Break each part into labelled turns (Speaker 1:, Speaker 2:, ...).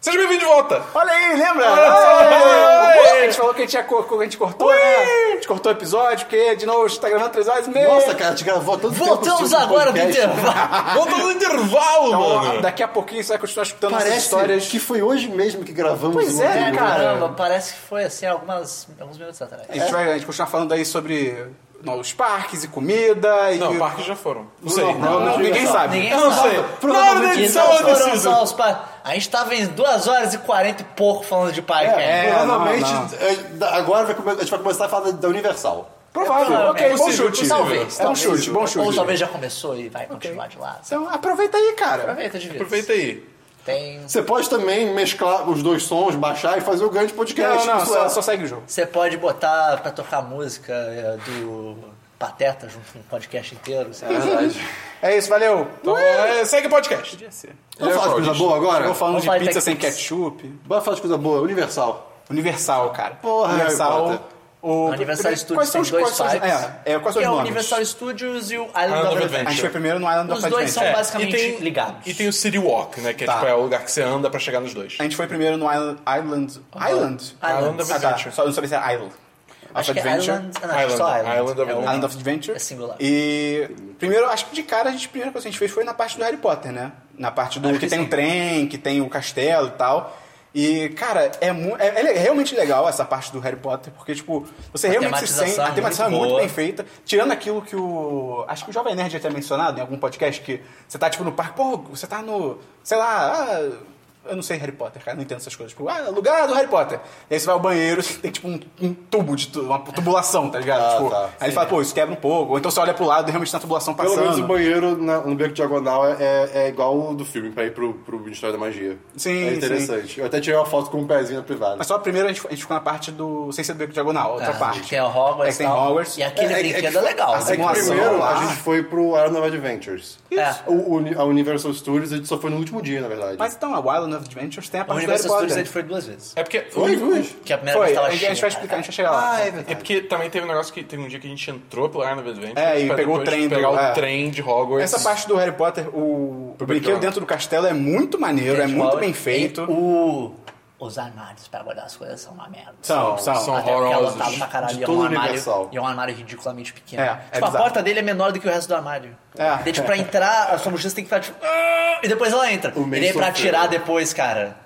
Speaker 1: Seja bem-vindo de volta!
Speaker 2: Olha aí, lembra?
Speaker 1: Olha aí.
Speaker 2: Ué, A gente falou que a gente, ia, cor- que a gente cortou, né? A gente cortou o episódio, porque de novo a gente tá gravando 3 horas e meia.
Speaker 3: Nossa, cara, te gravou tanto tempo
Speaker 4: Voltamos
Speaker 3: sobre
Speaker 4: agora do
Speaker 3: podcast.
Speaker 4: intervalo.
Speaker 1: Voltando no intervalo,
Speaker 2: Então,
Speaker 1: mano!
Speaker 2: daqui a pouquinho você vai continuar escutando
Speaker 3: Parece
Speaker 2: essas histórias.
Speaker 3: que foi hoje mesmo que gravamos.
Speaker 2: Pois é, cara.
Speaker 3: o-
Speaker 4: Caramba, parece que foi assim algumas, alguns minutos atrás.
Speaker 2: A gente vai a gente continuar falando aí sobre novos parques e comida e.
Speaker 1: Não, parques já foram. Não sei.
Speaker 3: não, não, não,
Speaker 2: ninguém
Speaker 3: não.
Speaker 2: sabe.
Speaker 4: Ninguém
Speaker 1: Eu não
Speaker 4: sabe.
Speaker 1: sei. Na hora
Speaker 3: Provavelmente
Speaker 1: da
Speaker 4: E
Speaker 2: é
Speaker 1: edição
Speaker 4: não
Speaker 1: eu
Speaker 4: foram
Speaker 1: decido.
Speaker 4: só os pa... A gente tava em 2 horas e 40 e pouco falando de pai, cara.
Speaker 3: É, provavelmente
Speaker 2: não, não.
Speaker 3: é, da- agora vai come- a gente vai começar a falar da Universal.
Speaker 2: Provável.
Speaker 4: É,
Speaker 2: ok, bom
Speaker 1: possível,
Speaker 2: chute.
Speaker 1: talvez,
Speaker 2: É um chute, bom
Speaker 4: Ou
Speaker 2: chute.
Speaker 4: talvez já começou e vai continuar de lá.
Speaker 2: Então aproveita aí, cara.
Speaker 4: Aproveita de vez.
Speaker 1: Aproveita aí.
Speaker 4: Tem...
Speaker 3: Você pode também mesclar os dois sons, baixar e fazer o grande
Speaker 2: Não,
Speaker 3: podcast.
Speaker 2: não,
Speaker 3: Isso
Speaker 2: só,
Speaker 3: é-
Speaker 2: só segue o jogo.
Speaker 4: Você pode botar pra tocar música é, do Pateta junto com o podcast inteiro. sabe?
Speaker 2: É isso, valeu.
Speaker 1: Então, é, segue o podcast.
Speaker 3: Vamos falar de coisa boa agora?
Speaker 2: Chegou falando
Speaker 4: Vamos falar
Speaker 2: de
Speaker 4: de
Speaker 2: pizza sem
Speaker 4: Tech Pix.
Speaker 2: ketchup.
Speaker 3: Bora falar de coisa boa, Universal.
Speaker 2: Universal, cara.
Speaker 3: Porra, Harry
Speaker 2: Universal.
Speaker 3: Potter.
Speaker 2: O...
Speaker 4: O Universal
Speaker 2: Quais
Speaker 4: Studios
Speaker 2: são
Speaker 4: tem
Speaker 2: os-
Speaker 4: dois
Speaker 2: quais são os-
Speaker 4: sites.
Speaker 2: É, é, quais são
Speaker 4: que
Speaker 2: os
Speaker 4: é o
Speaker 2: nomes?
Speaker 4: Universal Studios e o Island,
Speaker 1: Island
Speaker 4: of
Speaker 1: of
Speaker 4: Adventure.
Speaker 2: A gente foi primeiro no Island
Speaker 4: Os
Speaker 2: of
Speaker 4: dois
Speaker 2: Adventure.
Speaker 4: são
Speaker 2: É.
Speaker 4: basicamente ligados.
Speaker 1: E tem o City Walk, né? Que é,
Speaker 2: Tá.
Speaker 1: tipo, é o lugar que você anda pra chegar nos dois.
Speaker 2: A gente foi primeiro no Island. Island?
Speaker 4: Uhum.
Speaker 2: Island?
Speaker 1: Island of
Speaker 2: Ah, tá.
Speaker 1: Adventure.
Speaker 2: Só não sabia se é Island.
Speaker 4: Acho que é Island... ah, Não, acho que é só
Speaker 1: Island,
Speaker 4: Island.
Speaker 1: Island of
Speaker 4: É o-
Speaker 1: Adventure.
Speaker 2: Island of Adventure.
Speaker 4: É singular.
Speaker 2: E primeiro, acho que de cara, a, gente, a primeira coisa que a gente fez foi na parte do Harry Potter, né? Na parte do que,
Speaker 4: Acho que
Speaker 2: tem
Speaker 4: sim.
Speaker 2: um trem, que tem o castelo e tal. E, cara, é, mu- é, é le- realmente legal essa parte do Harry Potter, porque, tipo, você realmente se
Speaker 4: tematização
Speaker 2: sente. A
Speaker 4: é
Speaker 2: tematização é
Speaker 4: muito
Speaker 2: muito
Speaker 4: boa.
Speaker 2: bem feita. Tirando aquilo que o. Acho que o Jovem Nerd já tinha mencionado em algum podcast, que você tá, tipo, no parque, pô, você tá no. Sei lá. ah, eu não sei Harry Potter, cara, não entendo essas coisas. Tipo, ah, lugar do Harry Potter. E aí você vai ao banheiro, tem tipo um, um tubo, de tu- uma tubulação, tá ligado?
Speaker 3: Ah,
Speaker 2: tipo,
Speaker 3: tá.
Speaker 2: Aí ele fala, pô, isso quebra um pouco. Ou então você olha pro lado e realmente tá a tubulação
Speaker 3: Pelo
Speaker 2: passando.
Speaker 3: menos o banheiro na- no beco diagonal é, é- é igual o do filme, pra ir pro, pro Ministério da Magia.
Speaker 2: Sim,
Speaker 3: É interessante. Eu até tirei uma foto com um pezinho na privada.
Speaker 2: Mas só primeiro a gente, a gente ficou na parte do. Sem ser do beco é diagonal, outra
Speaker 4: Ah,
Speaker 2: parte.
Speaker 4: Tem o Hogwarts.
Speaker 2: É que tem
Speaker 4: tal.
Speaker 2: Hogwarts.
Speaker 4: E aquele
Speaker 3: É, é que-
Speaker 4: brinquedo é,
Speaker 3: é que-
Speaker 4: legal.
Speaker 2: a
Speaker 4: né?
Speaker 2: simulação
Speaker 3: Primeiro,
Speaker 2: lá.
Speaker 3: a gente foi pro Island of Adventures.
Speaker 4: É.
Speaker 3: O, o- a Universal Studios a gente só foi no último dia, na verdade.
Speaker 2: Mas então, a Wild Adventures tem a
Speaker 4: É, O
Speaker 2: parte do Harry
Speaker 4: Universal Studios a
Speaker 2: Potter.
Speaker 4: gente foi duas vezes.
Speaker 1: É porque...
Speaker 3: Foi, foi.
Speaker 4: Que a primeira
Speaker 2: Foi,
Speaker 4: vez tava
Speaker 2: a gente a gente vai
Speaker 4: cheia,
Speaker 2: explicar, a
Speaker 4: né?
Speaker 2: gente vai chegar
Speaker 3: Ah,
Speaker 2: lá.
Speaker 1: É porque também teve um negócio que teve um dia que a gente entrou pelo Iron Adventure.
Speaker 2: É, e
Speaker 1: pra
Speaker 2: pegou o
Speaker 1: tipo, depois
Speaker 2: trem do-
Speaker 1: Pegar o
Speaker 2: é.
Speaker 1: trem de Hogwarts.
Speaker 2: Essa parte do Harry Potter, o, o brinquedo
Speaker 1: diagonal.
Speaker 2: dentro do castelo é muito maneiro, é
Speaker 4: Gente,
Speaker 2: muito
Speaker 4: Hogwarts.
Speaker 2: bem
Speaker 4: E
Speaker 2: feito.
Speaker 4: o- Os armários pra guardar as coisas são uma merda.
Speaker 2: São, são.
Speaker 1: são.
Speaker 4: Até porque é
Speaker 1: horrorosos.
Speaker 4: lotado pra caralho.
Speaker 3: De
Speaker 4: e é um
Speaker 3: todo
Speaker 4: armário-
Speaker 3: Universal.
Speaker 4: E é um armário ridiculamente pequeno.
Speaker 2: É, é
Speaker 4: tipo, a
Speaker 2: bizarro.
Speaker 4: porta dele é menor do que o resto do armário.
Speaker 2: É.
Speaker 4: Daí, tipo, pra entrar, a sua mochila tem que ficar tipo. "Ah", E depois ela entra.
Speaker 3: O
Speaker 4: E daí
Speaker 3: mês
Speaker 4: pra
Speaker 3: sofreu.
Speaker 4: tirar depois, cara.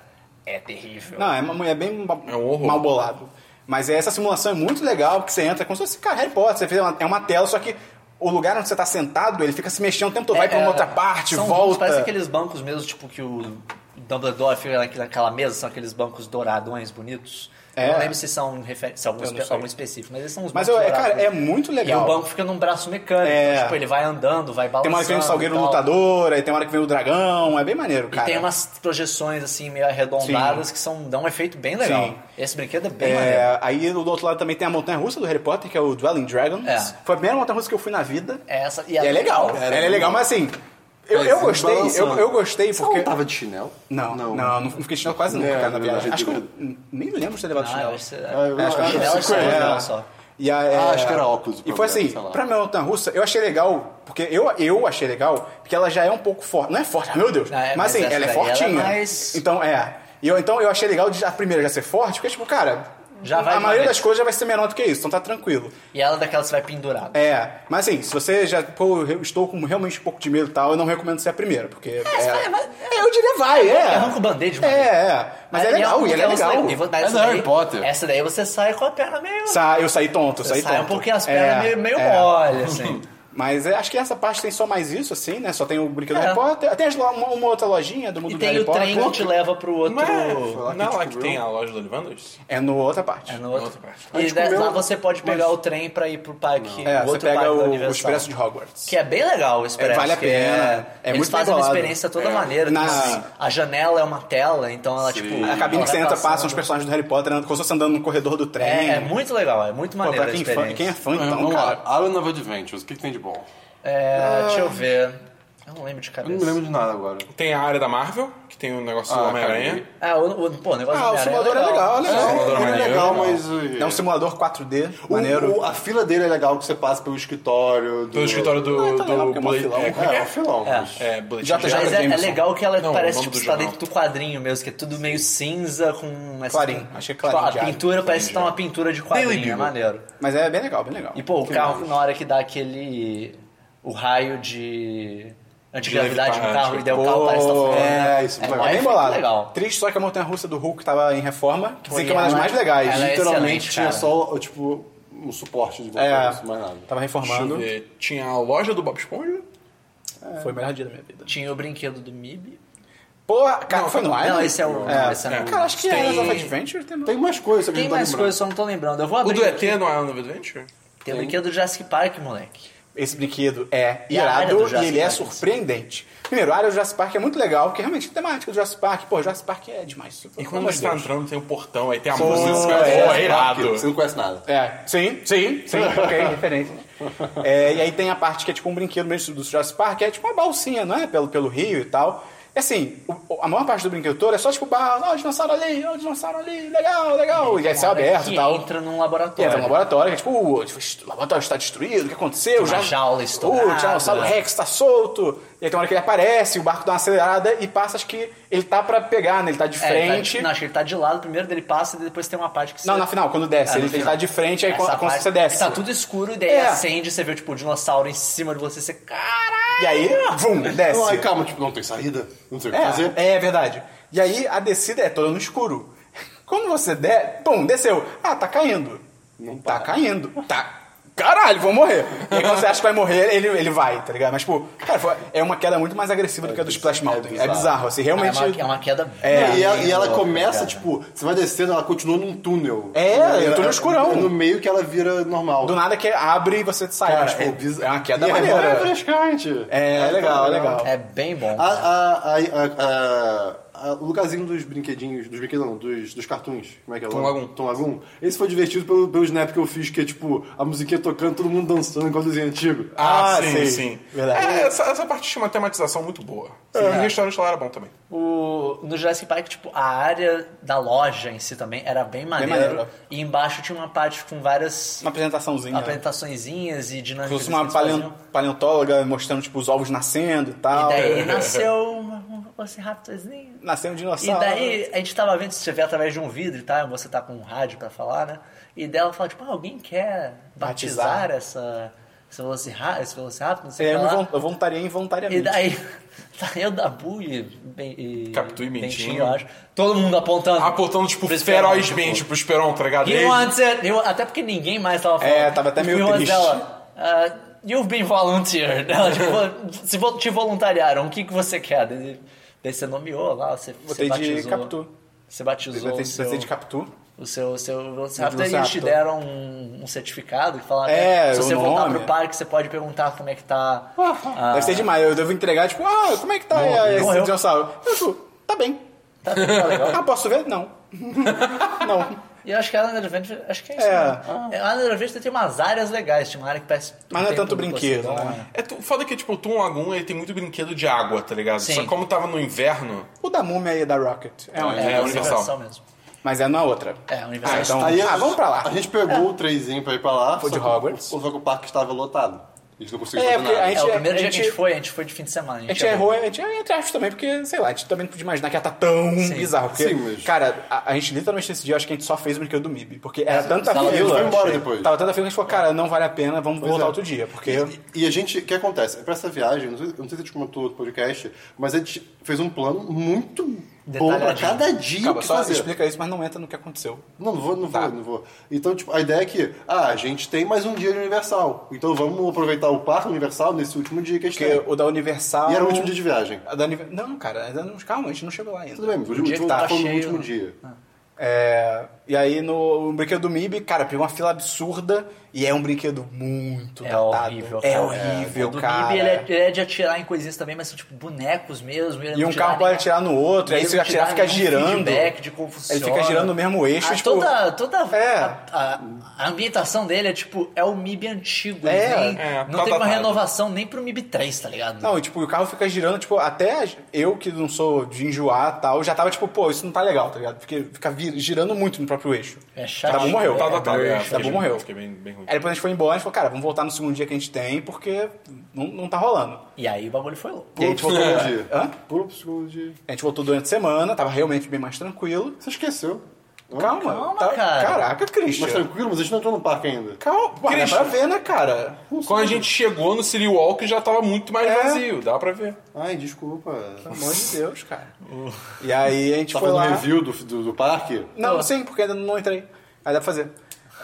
Speaker 4: É terrível.
Speaker 2: Não, é uma mulher bem ma-
Speaker 1: É um horror.
Speaker 2: mal bolado. Mas essa simulação é muito legal, que você entra como se fosse, cara, Harry Potter, você fez uma, é uma tela, só que o lugar onde você tá sentado, ele fica se mexendo o tempo todo, É, vai pra uma outra parte,
Speaker 4: É, são bancos,
Speaker 2: volta.
Speaker 4: parece aqueles bancos mesmo, tipo, que o Dumbledore fica naquela- naquela mesa, são aqueles bancos douradões bonitos.
Speaker 2: É.
Speaker 4: Eu não lembro se são refer- se é algum,
Speaker 2: Eu não
Speaker 4: espe-
Speaker 2: sei.
Speaker 4: algum específico, mas eles são uns
Speaker 2: Mas,
Speaker 4: bancos
Speaker 2: eu- é,
Speaker 4: dourados
Speaker 2: cara, é
Speaker 4: mesmo.
Speaker 2: muito
Speaker 4: né? E o
Speaker 2: legal.
Speaker 4: banco fica num braço mecânico,
Speaker 2: É.
Speaker 4: então, tipo, ele vai andando, vai balançando.
Speaker 2: Tem uma hora que vem o Salgueiro
Speaker 4: e tal.
Speaker 2: Lutador, aí tem uma hora que vem o Dragão, é bem maneiro,
Speaker 4: E
Speaker 2: cara.
Speaker 4: tem umas projeções assim meio arredondadas que são, dão um efeito bem legal.
Speaker 2: Sim.
Speaker 4: Esse brinquedo é bem maneiro.
Speaker 2: É, aí do outro lado também tem a montanha russa do Harry Potter, que é o Dwelling Dragons.
Speaker 4: É.
Speaker 2: Foi a primeira montanha russa que eu fui na vida.
Speaker 4: É essa, e
Speaker 2: E é legal.
Speaker 4: legal.
Speaker 2: Ela é legal, mas assim. Eu, eu
Speaker 3: Mas
Speaker 2: gostei, eu,
Speaker 3: balançando.
Speaker 2: eu gostei
Speaker 3: Você não
Speaker 2: porque.
Speaker 3: tava de chinelo?
Speaker 2: Não, não, não, não fiquei chinelo quase nunca,
Speaker 3: É,
Speaker 2: cara, na viagem.
Speaker 3: verdade,
Speaker 2: Acho que eu
Speaker 3: eu-
Speaker 2: n- nem lembro de ter levado
Speaker 4: Não,
Speaker 2: chinelo.
Speaker 4: Ah, acho que você-
Speaker 3: eu
Speaker 2: Acho que é. era
Speaker 3: acho que
Speaker 2: só
Speaker 3: era
Speaker 2: cinco
Speaker 3: chinelo,
Speaker 2: reais.
Speaker 4: né, só.
Speaker 2: E a, é,
Speaker 3: Ah, acho que era óculos o
Speaker 2: E foi
Speaker 3: problema,
Speaker 2: assim,
Speaker 3: sei lá.
Speaker 2: pra minha montanha russa, eu achei legal, porque eu, eu achei legal, porque ela já é um pouco forte. Não é forte, ah, meu Deus.
Speaker 4: Ah, é,
Speaker 2: mas
Speaker 4: mas
Speaker 2: assim,
Speaker 4: essa
Speaker 2: ela é
Speaker 4: daí, ela é
Speaker 2: fortinha.
Speaker 4: mais-
Speaker 2: Então, é. E eu, então eu achei legal de a primeira já ser forte, porque, tipo, cara,
Speaker 4: Já vai
Speaker 2: a
Speaker 4: de
Speaker 2: maioria
Speaker 4: uma
Speaker 2: das coisas já vai ser menor do que isso, então tá tranquilo.
Speaker 4: E ela é daquelas que vai pendurada.
Speaker 2: É, mas assim, se você já, pô, eu estou com realmente um pouco de medo e tal, eu não recomendo ser a primeira, porque. É, É, eu diria vai, é.
Speaker 4: Arranca o band-aid,
Speaker 2: É,
Speaker 4: mano.
Speaker 2: é. Mas é legal, e
Speaker 4: porque
Speaker 2: ela é
Speaker 4: você-
Speaker 2: legal.
Speaker 4: e vo- mas
Speaker 3: É
Speaker 4: essa
Speaker 3: do Harry
Speaker 4: daí-
Speaker 3: Potter.
Speaker 4: Essa daí você sai com a perna meio.
Speaker 2: Sa- eu saí tonto, eu
Speaker 4: você
Speaker 2: saí
Speaker 4: sai um
Speaker 2: tonto.
Speaker 4: pouquinho as
Speaker 2: É,
Speaker 4: pernas meio, meio
Speaker 2: é.
Speaker 4: mole, assim.
Speaker 2: Mas é, acho que essa parte tem só mais isso, assim, né? Só tem o brinquedo
Speaker 4: É.
Speaker 2: do Harry Potter. Tem as lo- uma, uma outra lojinha do mundo
Speaker 4: E
Speaker 2: do
Speaker 4: tem
Speaker 2: Harry
Speaker 4: o
Speaker 2: Potter.
Speaker 4: trem que te leva pro outro.
Speaker 1: Não é-
Speaker 2: lá que
Speaker 1: não é lá que
Speaker 2: descobriu.
Speaker 1: tem a loja do Olivanders?
Speaker 2: É no outra parte.
Speaker 4: É
Speaker 2: É,
Speaker 4: no outro.
Speaker 1: Outra parte.
Speaker 4: E
Speaker 3: Mas
Speaker 4: daí
Speaker 3: comeu-
Speaker 4: lá você pode pegar o trem pra ir pro parque. o
Speaker 2: É, você
Speaker 4: outro
Speaker 2: pega
Speaker 4: parque da
Speaker 2: o, o
Speaker 4: Universal.
Speaker 2: Expresso de Hogwarts.
Speaker 4: Que é bem legal o Expresso.
Speaker 2: É, vale a
Speaker 4: que
Speaker 2: pena. É
Speaker 4: eles
Speaker 2: muito bem
Speaker 4: fazem uma
Speaker 2: bolado.
Speaker 4: experiência
Speaker 3: É.
Speaker 4: toda maneira.
Speaker 2: Na-
Speaker 4: tipo assim, a janela é uma tela, então ela, tipo.
Speaker 2: A cabine que você
Speaker 4: ela vai
Speaker 2: entra, passam
Speaker 4: passando.
Speaker 2: os personagens do Harry Potter, andando- como se fosse andando no corredor do trem.
Speaker 4: né? É, é muito legal, é muito
Speaker 2: Pô,
Speaker 4: maneiro.
Speaker 2: pra quem,
Speaker 4: a
Speaker 2: fã-
Speaker 4: experiência.
Speaker 2: quem é fã,
Speaker 3: Então,
Speaker 2: então,
Speaker 3: Vamos
Speaker 2: cara. Ah.
Speaker 3: lá, Island of Adventures, o que, que tem de bom?
Speaker 4: É, deixa eu ver. Eu não lembro de
Speaker 3: Eu não me
Speaker 4: cabeça.
Speaker 3: lembro de nada agora.
Speaker 1: Tem a área da Marvel, que tem o negócio do
Speaker 3: Ah,
Speaker 1: Homem-Aranha.
Speaker 4: Ah, o, o, pô, o negócio
Speaker 2: Ah,
Speaker 4: do
Speaker 2: o
Speaker 4: Homem-Aranha
Speaker 2: simulador é legal, é
Speaker 3: É,
Speaker 2: legal.
Speaker 1: Simulador
Speaker 3: ele é
Speaker 1: maneiro,
Speaker 3: legal,
Speaker 1: não.
Speaker 3: mas...
Speaker 2: É um simulador 4D,
Speaker 3: O-
Speaker 2: maneiro.
Speaker 3: o- a fila dele é legal, que você passa pelo escritório. Do,
Speaker 1: Pelo escritório do,
Speaker 2: Ah, tá legal,
Speaker 1: do
Speaker 2: porque é mó
Speaker 1: Blade.
Speaker 2: filão.
Speaker 1: É,
Speaker 3: É,
Speaker 1: como é que
Speaker 3: é
Speaker 1: é?
Speaker 3: um filão.
Speaker 4: É.
Speaker 3: mas-
Speaker 1: É, Blade.
Speaker 2: JJ
Speaker 1: Jameson.
Speaker 4: Mas é, é
Speaker 2: Jameson.
Speaker 4: legal que ela
Speaker 1: Não, o
Speaker 4: parece
Speaker 1: nome
Speaker 4: tipo,
Speaker 1: do
Speaker 4: estar
Speaker 1: jornal.
Speaker 4: dentro do quadrinho mesmo, que é tudo meio cinza com essa.
Speaker 2: Clarim, acho que é clarim
Speaker 4: Tipo,
Speaker 2: de
Speaker 4: a
Speaker 2: água.
Speaker 4: pintura parece estar uma pintura de quadrinho, é maneiro.
Speaker 2: Mas é bem legal, bem legal.
Speaker 4: E pô, o
Speaker 2: Que
Speaker 4: carro
Speaker 2: mais?
Speaker 4: na hora que dá aquele. o raio de. antigravidade
Speaker 1: De
Speaker 4: no carro
Speaker 1: levitar,
Speaker 4: e daí o
Speaker 2: Pô,
Speaker 4: carro parece estar flutuando.
Speaker 2: é, isso
Speaker 4: é
Speaker 2: é bem
Speaker 4: efeito
Speaker 2: bolado.
Speaker 4: legal.
Speaker 2: Triste só que a montanha russa do Hulk tava em reforma, que dizem
Speaker 4: Pô,
Speaker 2: que é uma das
Speaker 4: ela-
Speaker 2: mais legais.
Speaker 4: ela é
Speaker 3: Literalmente
Speaker 4: excelente,
Speaker 3: tinha
Speaker 4: cara.
Speaker 3: só, tipo, um suporte de botões,
Speaker 2: É,
Speaker 3: mais nada.
Speaker 2: tava
Speaker 1: Deixa eu
Speaker 2: reformando.
Speaker 1: ver. Tinha a loja do Bob Esponja.
Speaker 2: Foi o melhor dia da minha vida.
Speaker 4: Tinha o brinquedo do Mib.
Speaker 2: Pô, cara, foi no Island?
Speaker 4: Não, esse é o. não, esse é
Speaker 1: é.
Speaker 4: no-
Speaker 2: Cara, acho que
Speaker 1: Tem-
Speaker 2: é Island of Adventure. Tem...
Speaker 3: Tem mais coisas, sabe?
Speaker 4: Tem
Speaker 3: não tô
Speaker 4: mais
Speaker 3: lembrando.
Speaker 4: coisas, só não tô lembrando. Eu vou
Speaker 1: O
Speaker 4: abrir.
Speaker 1: do ET
Speaker 4: aqui.
Speaker 1: não é no Adventure?
Speaker 4: Tem o brinquedo do Jurassic Park, moleque.
Speaker 2: Esse brinquedo é
Speaker 4: E a área
Speaker 2: irado
Speaker 4: do
Speaker 2: e,
Speaker 4: Jurassic
Speaker 2: ele é
Speaker 4: Park,
Speaker 2: surpreendente. Primeiro, a área do Jurassic Park é muito legal, porque realmente a temática do Jurassic Park, pô, Jurassic Park é demais.
Speaker 1: E
Speaker 2: Pelo
Speaker 1: quando
Speaker 2: amor
Speaker 1: você
Speaker 2: de
Speaker 1: tá
Speaker 2: Deus.
Speaker 1: entrando, tem um portão, aí tem a
Speaker 2: Pô,
Speaker 1: música.
Speaker 2: é,
Speaker 1: Pô, é irado.
Speaker 3: Você não conhece nada.
Speaker 2: É, sim, sim, sim, ok, referência. É, e aí tem a parte que é tipo um brinquedo mesmo do Jurassic Park, que é tipo uma balsinha, não é? Pelo, pelo rio e tal. E assim, o- o- a maior parte do brinquedo todo é só tipo, barra, ó, o dinossauro ali, ó, o dinossauro ali, legal, legal. E aí é céu aberto
Speaker 4: Que
Speaker 2: e tal.
Speaker 4: entra num
Speaker 2: E entra no
Speaker 4: laboratório.
Speaker 2: laboratório, que é tipo, o o laboratório está destruído, o que aconteceu?
Speaker 4: Uma jaula estourada.
Speaker 2: O dinossauro Rex tá solto. E aí tem uma hora que ele aparece, o barco dá uma acelerada e passa, acho que ele tá pra pegar, né? Ele tá de
Speaker 4: É, ele tá-
Speaker 2: frente.
Speaker 4: não, acho que ele tá de lado, primeiro dele passa e depois tem uma parte que você.
Speaker 2: Não, na final, quando desce.
Speaker 4: Ah, no
Speaker 2: ele, ele
Speaker 4: final.
Speaker 2: tá de frente, aí
Speaker 4: Essa
Speaker 2: quando, quando
Speaker 4: parte-
Speaker 2: você desce.
Speaker 4: Tá tudo escuro e daí
Speaker 2: É.
Speaker 4: acende, você vê tipo o dinossauro em cima de você, você. Caralho!
Speaker 2: E aí, vum, desce.
Speaker 3: Não, aí calma, tipo, não tem saída, não sei o que fazer.
Speaker 2: é, é verdade. E aí a descida é toda no escuro. Quando você der, pum, desceu. Ah, tá caindo. Não tá caindo. Tá. Caralho, vou morrer. E aí, quando você acha que vai morrer, ele, ele vai, tá ligado? Mas, tipo, cara, foi- é uma queda muito mais agressiva do que a do Splash Mountain. É bizarro,
Speaker 3: bizarro.
Speaker 2: assim,
Speaker 4: É
Speaker 2: realmente.
Speaker 4: uma, é uma queda.
Speaker 2: É,
Speaker 3: Não, e, ela, e ela
Speaker 4: louca,
Speaker 3: começa,
Speaker 4: cara.
Speaker 3: tipo, você vai descendo, ela continua num túnel.
Speaker 2: É,
Speaker 3: Ela-
Speaker 2: um túnel
Speaker 3: ela-
Speaker 2: escurão.
Speaker 3: é No meio que ela vira normal.
Speaker 2: Do nada que abre e você sai.
Speaker 3: Cara,
Speaker 2: mas, tipo, é,
Speaker 3: biz-
Speaker 2: uma queda
Speaker 3: e
Speaker 2: maneira.
Speaker 3: É refrescante.
Speaker 2: É, é legal, é legal.
Speaker 4: É bem bom.
Speaker 3: A- a- a- a- a- o lugarzinho dos brinquedinhos, dos brinquedos não, dos, dos cartoons, como é que é o
Speaker 1: Tom
Speaker 3: nome?
Speaker 1: Lagoon.
Speaker 3: Tom Lagoon. Esse foi divertido pelo, pelo snap que eu fiz, que é tipo, a musiquinha tocando, todo mundo dançando igual desenho antigo.
Speaker 1: Ah,
Speaker 2: Ah,
Speaker 1: sim,
Speaker 2: sim.
Speaker 1: sim.
Speaker 2: Verdade.
Speaker 1: É, essa, essa parte tinha uma tematização muito boa. E o restaurante lá era bom também.
Speaker 4: O, no Jurassic Park, tipo, a área da loja em si também era bem maneiro.
Speaker 2: maneiro.
Speaker 4: E embaixo tinha uma parte com várias
Speaker 2: Uma apresentaçãozinha. né?
Speaker 4: apresentaçõezinhas e
Speaker 2: Se
Speaker 4: dinâmicas.
Speaker 2: fosse uma
Speaker 4: que eles
Speaker 2: paleon-
Speaker 4: faziam.
Speaker 2: paleontóloga mostrando, tipo, os ovos nascendo e
Speaker 4: E
Speaker 2: tal.
Speaker 4: daí nasceu uma- um velociraptorzinho.
Speaker 2: Nasceu um
Speaker 4: E
Speaker 2: dinossauro.
Speaker 4: daí a gente tava vendo se você vê através de um vidro e tal, e você tá com um rádio pra falar, né? E dela fala, tipo, ah, alguém quer batizar,
Speaker 2: Batizar.
Speaker 4: essa, esse velociraptor, esse velociraptor, não sei
Speaker 2: É,
Speaker 4: o
Speaker 2: eu,
Speaker 4: que
Speaker 2: me
Speaker 4: lá.
Speaker 2: vol- eu voluntariei
Speaker 4: E
Speaker 2: involuntariamente.
Speaker 4: daí, tá eu, Dabu e... Ben- e
Speaker 1: Capitu e Mentinho.
Speaker 4: Bentinho, eu acho. Todo mundo apontando.
Speaker 1: Apontando, tipo,
Speaker 4: pro Esperon,
Speaker 1: ferozmente pro Esperon, tá ligado?
Speaker 4: He
Speaker 1: Ele-
Speaker 4: wants it. He wa- até porque ninguém mais tava falando.
Speaker 2: É, tava até meio
Speaker 4: He wants
Speaker 2: triste.
Speaker 4: Ela, "Ah, you've been volunteered. Ela, tipo, se vo- te voluntariaram, o que, que você quer? Daí, daí você nomeou lá, você,
Speaker 2: Botei
Speaker 4: você
Speaker 2: de
Speaker 4: batizou.
Speaker 2: Capitu.
Speaker 4: Você
Speaker 2: Eu
Speaker 4: batizou
Speaker 2: botei
Speaker 4: o seu,
Speaker 2: de Capitu.
Speaker 4: o seu, o seu Velociraptor.
Speaker 2: Velociraptor.
Speaker 4: Daí eles te deram um, um certificado que falaram
Speaker 2: É,
Speaker 4: que se
Speaker 2: o
Speaker 4: você voltar
Speaker 2: nome.
Speaker 4: pro parque, você pode perguntar como é que tá... ah,
Speaker 2: Deve ser demais. Eu devo entregar, tipo, ah, como é que tá
Speaker 4: Morreu.
Speaker 2: esse
Speaker 4: Morreu.
Speaker 2: dinossauro? Eu tipo, tá bem.
Speaker 4: Tá, tá legal.
Speaker 2: Ah, posso ver? Não. não.
Speaker 4: E eu acho que a Island Adventure, acho que é isso.
Speaker 2: É.
Speaker 4: Né? A Island Adventure tem umas áreas legais, tinha uma área que parece...
Speaker 2: Mas não é
Speaker 4: tem
Speaker 2: tanto
Speaker 4: tudo
Speaker 2: brinquedo,
Speaker 4: possível,
Speaker 2: né?
Speaker 1: É tu- foda que, tipo, o Tom Lagoon ele tem muito brinquedo de água, tá ligado?
Speaker 4: Sim.
Speaker 1: Só que como tava no inverno,
Speaker 2: O da múmia e da Rocket. É, onde?
Speaker 1: É,
Speaker 4: é
Speaker 1: Universal.
Speaker 4: Universal mesmo.
Speaker 2: Mas é na outra.
Speaker 4: É, Universal.
Speaker 2: Ah, então,
Speaker 3: Aí,
Speaker 2: ah, vamos pra lá.
Speaker 3: A gente pegou o trenzinho pra ir pra lá.
Speaker 2: Foi
Speaker 3: só
Speaker 2: de
Speaker 3: que o-
Speaker 2: Hogwarts.
Speaker 3: Só que o parque estava lotado. A gente não conseguiu
Speaker 2: É,
Speaker 3: fazer
Speaker 2: porque
Speaker 3: nada.
Speaker 2: a gente-
Speaker 4: É, o primeiro
Speaker 2: a
Speaker 4: dia que a gente
Speaker 2: gente-
Speaker 4: foi, a gente foi de fim de semana.
Speaker 2: A gente errou, a gente errou entre aspas também, porque, sei lá, a gente também não podia imaginar que ia estar tão bizarro. Porque,
Speaker 3: Sim, mas-
Speaker 2: Cara, a, a gente literalmente nesse dia, acho que a gente só fez o brinquedo do MIB. Porque era tanta fila.
Speaker 3: tava- a gente foi embora depois.
Speaker 2: Tava tanta fila que a gente falou, cara, não vale a pena, vamos voltar outro dia. Porque.
Speaker 3: é. E a gente, o que acontece? É Pra essa viagem, não sei, eu não sei se a gente comentou no podcast, mas a gente fez um plano muito bom pra
Speaker 4: Detalhadinho.
Speaker 3: cada dia
Speaker 2: Calma,
Speaker 3: o que
Speaker 2: só
Speaker 3: fazer.
Speaker 2: explica isso, mas não entra no que aconteceu.
Speaker 3: Não, não vou, não
Speaker 2: Tá.
Speaker 3: vou, não vou. Então, tipo, a ideia é que, ah, a gente tem mais um dia de Universal. Então vamos aproveitar o parque Universal nesse último dia que a gente
Speaker 2: Porque
Speaker 3: tem.
Speaker 2: o da Universal.
Speaker 3: É. E era o último dia de viagem.
Speaker 2: a da Univer- Não, cara, ainda não- calma, a gente não chegou lá ainda.
Speaker 3: Tudo bem, mas o
Speaker 4: dia
Speaker 3: último
Speaker 4: que
Speaker 3: tá
Speaker 4: tá
Speaker 3: foi no
Speaker 4: cheio,
Speaker 3: último
Speaker 4: né?
Speaker 3: dia.
Speaker 2: É, e aí no, no brinquedo do MIB, cara, pegou uma fila absurda e é um brinquedo muito
Speaker 4: É
Speaker 2: datado.
Speaker 4: horrível,
Speaker 2: É
Speaker 4: cara.
Speaker 2: horrível,
Speaker 4: O do
Speaker 2: cara.
Speaker 4: Bibi, ele, é, ele é de atirar em coisinhas também, mas são tipo bonecos mesmo. ele
Speaker 2: E
Speaker 4: não
Speaker 2: um
Speaker 4: te dá
Speaker 2: carro pode
Speaker 4: nem-
Speaker 2: atirar no outro, aí
Speaker 4: nem
Speaker 2: se
Speaker 4: te
Speaker 2: atirar
Speaker 4: dá
Speaker 2: fica
Speaker 4: nenhum
Speaker 2: girando.
Speaker 4: um feedback de como
Speaker 2: Ele fica
Speaker 4: funciona.
Speaker 2: girando no mesmo eixo,
Speaker 4: Ah,
Speaker 2: tipo-
Speaker 4: toda toda
Speaker 2: É.
Speaker 4: a, a- a ambientação dele é tipo, é o MIB antigo.
Speaker 2: É.
Speaker 4: ele nem-
Speaker 1: É,
Speaker 4: não
Speaker 1: tá
Speaker 4: teve uma
Speaker 1: datado.
Speaker 4: renovação nem pro MIB 3, tá ligado?
Speaker 2: Não, e, tipo, o carro fica girando, tipo, até eu que não sou de enjoar e tal, já tava tipo, pô, isso não tá legal, tá ligado? Porque fica vir- girando muito no próprio eixo.
Speaker 4: É chato.
Speaker 2: Dabu morreu.
Speaker 1: Tá datado. é,
Speaker 2: Dabu
Speaker 1: fiquei-
Speaker 2: morreu.
Speaker 1: Fiquei bem, bem ruim.
Speaker 2: Aí depois a gente foi embora, a gente falou, cara, vamos voltar no segundo dia que a gente tem, porque não, não tá rolando.
Speaker 4: E aí o bagulho foi louco.
Speaker 2: E aí a gente voltou.
Speaker 3: psicologia.
Speaker 2: Hã?
Speaker 3: Puro psicologia.
Speaker 2: A gente voltou durante a semana, tava realmente bem mais tranquilo.
Speaker 3: Você esqueceu. Não?
Speaker 2: Calma, tá-
Speaker 4: Calma, cara.
Speaker 2: Caraca,
Speaker 3: Mas
Speaker 2: Christian.
Speaker 3: tranquilo, mas a gente não entrou no parque ainda.
Speaker 2: Calma, dá
Speaker 1: Christian.
Speaker 2: pra ver, né, cara?
Speaker 1: Quando a gente chegou no City Walk já tava muito mais
Speaker 2: É.
Speaker 1: vazio, dá pra ver.
Speaker 3: Ai, desculpa.
Speaker 2: Pelo amor de Deus, cara. E aí a gente
Speaker 3: Tá
Speaker 2: foi
Speaker 3: fazendo
Speaker 2: lá.
Speaker 3: review do, do, do parque?
Speaker 2: Não, sim, porque ainda não entrei. Aí dá pra fazer.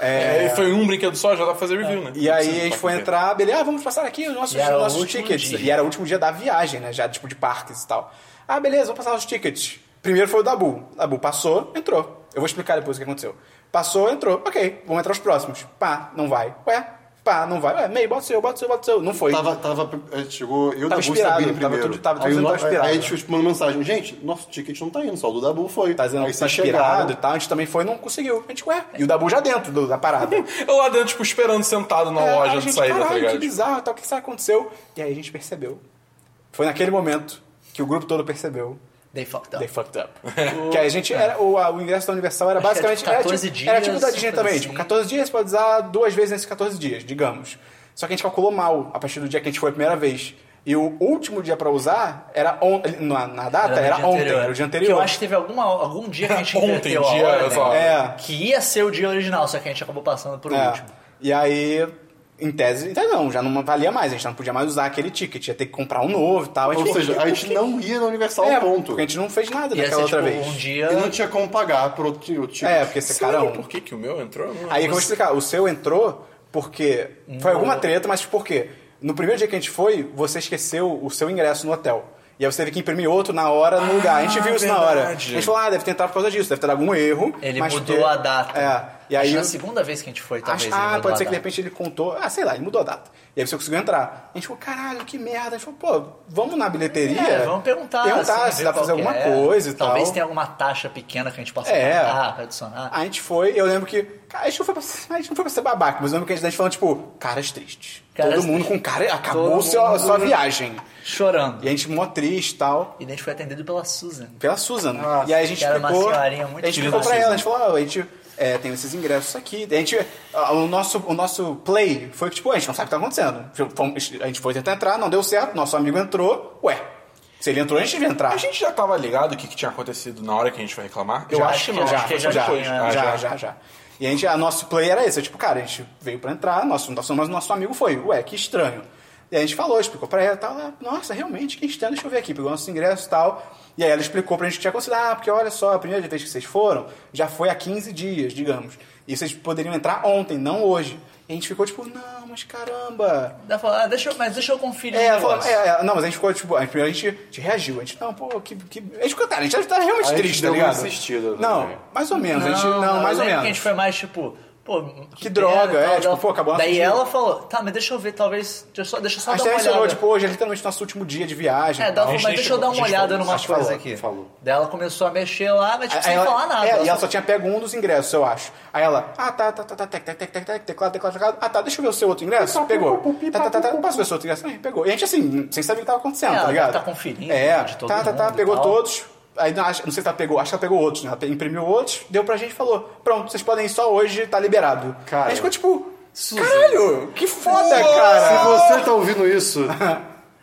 Speaker 2: É,
Speaker 1: É. Foi um brinquedo só, já dá pra fazer review, né?
Speaker 2: E aí
Speaker 1: Não
Speaker 2: a gente
Speaker 1: precisa
Speaker 2: foi
Speaker 1: pra
Speaker 2: entrar, beleza, ah, vamos passar aqui os nossos,
Speaker 4: E era o
Speaker 2: nossos
Speaker 4: último
Speaker 2: tickets.
Speaker 4: dia.
Speaker 2: E era o último dia da viagem, né? Já, tipo, de parques e tal. Ah, beleza, vamos passar os tickets. Primeiro foi o Dabu. Dabu passou, entrou. Eu vou explicar depois o que aconteceu. Passou, entrou. Ok, vamos entrar os próximos. Pá, não vai. Ué, pá, não vai. Ué, meio, bota o seu, bota o seu, bota o seu. Não foi.
Speaker 3: Tava, tava, a gente chegou,
Speaker 2: Tava
Speaker 3: eu, Dabu e
Speaker 2: inspirado,
Speaker 3: Sabine
Speaker 2: tava
Speaker 3: primeiro.
Speaker 2: tudo- tava tudo
Speaker 3: aí,
Speaker 2: sendo
Speaker 3: no- é,
Speaker 2: inspirado.
Speaker 3: aí a gente mandou mensagem, gente, nosso ticket não tá indo, só o do Dabu foi.
Speaker 2: Tá dizendo
Speaker 3: aí
Speaker 2: que tá
Speaker 3: vocês
Speaker 2: inspirado e
Speaker 3: chegaram,
Speaker 2: tal. A gente também foi e não conseguiu. A gente, ué. E o Dabu já dentro do- da parada.
Speaker 1: ver. Eu lá dentro, tipo, esperando sentado na
Speaker 2: É,
Speaker 1: loja
Speaker 2: a
Speaker 1: de
Speaker 2: gente,
Speaker 1: saída, tá
Speaker 2: caralho, que
Speaker 1: ligado?
Speaker 2: bizarro, tal, o que será que aconteceu? E aí a gente percebeu. Foi naquele momento que o grupo todo percebeu.
Speaker 4: They fucked up.
Speaker 2: They fucked up. que aí a gente era, o, a- o ingresso da Universal era
Speaker 4: Acho que
Speaker 2: basicamente.
Speaker 4: era tipo
Speaker 2: era,
Speaker 4: 14
Speaker 2: tipo, era tipo
Speaker 4: dias,
Speaker 2: da Disney
Speaker 4: coisa
Speaker 2: também.
Speaker 4: assim.
Speaker 2: Tipo, 14 dias pode usar duas vezes nesses 14 dias, digamos. Só que a gente calculou mal a partir do dia que a gente foi a primeira vez. E o último dia pra usar era on, na, na data,
Speaker 4: no
Speaker 2: era,
Speaker 4: dia
Speaker 2: ontem,
Speaker 4: anterior.
Speaker 2: era o dia
Speaker 4: Que
Speaker 2: anterior.
Speaker 4: eu acho que teve alguma, algum dia que a gente né?
Speaker 1: Ontem,
Speaker 4: inverteu a
Speaker 1: dia,
Speaker 4: ordem,
Speaker 1: exato.
Speaker 2: É.
Speaker 4: que ia ser o dia original, só que a gente acabou passando por
Speaker 2: É.
Speaker 4: último.
Speaker 2: E aí, em tese, então não, já não valia mais, a gente não podia mais usar aquele ticket, ia ter que comprar um novo e tal.
Speaker 3: Ou seja, a gente não ia na Universal,
Speaker 2: é,
Speaker 3: ponto.
Speaker 2: Porque a gente não fez nada
Speaker 4: Ia ser
Speaker 2: daquela outra
Speaker 4: tipo
Speaker 2: vez.
Speaker 4: um dia...
Speaker 3: E não tinha como pagar pro outro outro ticket.
Speaker 2: É, porque esse
Speaker 1: Sei lá
Speaker 2: carão.
Speaker 1: Por que, que o meu entrou? Não-
Speaker 2: Aí eu vou explicar, o seu entrou porque. Foi alguma treta, mas por quê? No primeiro dia que a gente foi, você esqueceu o seu ingresso no hotel. E aí você teve que imprimir outro na hora, no lugar.
Speaker 4: Ah,
Speaker 2: A gente viu isso na hora. A
Speaker 1: verdade.
Speaker 2: gente falou, ah, deve tentar por causa disso, deve ter dado algum erro.
Speaker 4: Ele
Speaker 2: mas
Speaker 4: mudou
Speaker 2: porque-
Speaker 4: a data.
Speaker 2: É. E aí,
Speaker 4: Acho que na segunda vez que a gente foi, talvez.
Speaker 2: Acho-
Speaker 4: ele
Speaker 2: ah,
Speaker 4: mudou
Speaker 2: pode
Speaker 4: a
Speaker 2: ser que de
Speaker 4: data.
Speaker 2: repente ele contou. Ah, sei lá, ele mudou a data. E aí você conseguiu entrar. A gente falou, caralho, que merda. A gente falou, pô, vamos na bilheteria.
Speaker 4: É, vamos perguntar.
Speaker 2: Perguntar
Speaker 4: assim,
Speaker 2: se
Speaker 4: ver
Speaker 2: dá pra fazer
Speaker 4: qual que
Speaker 2: alguma
Speaker 4: é.
Speaker 2: coisa e
Speaker 4: Talvez
Speaker 2: tal.
Speaker 4: tenha alguma taxa pequena que a gente possa
Speaker 2: É.
Speaker 4: pagar pra adicionar.
Speaker 2: A gente foi, eu lembro que. Cara, a gente não foi pra, a gente não foi pra ser babaca, mas eu lembro que a gente falou, tipo, caras tristes.
Speaker 4: Caras
Speaker 2: Todo mundo
Speaker 4: tristes.
Speaker 2: com cara. Acabou
Speaker 4: Todo
Speaker 2: a sua, a sua
Speaker 4: mundo-
Speaker 2: viagem.
Speaker 4: Chorando.
Speaker 2: E a gente mó triste e tal.
Speaker 4: E a gente foi atendido pela Susan.
Speaker 2: Pela Susan. né?
Speaker 3: Nossa,
Speaker 2: e aí a gente
Speaker 4: que era uma
Speaker 2: ficou. A
Speaker 4: senhorinha muito
Speaker 2: gente
Speaker 4: querida
Speaker 2: explicou pra
Speaker 4: da
Speaker 2: ela, a
Speaker 4: Susan.
Speaker 2: gente falou, ah, a gente é, tem esses ingressos aqui. A gente, ah, o, nosso, o nosso play foi que, tipo, a gente não sabe o que tá acontecendo. Tipo, fomos- A gente foi tentar entrar, não deu certo, nosso amigo entrou, ué. Se ele entrou, a gente devia entrar.
Speaker 1: A gente já tava ligado o que, que tinha acontecido na hora que a gente foi reclamar?
Speaker 4: Já,
Speaker 1: eu acho
Speaker 4: acho
Speaker 1: que
Speaker 4: que
Speaker 1: não.
Speaker 4: já,
Speaker 1: acho que
Speaker 4: já
Speaker 1: foi depois.
Speaker 4: tinha,
Speaker 1: Ah,
Speaker 2: já, já, já, E a gente, a nosso play era esse. Eu, tipo, cara, a gente veio pra entrar, nosso, nosso, mas nosso amigo foi. Ué, que estranho. E a gente falou, explicou pra ela e tal. ela, Nossa, realmente, que estranho. Deixa eu ver aqui. Pegou nosso ingresso e tal. E aí ela explicou pra gente o que tinha acontecido. Ah, porque olha só, a primeira vez que vocês foram já foi há 15 dias, digamos. E vocês poderiam entrar ontem, não hoje. E a gente ficou tipo, não, mas caramba.
Speaker 4: Ela falou, ah, deixa eu, mas deixa eu conferir.
Speaker 2: É,
Speaker 4: um
Speaker 2: ela falou,
Speaker 4: negócio.
Speaker 2: é, é, não, mas a gente ficou, tipo, a primeira a gente, a gente reagiu, a gente, não, pô, que, que... A gente ficou, cara, a gente tá realmente
Speaker 3: A gente
Speaker 2: triste,
Speaker 3: deu
Speaker 2: tá
Speaker 3: uma
Speaker 2: ligado?
Speaker 3: insistida também.
Speaker 2: Não, mais ou menos, a gente, não,
Speaker 4: eu
Speaker 2: mais ou menos.
Speaker 4: lembro é que a gente foi mais tipo, pô, que,
Speaker 2: droga,
Speaker 4: merda,
Speaker 2: é,
Speaker 4: tal,
Speaker 2: tipo,
Speaker 4: dela-
Speaker 2: pô, acabou a
Speaker 4: Daí
Speaker 2: nossa
Speaker 4: ela falou, tá, mas deixa eu ver, talvez, deixa eu só, deixa eu só
Speaker 2: A
Speaker 4: dar
Speaker 2: gente
Speaker 4: uma
Speaker 2: até mencionou,
Speaker 4: olhada.
Speaker 2: tipo, hoje é literalmente nosso último dia de viagem.
Speaker 4: é, dela
Speaker 1: a
Speaker 4: falou,
Speaker 1: gente
Speaker 4: mas
Speaker 1: nem
Speaker 4: deixa eu dar
Speaker 1: chegou,
Speaker 4: uma
Speaker 1: a gente
Speaker 4: olhada
Speaker 1: falou,
Speaker 4: numa
Speaker 2: acho que
Speaker 4: coisa
Speaker 2: falou,
Speaker 4: aqui.
Speaker 3: falou.
Speaker 4: Daí ela começou a mexer lá, mas tipo,
Speaker 2: Aí
Speaker 4: sem
Speaker 2: ela-
Speaker 4: falar nada.
Speaker 2: é, e ela só tinha pego um dos ingressos, eu acho. Aí ela, ah, tá, tá, tá, tá, tec, tec, tec, tec, tec, teclado, teclado, teclado. Ah, tá, deixa eu ver o seu outro ingresso. Pegou. Tá, tá, tá, tá, passa o seu outro ingresso. Aí, pegou. E a gente, assim, sem saber o que tava acontecendo,
Speaker 4: É,
Speaker 2: tá
Speaker 4: ela
Speaker 2: ligado?
Speaker 4: tá conferindo
Speaker 2: É,
Speaker 4: de todo
Speaker 2: tá, tá, tá,
Speaker 4: mundo e
Speaker 2: pegou
Speaker 4: tal.
Speaker 2: todos. Aí, não, acho- não sei se ela pegou, acho que ela pegou outros, né? Ela pe- imprimiu outros, deu pra gente e falou, pronto, vocês podem ir só hoje, tá liberado.
Speaker 3: Cara.
Speaker 2: Aí a gente ficou tipo, caralho, que foda, cara.
Speaker 3: Se você tá ouvindo isso,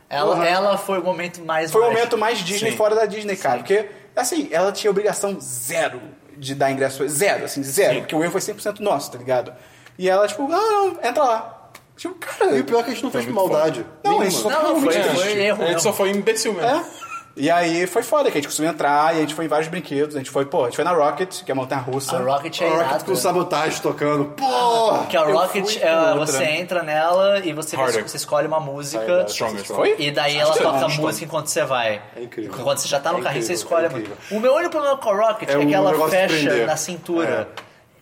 Speaker 4: Ela, ela foi o momento mais
Speaker 2: Foi o
Speaker 4: mágico.
Speaker 2: momento mais Disney
Speaker 1: Sim.
Speaker 2: fora da Disney, cara. Porque, assim, ela tinha obrigação zero de dar ingresso. Zero, assim, zero. Porque o erro foi 100% nosso, tá ligado? E ela, tipo, não, não, entra lá. Tipo, cara,
Speaker 3: e o pior é que a gente não fez
Speaker 1: muito
Speaker 3: maldade.
Speaker 2: Não,
Speaker 3: Nenhuma.
Speaker 2: isso só-
Speaker 4: Não, não, foi,
Speaker 1: Realmente,
Speaker 4: foi erro. né?
Speaker 1: A gente
Speaker 4: não.
Speaker 1: só foi imbecil mesmo.
Speaker 2: é. E aí foi foda, que a gente conseguiu entrar e a gente foi em vários brinquedos. A gente foi, pô, a gente foi na Rocket, que é a montanha russa.
Speaker 4: A Rocket é
Speaker 3: Rocket
Speaker 4: irado.
Speaker 3: com sabotagem tocando. Pô!
Speaker 4: Que a
Speaker 2: Eu
Speaker 4: Rocket,
Speaker 2: fui
Speaker 4: é,
Speaker 2: com outra.
Speaker 4: você entra nela e você,
Speaker 1: Harder.
Speaker 4: você escolhe uma música.
Speaker 3: Verdade.
Speaker 1: Strongest.
Speaker 2: Foi?
Speaker 4: E daí ela
Speaker 2: que
Speaker 4: toca
Speaker 2: não,
Speaker 4: a
Speaker 2: Stone.
Speaker 4: música enquanto você vai.
Speaker 3: É incrível.
Speaker 4: Enquanto você já tá no
Speaker 3: É
Speaker 4: carrinho, você
Speaker 3: incrível,
Speaker 4: escolhe a
Speaker 3: é
Speaker 4: música.
Speaker 3: incrível.
Speaker 4: O meu único problema com a Rocket é,
Speaker 3: É
Speaker 4: que
Speaker 3: um
Speaker 4: ela
Speaker 3: negócio de
Speaker 4: fecha
Speaker 3: prender. É.
Speaker 4: na cintura.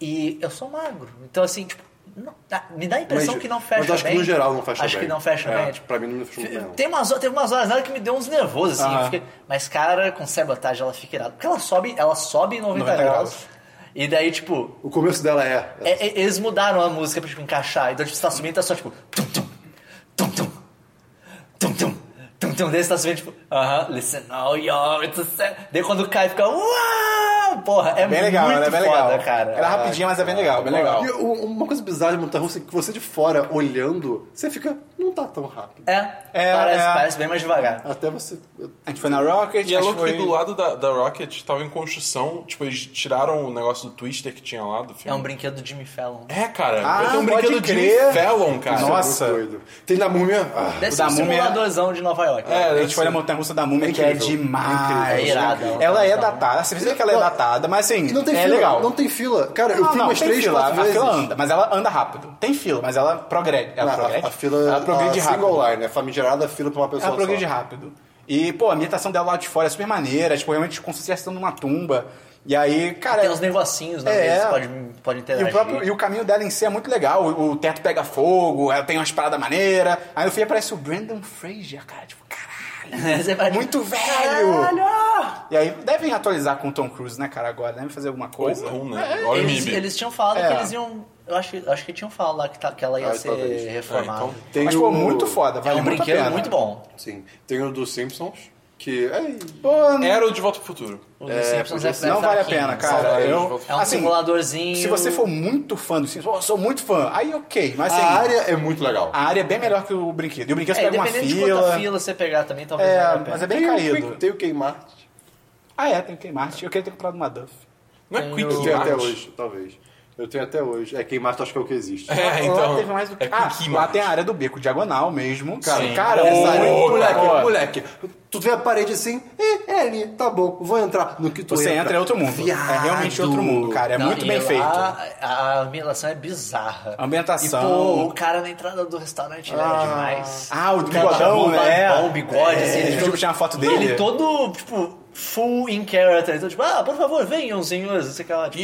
Speaker 4: E eu sou magro. Então, assim, tipo, não- dá- me dá a impressão
Speaker 3: Mas-
Speaker 4: que não fecha
Speaker 3: mas acho que
Speaker 4: bem.
Speaker 3: no geral não fecha
Speaker 4: Acho
Speaker 3: bem.
Speaker 4: que não fecha
Speaker 3: É,
Speaker 4: bem. é, tipo,
Speaker 3: pra mim não fecha bem, não.
Speaker 4: Tem umas, horas- teve umas horas nela que me deu uns nervosos, assim. eu
Speaker 3: Ah.
Speaker 2: Aham.
Speaker 4: fiquei- mas, cara, com sabotagem ela fica irada. Porque ela sobe, ela sobe em 90,
Speaker 2: 90
Speaker 4: graus.
Speaker 2: graus.
Speaker 4: E daí, tipo,
Speaker 3: O começo dela é.
Speaker 4: é, é, eles mudaram a música pra tipo, encaixar. Então, tipo, você tá subindo e tá só tipo. Tum, tum, tum, tum, tum, tum, tum, tum. Daí você tá subindo, tipo. Aham, listen now, yo, it's a set. Daí quando cai, fica. Uau! Porra, é
Speaker 2: Bem legal,
Speaker 4: muito
Speaker 2: ela é bem
Speaker 4: foda,
Speaker 2: legal.
Speaker 4: cara.
Speaker 2: Ela é rapidinha, mas é bem legal, bem legal.
Speaker 3: E o- uma coisa bizarra de montanha russa é que você de fora olhando, você fica. Não tá tão rápido.
Speaker 4: É,
Speaker 2: É,
Speaker 4: parece,
Speaker 2: é.
Speaker 4: parece bem mais devagar.
Speaker 3: Até você.
Speaker 2: A gente foi na Rocket,
Speaker 1: E é
Speaker 2: a gente
Speaker 1: louco
Speaker 2: foi...
Speaker 1: que do lado da, da Rocket tava em construção, tipo, eles tiraram o negócio do Twister que tinha lá do
Speaker 4: É um
Speaker 1: filme.
Speaker 4: brinquedo do Jimmy Fallon.
Speaker 1: É, cara.
Speaker 2: Ah,
Speaker 1: eu tenho um
Speaker 2: pode
Speaker 1: brinquedo de
Speaker 2: crer.
Speaker 1: Fallon, cara.
Speaker 2: Nossa.
Speaker 3: Isso é muito doido. Tem na múmia. Ah,
Speaker 4: Deve
Speaker 2: o
Speaker 4: ser um
Speaker 2: da múmia-
Speaker 4: simuladorzão de Nova York.
Speaker 1: É,
Speaker 2: A
Speaker 1: deve
Speaker 2: gente foi
Speaker 1: ser.
Speaker 2: na montanha russa da Múmia, que é
Speaker 3: incrível.
Speaker 2: demais.
Speaker 3: É
Speaker 4: irada,
Speaker 2: cara.
Speaker 4: ela
Speaker 2: Ela
Speaker 4: tá
Speaker 2: é
Speaker 4: legal.
Speaker 2: datada. Você vê que ela é
Speaker 3: Não,
Speaker 2: datada, mas assim,
Speaker 3: Não tem
Speaker 2: é
Speaker 3: fila.
Speaker 2: legal.
Speaker 3: Não tem fila. Cara, eu
Speaker 2: Ah, Não,
Speaker 3: fui
Speaker 2: não,
Speaker 3: umas
Speaker 2: tem
Speaker 3: três,
Speaker 2: fila.
Speaker 3: quatro
Speaker 2: A
Speaker 3: vezes.
Speaker 2: fila anda, mas é ela anda rápido. Tem fila, mas ela progrede. Ela
Speaker 3: Ah,
Speaker 2: progrede.
Speaker 3: a, a fila
Speaker 2: ela progride
Speaker 3: a
Speaker 2: rápido.
Speaker 3: single line, né? Famigerada fila pra uma pessoa
Speaker 2: Ela progride
Speaker 3: só.
Speaker 2: rápido. E, pô, a meditação dela lá de fora é super maneira. Tipo, realmente como se estivesse dando uma tumba. E aí, cara...
Speaker 4: Tem uns negocinhos na
Speaker 2: É,
Speaker 4: mesa,
Speaker 2: é.
Speaker 4: você pode, pode
Speaker 2: E
Speaker 4: interagir.
Speaker 2: o, próprio, e o caminho dela em si é muito legal. O, o teto pega fogo, ela tem umas paradas maneiras. Aí no fim aparece o Brandon Fraser, cara. Tipo, caralho.
Speaker 4: Você vai- É,
Speaker 2: Muito velho!
Speaker 4: Caralho!
Speaker 2: E aí devem atualizar com o Tom Cruise, né, cara, agora. Devem fazer alguma coisa.
Speaker 1: Ou não, né? Olha o
Speaker 4: É, Eles,
Speaker 1: MIB.
Speaker 4: eles tinham falado
Speaker 2: É.
Speaker 4: que eles iam. Eu acho, que- acho que tinham falado lá que, tá- que ela ia
Speaker 3: Ah,
Speaker 4: ser
Speaker 3: talvez.
Speaker 4: reformada.
Speaker 1: É, então-
Speaker 3: Tem
Speaker 2: Mas, pô,
Speaker 3: o-
Speaker 2: muito foda.
Speaker 4: é
Speaker 2: Vale
Speaker 4: um
Speaker 2: muito a
Speaker 4: brinquedo
Speaker 2: Tá pena.
Speaker 4: muito bom.
Speaker 3: Sim. Tem o dos Simpsons, que. é-
Speaker 2: Pô,
Speaker 1: Era o De Volta pro Futuro.
Speaker 4: O dos Simpsons é-
Speaker 2: não
Speaker 4: é
Speaker 2: vale a
Speaker 4: fraquinho,
Speaker 2: pena,
Speaker 4: né?
Speaker 2: cara.
Speaker 1: Saudade,
Speaker 2: Eu,
Speaker 4: É um
Speaker 2: assim,
Speaker 4: simuladorzinho.
Speaker 2: se você for muito fã do Simpsons, eu sou muito fã, aí ok. Mas assim,
Speaker 3: A área é muito legal.
Speaker 2: a área é bem melhor que o brinquedo. E o brinquedo você
Speaker 4: É,
Speaker 2: pega uma
Speaker 4: independente de quanta
Speaker 2: fila.
Speaker 4: fila você pegar um também, talvez
Speaker 2: É,
Speaker 4: valha a pena.
Speaker 2: mas é bem
Speaker 3: tem
Speaker 2: caído.
Speaker 3: O, tem o Kmart.
Speaker 2: Ah, é, tem o Kmart. Eu queria ter comprado uma Duff.
Speaker 1: Não
Speaker 4: Tem
Speaker 1: é
Speaker 3: Eu
Speaker 1: Quick
Speaker 3: tenho
Speaker 1: Mart.
Speaker 3: até hoje, talvez. Eu tenho até hoje. É, Kmart eu acho que é o que existe.
Speaker 1: É,
Speaker 2: lá
Speaker 1: então.
Speaker 2: teve mais do que.
Speaker 1: É
Speaker 2: ah,
Speaker 1: Quick
Speaker 2: lá
Speaker 1: Mart.
Speaker 2: tem a área do beco diagonal mesmo. Cara,
Speaker 1: Sim.
Speaker 2: cara,
Speaker 1: Ô,
Speaker 2: essa área. é
Speaker 1: Ô,
Speaker 3: moleque,
Speaker 2: cara.
Speaker 3: é moleque, tu vê a parede assim, é, é ali, tá bom, vou entrar no que tu
Speaker 2: Você entra em outro mundo.
Speaker 3: Viado.
Speaker 2: É realmente outro mundo, cara. É
Speaker 4: Não,
Speaker 2: muito
Speaker 4: e
Speaker 2: bem
Speaker 4: lá
Speaker 2: feito.
Speaker 4: A ambientação é bizarra.
Speaker 2: A ambientação.
Speaker 4: E, pô, o cara na entrada do restaurante ele é demais.
Speaker 2: Ah, o
Speaker 4: Cara,
Speaker 2: bigodão,
Speaker 4: barbão,
Speaker 2: né?
Speaker 4: barbão, bigode,
Speaker 2: É,
Speaker 4: assim, ele
Speaker 2: eu
Speaker 4: todo-
Speaker 2: tinha uma foto
Speaker 4: Não,
Speaker 2: dele.
Speaker 4: Ele todo, tipo, full in character. Então, tipo, ah, por favor, venham, senhores. Não sei o que lá.
Speaker 1: E,
Speaker 4: Tipo,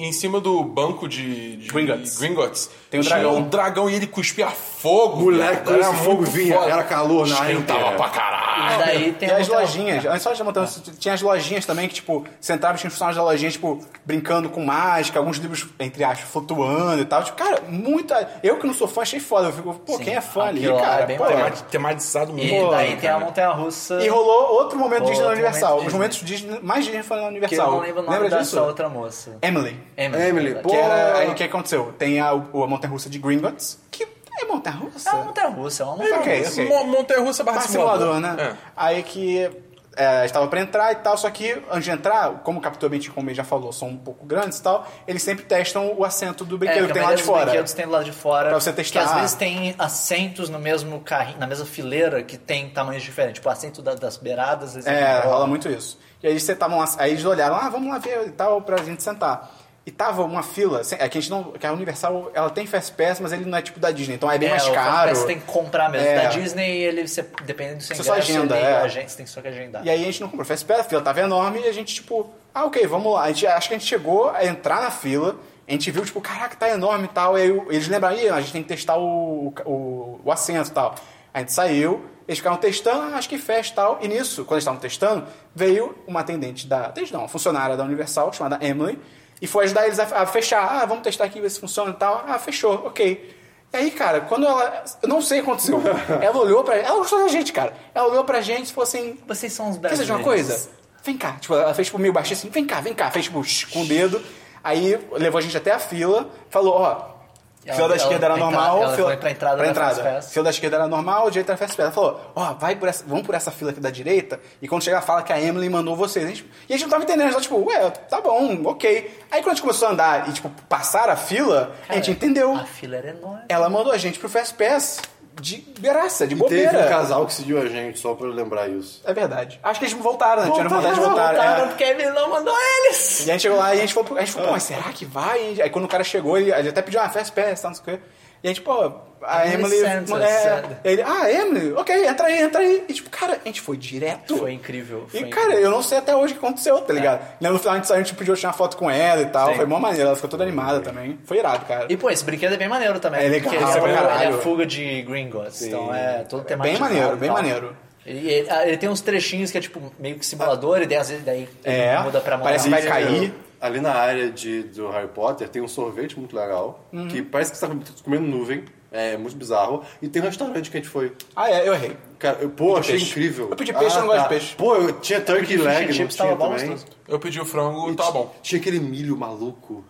Speaker 1: e em cima do banco de, de
Speaker 2: Gringotts.
Speaker 1: Gringotts,
Speaker 2: Tem um
Speaker 1: tinha
Speaker 2: dragão.
Speaker 1: um dragão e ele cuspia fogo.
Speaker 3: Moleque,
Speaker 1: cara.
Speaker 3: esse fogo
Speaker 1: muito
Speaker 3: vinha, era calor na área
Speaker 1: Esquentava
Speaker 3: inteira.
Speaker 1: pra caralho.
Speaker 4: e daí
Speaker 2: E
Speaker 4: tem Ah.
Speaker 2: as
Speaker 4: outra-
Speaker 2: lojinhas, antes só de montanha, tinha as lojinhas também que, tipo, sentavam tinha os funcionários da lojinha, tipo, brincando com mágica, alguns livros, entre aspas, flutuando e tal. Tipo, cara, muita. Eu que não sou fã, achei foda. Eu fico, pô,
Speaker 4: Sim,
Speaker 2: quem é fã ali,
Speaker 4: aquilo lá é
Speaker 2: cara?
Speaker 4: bem
Speaker 2: Pô,
Speaker 4: legal.
Speaker 1: Temati- Tematizado
Speaker 4: E
Speaker 1: muito.
Speaker 4: daí
Speaker 1: cara.
Speaker 4: tem a montanha russa.
Speaker 2: E rolou outro momento
Speaker 4: Outro
Speaker 2: Disney na
Speaker 4: momento
Speaker 2: Universal. Os
Speaker 4: Disney.
Speaker 2: momentos Disney, mais Disney foi na
Speaker 4: que eu
Speaker 2: Universal.
Speaker 4: não lembro o nome
Speaker 2: Lembra
Speaker 4: dessa
Speaker 2: disso?
Speaker 4: outra moça.
Speaker 2: Emily.
Speaker 4: É,
Speaker 3: Emily,
Speaker 4: verdade.
Speaker 3: pô.
Speaker 2: Que era aí o que aconteceu. Tem a, o- a montanha russa de Gringotts, que é montanha russa.
Speaker 4: É uma montanha russa, é uma montanha
Speaker 2: Ok,
Speaker 4: russa.
Speaker 2: ok.
Speaker 1: Mo- Montanha russa barra
Speaker 2: Tá simulador,
Speaker 1: simulador,
Speaker 2: né?
Speaker 1: É.
Speaker 2: Aí que é, a gente tava pra entrar e tal, só que antes de entrar, como o Capitão Bentinho, como ele já falou, são um pouco grandes e tal, eles sempre testam o assento do brinquedo que
Speaker 4: porque
Speaker 2: tem
Speaker 4: É, a
Speaker 2: lá de
Speaker 4: maioria dos
Speaker 2: fora.
Speaker 4: brinquedos tem do lado de fora.
Speaker 2: Pra você testar.
Speaker 4: Que às vezes tem assentos no mesmo carrinho, na mesma fileira que tem tamanhos diferentes. Tipo, o assento da- das beiradas. às vezes,
Speaker 2: É,
Speaker 4: tem-
Speaker 2: rola muito isso. E aí, você tavam lá, aí eles olharam, ah, vamos lá ver e tal, pra gente sentar. E tava uma fila, assim, é que a gente não. Que a Universal ela tem Fast Pass, mas ele não é tipo da Disney, então é bem
Speaker 4: É,
Speaker 2: mais
Speaker 4: o
Speaker 2: caro.
Speaker 4: Fast Pass você tem que comprar mesmo.
Speaker 2: É.
Speaker 4: Da Disney, ele, você, dependendo do seu
Speaker 2: Você
Speaker 4: ingresso,
Speaker 2: só agenda,
Speaker 4: ele,
Speaker 2: é.
Speaker 4: a gente, você tem só que agendar.
Speaker 2: E aí a gente não comprou fast pass, a fila tava enorme e a gente, tipo, ah, ok, vamos lá. A gente, acho que a gente chegou a entrar na fila, a gente viu, tipo, caraca, tá enorme e tal. E aí o- eles lembraram, Ih, a gente tem que testar o, o, o assento e tal. A gente saiu, eles ficaram testando, ah, acho que fecha e tal. E nisso, quando eles estavam testando, veio uma atendente da. Atendente não, uma funcionária da Universal, chamada Emily, e foi ajudar eles a, a fechar. Ah, vamos testar aqui, ver se funciona e tal. Ah, fechou, ok. E aí, cara, quando ela. Eu não sei o que aconteceu. Ela olhou pra. Ela gostou da gente, cara. Ela olhou pra gente e falou assim:
Speaker 4: Vocês são os
Speaker 2: Quer dizer
Speaker 4: brasileiros.
Speaker 2: de uma coisa? Vem cá. Tipo, ela fez tipo meio baixinho assim, vem cá, vem cá. Fez tipo shh, com o dedo. Aí levou a gente até a fila, falou, ó.
Speaker 4: Ela-
Speaker 2: fila da
Speaker 4: ela
Speaker 2: esquerda era
Speaker 4: foi pra-
Speaker 2: normal.
Speaker 4: ela
Speaker 2: fila,
Speaker 4: foi pra entrada da Fast Pass.
Speaker 2: Fila da esquerda era normal, direita era fast pass. Ela falou, ó, vai por essa, vamos por essa fila aqui da direita. E quando chegar, fala que a Emily mandou vocês. A gente- e a gente não tava entendendo. A gente tava tipo, ué, tá bom, ok. Aí quando a gente começou a andar e, tipo, passar a fila, a gente entendeu.
Speaker 4: A fila era enorme.
Speaker 2: Ela mandou a gente pro Fast Pass de graça, de
Speaker 3: Teve um
Speaker 2: bobeira.
Speaker 3: casal que seguiu a gente, só pra eu lembrar isso.
Speaker 2: É verdade. Acho que eles voltaram, né? Tiveram vontade de voltar.
Speaker 4: voltaram
Speaker 2: é.
Speaker 4: porque ele não mandou eles.
Speaker 2: E a gente chegou lá e a gente falou, pro- a gente falou pô, mas será que vai? Aí quando o cara chegou, ele, ele até pediu uma fast pass, tal, não sei o quê. E a gente, pô, a
Speaker 4: Emily
Speaker 2: Emily.
Speaker 4: Santos,
Speaker 2: é,
Speaker 4: sabe?
Speaker 2: ele, ah, Emily, ok, entra aí, entra aí. E tipo, cara, a gente foi direto.
Speaker 4: Foi incrível.
Speaker 2: E,
Speaker 4: foi
Speaker 2: cara,
Speaker 4: incrível.
Speaker 2: eu não sei até hoje o que aconteceu, tá ligado? Não, No final a gente, saiu, a gente pediu tirar foto com ela e tal.
Speaker 4: Sim.
Speaker 2: Foi mó maneiro, ela ficou toda animada também. Foi irado, cara.
Speaker 4: E pô, esse brinquedo é bem maneiro também.
Speaker 2: É legal,
Speaker 4: porque ele,
Speaker 2: pra
Speaker 4: ele é
Speaker 2: caralho.
Speaker 4: a fuga de gringos. Então é todo tematizado
Speaker 2: maneiro,
Speaker 4: e
Speaker 2: bem
Speaker 4: tal.
Speaker 2: maneiro.
Speaker 4: Ele, ele- ah, ele tem uns trechinhos que é tipo meio que simulador, e daí às vezes daí
Speaker 2: É,
Speaker 4: ele muda pra
Speaker 2: parece que
Speaker 4: montar-
Speaker 2: vai cair.
Speaker 3: é, Ali na área de, do Harry Potter tem um sorvete muito legal, que parece que você tá comendo nuvem, é muito bizarro, e tem um restaurante que a gente foi.
Speaker 2: Ah, é, eu errei.
Speaker 3: Cara, eu, pô, achei
Speaker 2: peixe.
Speaker 3: incrível. Ah, tá.
Speaker 2: Eu pedi peixe, eu não gosto de peixe.
Speaker 3: Pô, eu tinha turkey
Speaker 4: fish and
Speaker 3: leg, não
Speaker 4: chips,
Speaker 3: tinha
Speaker 4: tava bom,
Speaker 3: também.
Speaker 4: gostoso.
Speaker 1: É. Eu pedi o frango,
Speaker 3: E
Speaker 1: tá
Speaker 3: ti-
Speaker 1: bom.
Speaker 3: Tinha aquele milho maluco.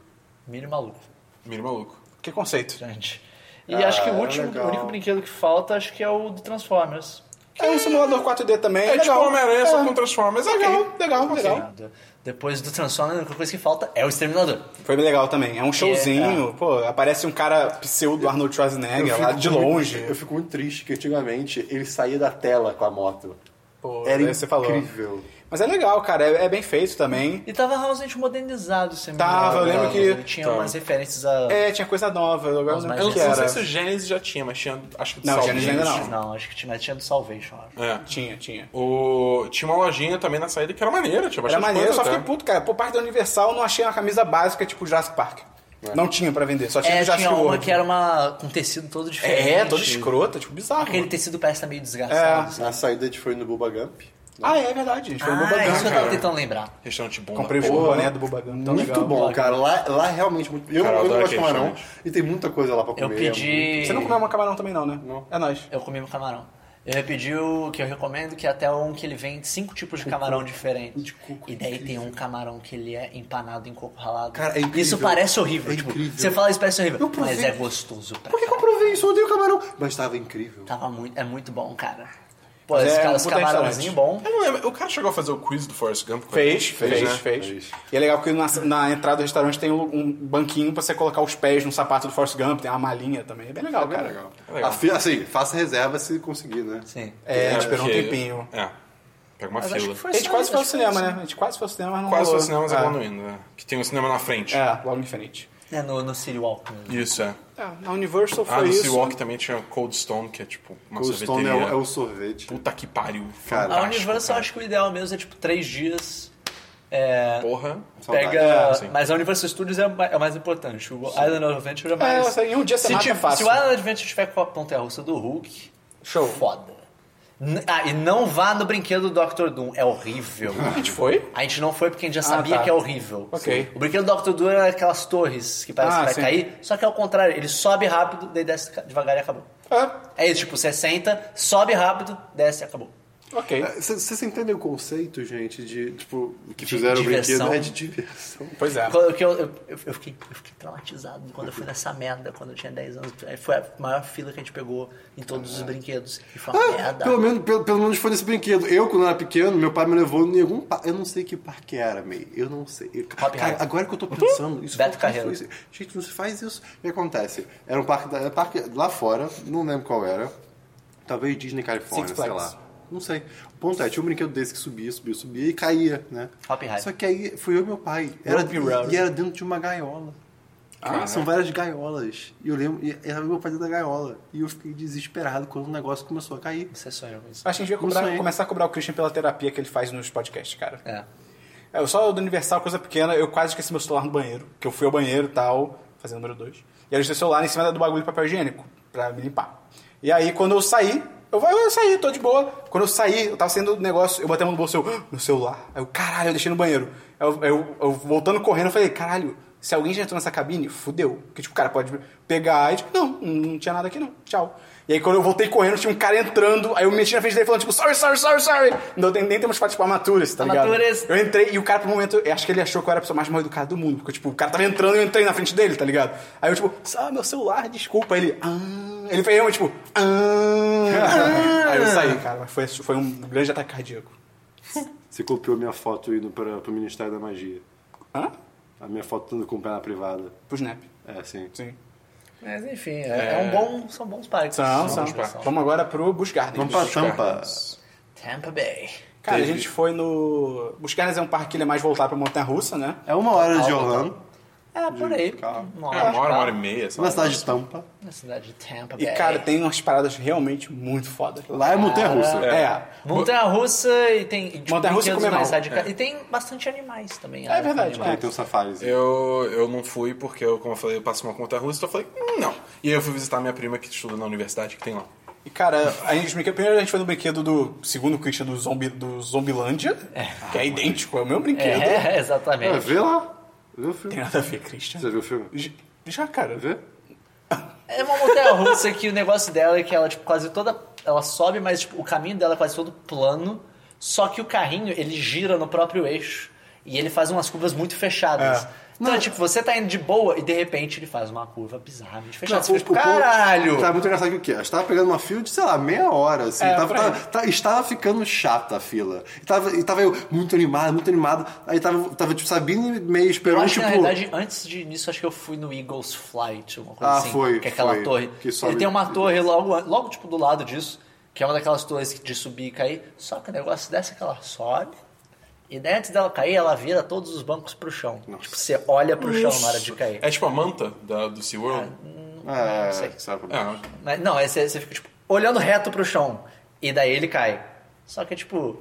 Speaker 4: Milho maluco.
Speaker 1: Miro maluco.
Speaker 2: Que conceito.
Speaker 4: Gente. E
Speaker 3: Ah,
Speaker 4: acho que o
Speaker 3: é
Speaker 4: último,
Speaker 3: legal.
Speaker 4: o único brinquedo que falta, acho que é o do Transformers.
Speaker 2: É um simulador 4D também.
Speaker 1: É, tipo
Speaker 2: legal.
Speaker 1: Homem-Aranha só
Speaker 2: É.
Speaker 1: com Transformers,
Speaker 2: Legal,
Speaker 1: ok.
Speaker 2: legal, legal.
Speaker 4: Nada. Depois é, do Transformers, a única coisa que falta é o Exterminador.
Speaker 2: Foi bem legal também. É um showzinho, pô, aparece um cara pseudo Arnold
Speaker 3: Eu
Speaker 2: Schwarzenegger
Speaker 3: fico
Speaker 2: lá de
Speaker 3: muito-
Speaker 2: longe.
Speaker 3: eu fico muito triste que antigamente ele saía da tela com a moto.
Speaker 2: Pô,
Speaker 3: Era
Speaker 2: daí você falou.
Speaker 3: incrível.
Speaker 2: Mas é legal, cara, é, é bem feito também.
Speaker 4: E tava realmente modernizado esse
Speaker 2: Tava, eu lembro que-
Speaker 4: Ele tinha
Speaker 1: Tava.
Speaker 4: umas referências a.
Speaker 2: É, tinha coisa nova, eu agora
Speaker 4: Mas
Speaker 1: Eu
Speaker 2: não lembro
Speaker 1: não,
Speaker 2: o que
Speaker 1: eu não sei
Speaker 2: era.
Speaker 1: se o Gênesis já tinha, mas tinha. Acho que do
Speaker 2: Não,
Speaker 1: Salve.
Speaker 2: Gênesis ainda não.
Speaker 4: Não, acho que tinha, mas tinha do Salvation, acho.
Speaker 1: É.
Speaker 2: Tinha, tinha.
Speaker 1: O... Tinha uma lojinha também na saída que era maneira, tinha
Speaker 2: Era
Speaker 1: bastante
Speaker 2: maneiro, eu né?
Speaker 1: coisa né?
Speaker 2: só
Speaker 1: até.
Speaker 2: fiquei puto, cara. Pô, parte da Universal eu não achei uma camisa básica tipo Jurassic Park. Não tinha pra vender, só tinha
Speaker 4: É,
Speaker 2: do Jurassic
Speaker 4: tinha uma
Speaker 2: World.
Speaker 4: que era uma. com tecido todo diferente.
Speaker 2: É, todo escrota, tipo, bizarro.
Speaker 4: Aquele tecido parece que tá meio desgastado.
Speaker 2: É.
Speaker 4: sabe?
Speaker 3: Na saída a gente foi no Bubba Gump.
Speaker 2: Ah, é verdade, gente. Foi no
Speaker 4: Ah,
Speaker 2: Bubagão,
Speaker 4: isso que eu tava
Speaker 2: cara.
Speaker 4: tentando lembrar.
Speaker 1: Restaurante bom. né?
Speaker 2: Comprei
Speaker 1: da
Speaker 2: o
Speaker 1: porra.
Speaker 2: boné do Bubagão,
Speaker 4: Tá
Speaker 2: tão
Speaker 3: muito
Speaker 2: legal.
Speaker 3: bom, cara. Lá, lá é realmente muito. Eu,
Speaker 1: Cara, eu
Speaker 3: eu não
Speaker 1: adoro
Speaker 3: gosto de
Speaker 1: aquele
Speaker 3: camarão. E tem muita coisa lá pra
Speaker 4: Eu
Speaker 3: comer. é
Speaker 4: pedi.
Speaker 2: Você não comeu macarrão também não, né? Não. É nóis.
Speaker 4: Eu comi meu camarão. Eu pedi o que eu recomendo, que é até um que ele vem cinco tipos de camarão diferentes.
Speaker 3: De coco,
Speaker 4: e daí tem um camarão que ele é empanado em coco ralado.
Speaker 3: Cara, é incrível.
Speaker 4: Isso parece horrível.
Speaker 3: É
Speaker 4: tipo,
Speaker 3: incrível.
Speaker 4: você fala isso parece horrível.
Speaker 3: Eu provei.
Speaker 4: Mas é gostoso. Pra
Speaker 3: Por que, que eu
Speaker 4: caralho.
Speaker 3: provei isso? Eu odeio camarão. Mas tava incrível.
Speaker 1: Tá,
Speaker 4: Tava muito, é muito bom, cara. Pô,
Speaker 2: Mas
Speaker 4: esse
Speaker 2: é
Speaker 4: cara,
Speaker 2: um
Speaker 4: esse
Speaker 2: puta
Speaker 4: camarãozinho bom.
Speaker 1: Eu não lembro. O cara chegou a fazer o quiz do Forrest Gump? com ele?
Speaker 2: Fez, fez,
Speaker 1: né?
Speaker 2: fez,
Speaker 3: Fez.
Speaker 2: E é legal porque na, na entrada do restaurante tem um, um banquinho pra você colocar os pés no sapato do Force Gump, tem uma malinha também. É bem legal, cara.
Speaker 1: É legal.
Speaker 3: A fi- Assim, faça reserva se conseguir, né?
Speaker 4: Sim.
Speaker 2: É, a gente esperou um
Speaker 1: porque-
Speaker 2: tempinho.
Speaker 1: É. Pega uma
Speaker 4: Mas acho
Speaker 1: fila.
Speaker 4: que foi
Speaker 2: A gente
Speaker 4: só-
Speaker 2: quase foi ao
Speaker 4: acho que
Speaker 2: cinema,
Speaker 4: foi
Speaker 2: né? A gente quase foi ao cinema, mas não
Speaker 1: Quase
Speaker 2: rolou.
Speaker 1: foi cinema, mas
Speaker 2: é.
Speaker 1: acabou não indo, né? Que tem um cinema na frente.
Speaker 2: É, logo em frente.
Speaker 4: isso. É no, no City Walk mesmo.
Speaker 1: Isso, é.
Speaker 2: É, na Universal
Speaker 1: Ah,
Speaker 2: foi
Speaker 1: no
Speaker 2: isso.
Speaker 1: Seawalk também tinha Cold Stone, que é tipo uma
Speaker 3: O Stone é
Speaker 1: sorveteria.
Speaker 3: o, é o sorvete.
Speaker 1: Puta que pariu.
Speaker 3: Cara,
Speaker 4: A
Speaker 1: fantástico,
Speaker 4: Universal,
Speaker 1: cara.
Speaker 4: acho que o ideal mesmo é tipo três dias. É,
Speaker 1: Porra.
Speaker 3: Saudade.
Speaker 4: pega.
Speaker 1: É,
Speaker 2: assim.
Speaker 1: sim.
Speaker 4: mas a Universal Studios é, o ma- é o mais importante. O Island of Adventure é
Speaker 2: É,
Speaker 4: mais.
Speaker 2: isso aí, em um dia você
Speaker 4: se,
Speaker 2: mata
Speaker 4: ti-
Speaker 2: fácil.
Speaker 4: se o Island of Adventure tiver com a ponta russa do Hulk,
Speaker 2: Show.
Speaker 4: foda. N- Ah, e não vá no brinquedo do Doctor Doom, é horrível.
Speaker 2: A gente foi?
Speaker 4: A gente não foi porque a gente já sabia
Speaker 2: tá.
Speaker 4: que é horrível.
Speaker 2: Ok.
Speaker 4: Sim. O brinquedo do Doctor Doom era aquelas torres que parece
Speaker 2: Ah,
Speaker 4: que vai
Speaker 2: sim.
Speaker 4: cair, só que é o contrário, ele sobe rápido, daí desce ca- devagar e acabou.
Speaker 2: Ah,
Speaker 4: É isso, tipo, você senta, sobe rápido, desce e acabou.
Speaker 2: ok.
Speaker 3: É, c- Vocês entendem o conceito, gente, de, tipo, que fizeram o
Speaker 4: diversão.
Speaker 3: brinquedo? É de diversão.
Speaker 2: Pois é.
Speaker 4: Quando- que Eu, eu, eu- eu fiquei, eu fiquei traumatizado quando eu fui nessa merda, quando eu tinha 10 anos. Aí Foi a maior fila que a gente pegou em todos os brinquedos. E foi uma
Speaker 3: Ah,
Speaker 4: merda.
Speaker 3: pelo, menos, pelo, pelo menos foi nesse brinquedo. Eu, quando era pequeno, meu pai me levou em algum parque. Eu não sei que parque era, meio. Eu não sei. Eu-
Speaker 4: Hop
Speaker 3: cara,
Speaker 4: Harry.
Speaker 3: agora que eu tô pensando, isso
Speaker 4: Beto
Speaker 3: foi-
Speaker 4: Carreiro.
Speaker 3: isso- Gente, não se faz isso. O que acontece? Era um parque, da- era parque lá fora, não lembro qual era. Talvez Disney Califórnia,
Speaker 2: Six
Speaker 3: sei
Speaker 2: Flags.
Speaker 3: lá. Não sei. O ponto é, tinha um brinquedo desse que subia, subia, subia e caía, né?
Speaker 4: Hop Harry.
Speaker 3: Só que aí fui eu e meu pai. Era,
Speaker 2: Rope Route.
Speaker 3: e era dentro de uma gaiola. Cara, são várias gaiolas. E eu lembro, e era meu pai dentro da gaiola. E eu fiquei desesperado quando o negócio começou a cair.
Speaker 4: Você sonhou com isso.
Speaker 2: Acho que a gente vai
Speaker 3: Não
Speaker 2: cobrar-
Speaker 3: sei.
Speaker 2: começar a cobrar o Christian pela terapia que ele faz nos podcasts, cara.
Speaker 4: É.
Speaker 2: É, eu só do Universal, coisa pequena, eu quase esqueci meu celular no banheiro. Que eu fui ao banheiro e tal, fazer número 2. E eu deixei o celular em cima do bagulho de papel higiênico, pra me limpar. E aí, quando eu saí, eu, falei, "Ah, eu saí, tô de boa. Quando eu saí, eu tava saindo do negócio, eu botei a mão no bolso, eu, "Ah, meu celular. Aí eu, caralho, eu deixei no banheiro. Aí Eu, eu- eu voltando correndo, eu falei, caralho, se alguém já entrou nessa cabine, fudeu. Porque, tipo, o cara pode pegar e, tipo, não, não tinha nada aqui não, tchau. E aí, quando eu voltei correndo, tinha um cara entrando, aí eu meti na frente dele falando, tipo, sorry, sorry, sorry, sorry. Não, nem nem temos foto, tipo, amaturas, tá ligado?
Speaker 4: Amaturas.
Speaker 2: Eu entrei e o cara, por um momento, eu acho que ele achou que eu era a pessoa mais mal educada do mundo. Porque, tipo, o cara tava entrando e eu entrei na frente dele, tá ligado? Aí eu, tipo, ah, meu celular, desculpa. Aí ele, ah. Ele fez eu, tipo, ah. Aí eu saí, cara. Mas foi, foi um grande ataque cardíaco.
Speaker 3: Você copiou minha foto indo para, pro Ministério da Magia.
Speaker 2: Hã?
Speaker 3: A minha foto andando com o pé na privada.
Speaker 2: Pro Snap.
Speaker 3: É, sim.
Speaker 2: Sim.
Speaker 4: Mas enfim, é, é um bom, são bons parques.
Speaker 2: São,
Speaker 1: São
Speaker 2: são.
Speaker 1: os parques.
Speaker 2: Vamos agora pro Busch Gardens.
Speaker 3: Vamos pra Tampa.
Speaker 1: Gardens.
Speaker 4: Tampa Bay.
Speaker 2: Cara,
Speaker 1: Teve.
Speaker 2: a gente foi no... Busch Gardens é um parque que ele é mais voltado pra montanha-russa, né?
Speaker 3: É uma hora de
Speaker 4: Calma.
Speaker 3: Orlando,
Speaker 4: É, por aí. Uma
Speaker 1: É, uma hora, uma hora e
Speaker 4: meia.
Speaker 1: meia, sei
Speaker 3: na
Speaker 1: lá.
Speaker 3: cidade de Tampa.
Speaker 4: Na cidade de Tampa
Speaker 2: E,
Speaker 4: Bay.
Speaker 2: cara, tem umas paradas realmente muito fodas.
Speaker 3: É. Lá é montanha russa.
Speaker 2: É.
Speaker 4: Montanha russa e tem. e, tipo,
Speaker 2: Montanha-russa e
Speaker 4: brinquedos
Speaker 2: comer
Speaker 4: mais
Speaker 2: mal.
Speaker 4: radicais. E tem bastante animais também.
Speaker 2: É verdade,
Speaker 3: Aí
Speaker 2: é.
Speaker 3: tem um o Safaris.
Speaker 1: Eu, eu não fui porque, eu, como eu falei, eu passei uma conta russa, então eu falei, hum, não. E aí eu fui visitar minha prima que estuda na universidade, que tem lá.
Speaker 2: E, cara, a gente, brinquedo- primeiro a gente foi no brinquedo do, segundo o Christian, do, zombi, do Zombilândia,
Speaker 3: Ah,
Speaker 2: que é idêntico, é o meu brinquedo.
Speaker 4: É,
Speaker 3: É,
Speaker 4: exatamente.
Speaker 3: vê lá. Vê o filme.
Speaker 2: Tem nada a ver, Christian.
Speaker 3: Você viu o filme?
Speaker 2: J- Já, cara.
Speaker 3: Vê?
Speaker 4: É uma montanha russa que o negócio dela é que ela, tipo, quase toda. Ela sobe, mas tipo, o caminho dela é quase todo plano. Só que o carrinho, ele gira no próprio eixo. E ele faz umas curvas muito fechadas.
Speaker 2: É.
Speaker 4: Então, é, tipo, você tá indo de boa e de repente ele faz uma curva bizarramente fechada.
Speaker 3: Não,
Speaker 4: Você
Speaker 3: o-
Speaker 4: fica, tipo,
Speaker 3: o povo-
Speaker 4: caralho!
Speaker 3: Tá muito engraçado que o quê? A gente tava pegando uma fila de, sei lá, meia hora, assim.
Speaker 2: É,
Speaker 3: tava,
Speaker 2: por aí.
Speaker 3: tava- tá- estava ficando chata a fila. E tava, e tava eu muito animado, muito animado. Aí tava, tava tipo, Sabine meio
Speaker 4: Eu
Speaker 3: esperando,
Speaker 4: acho que,
Speaker 3: tipo...
Speaker 4: na verdade, antes de nisso, acho que eu fui no Eagles Flight, alguma coisa
Speaker 3: Ah,
Speaker 4: assim.
Speaker 3: foi,
Speaker 4: Que é aquela
Speaker 3: foi.
Speaker 4: torre.
Speaker 3: Que sobe-
Speaker 4: Ele tem uma torre logo, an- logo, tipo, do lado disso, que é uma daquelas torres de subir e cair. Só que o negócio dessa é que ela sobe, e daí antes dela cair, ela vira todos os bancos pro chão. Tipo, você olha pro chão na hora de cair.
Speaker 1: É tipo a manta da, do SeaWorld.
Speaker 3: É,
Speaker 4: Não sei.
Speaker 3: sabe?
Speaker 1: É,
Speaker 4: Mas, não, aí você, você fica, tipo, olhando reto pro chão, e daí ele cai. Só que, tipo,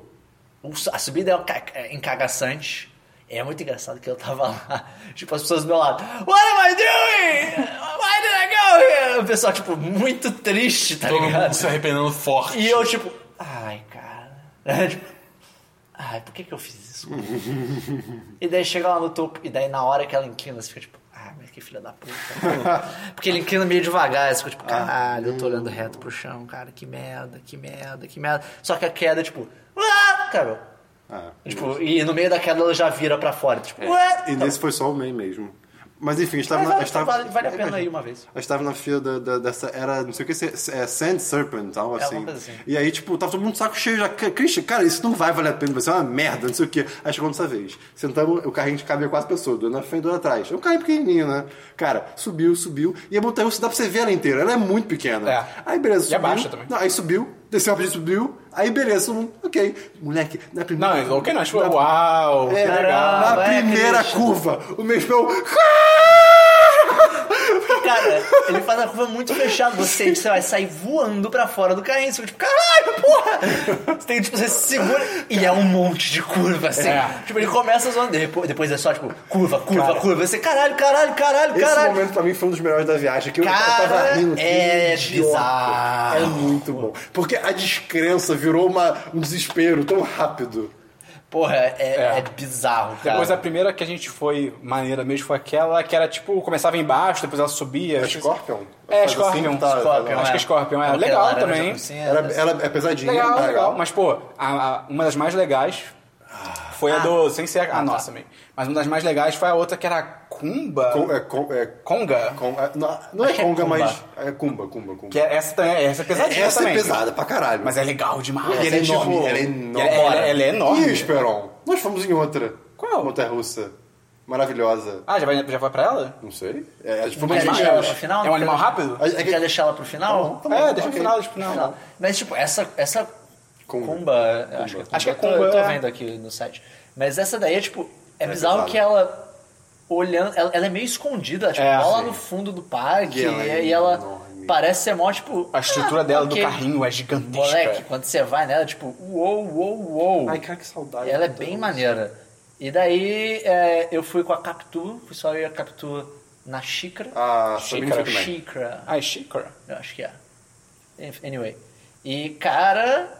Speaker 4: o- a subida é um ca- é encagaçante. É muito engraçado que eu tava lá, tipo, as pessoas do meu lado, What am I doing? Why did I go here? O pessoal, tipo, muito triste, tá
Speaker 1: todo
Speaker 4: ligado?
Speaker 1: mundo se arrependendo forte.
Speaker 4: E eu, tipo, ai, cara. Tipo, ai, por que que eu fiz isso? e daí chega lá no topo, e daí na hora que ela inclina, você fica tipo, ah, mas que filha da puta. Porque ele inclina meio devagar, você fica tipo, caralho, eu tô olhando reto pro chão, cara, que merda, que merda, que merda. Só que a queda, tipo, ah, cara.
Speaker 3: É.
Speaker 4: Tipo, e no meio da queda ela já vira pra fora, tipo,
Speaker 3: E
Speaker 4: ué. Tá.
Speaker 3: nesse foi só o meio mesmo. Mas enfim, a gente tava...
Speaker 4: Mas
Speaker 3: na, a
Speaker 4: olha,
Speaker 3: gente tava-
Speaker 4: vale, vale a pena
Speaker 3: é,
Speaker 4: ir uma vez.
Speaker 3: A gente tava na fila da- da- dessa era, não sei o que, se- é Sand Serpent, algo
Speaker 4: É,
Speaker 3: assim.
Speaker 4: alguma coisa assim.
Speaker 3: E aí, tipo, tava todo mundo de saco cheio já. "Ca- Christian, cara, isso não vai valer a pena, vai ser uma merda, não sei o que. Aí chegou dessa vez. Sentamos, o carrinho de cabia quatro pessoas, duas na frente e duas atrás. É um carrinho pequenininho, né? Cara, subiu, subiu. E a montanha russa dá pra você ver ela inteira, ela é muito pequena.
Speaker 2: É.
Speaker 3: Aí beleza,
Speaker 2: E
Speaker 3: subiu.
Speaker 2: abaixa também.
Speaker 3: Não, aí subiu, desceu rapidinho, subiu. Aí beleza, todo mundo, ok. Moleque, na primeira.
Speaker 2: Não, é ok, não, acho que foi uau.
Speaker 3: É,
Speaker 4: Caramba,
Speaker 3: na
Speaker 4: é,
Speaker 3: primeira
Speaker 4: Christian.
Speaker 3: curva, o meu irmão.
Speaker 4: Cara, ele faz a curva muito fechada, você, você vai sair voando pra fora do carrinho, você fica tipo, caralho, porra! Você tem, tipo, você se segura e é um monte de curva, assim.
Speaker 2: É.
Speaker 4: Tipo, ele começa zoando, depo- depois é só, tipo, curva, curva, curva, você, caralho, caralho, caralho, caralho.
Speaker 3: Esse momento pra mim foi um dos melhores da viagem. Que eu
Speaker 4: Cara,
Speaker 3: tava rindo. que
Speaker 4: é
Speaker 3: idiota.
Speaker 4: bizarro.
Speaker 3: É muito bom. Porque a descrença virou uma- um desespero tão rápido.
Speaker 4: Porra, é,
Speaker 2: É.
Speaker 4: é bizarro, cara.
Speaker 2: Depois é a primeira que a gente foi maneira mesmo foi aquela que era tipo, começava embaixo, depois ela subia.
Speaker 3: É Scorpion?
Speaker 2: É,
Speaker 3: Faz
Speaker 2: Scorpion.
Speaker 3: assim, tá-
Speaker 4: Scorpion,
Speaker 2: acho que é Scorpion, é. Legal
Speaker 4: laranja
Speaker 2: também.
Speaker 4: com cinza.
Speaker 3: Ela, ela é pesadinha.
Speaker 2: Legal,
Speaker 3: tá
Speaker 2: legal, Mas, pô, a- a- uma das mais legais foi a do. Sem ser a, a nossa mesmo. Mas uma das mais legais foi a outra que era a Kumba.
Speaker 3: Com- é, com- é,
Speaker 2: Conga?
Speaker 3: com- é, não não é
Speaker 4: Acho que é
Speaker 3: Conga,
Speaker 4: Kumba.
Speaker 3: mas. É Kumba, Kumba, Kumba.
Speaker 2: Que é- essa também é- essa é pesadinha
Speaker 3: Essa é
Speaker 2: também.
Speaker 3: pesada pra caralho.
Speaker 2: Mas é legal demais.
Speaker 3: E ela é
Speaker 2: tipo-
Speaker 3: enorme, ela é enorme.
Speaker 2: Ela, ela- ela é enorme.
Speaker 3: E Esperon? Nós fomos em outra.
Speaker 2: Qual?
Speaker 3: Montanha russa. Maravilhosa.
Speaker 2: Ah, já, vai, já foi pra ela?
Speaker 3: Não sei. É, a gente foi
Speaker 4: Quer
Speaker 3: mais
Speaker 4: deixar ela pro
Speaker 3: menos.
Speaker 4: final?
Speaker 2: É um animal
Speaker 4: Quer-
Speaker 2: rápido?
Speaker 3: É que-
Speaker 4: Quer deixar ela pro final?
Speaker 3: Tá bom,
Speaker 2: É, deixa
Speaker 3: ok.
Speaker 2: pro final, deixa pro final.
Speaker 4: Mas, tipo, essa. essa
Speaker 3: Kumba.
Speaker 4: Kumba. eu Acho que é Kumba.
Speaker 2: Acho que é
Speaker 4: Eu tô-
Speaker 2: Kumba,
Speaker 4: Eu tô,
Speaker 2: é.
Speaker 4: vendo aqui no site. Mas essa daí é, tipo. É, bizarro
Speaker 3: pesado.
Speaker 4: que ela. Olhando. Ela, ela é meio escondida. Ela, tipo,
Speaker 2: É,
Speaker 4: rola
Speaker 2: sim.
Speaker 4: no fundo do parque.
Speaker 3: E
Speaker 4: E,
Speaker 3: ela é
Speaker 4: e ela
Speaker 3: enorme.
Speaker 4: parece ser mó, tipo.
Speaker 2: A estrutura
Speaker 4: ah,
Speaker 2: dela
Speaker 4: ok.
Speaker 2: do carrinho é gigantesca.
Speaker 4: Moleque, quando você vai nela, tipo, uou, uou, uou.
Speaker 3: Ai, cara, que saudade.
Speaker 4: Ela é bem maneira. E daí é, eu fui com a Captu, fui só eu e a Captu na xícara.
Speaker 3: Ah,
Speaker 2: Chica,
Speaker 3: Sabine também.
Speaker 4: xícara.
Speaker 2: Ah, é Shikra.
Speaker 4: Eu acho que é. Enf- Anyway. E, cara,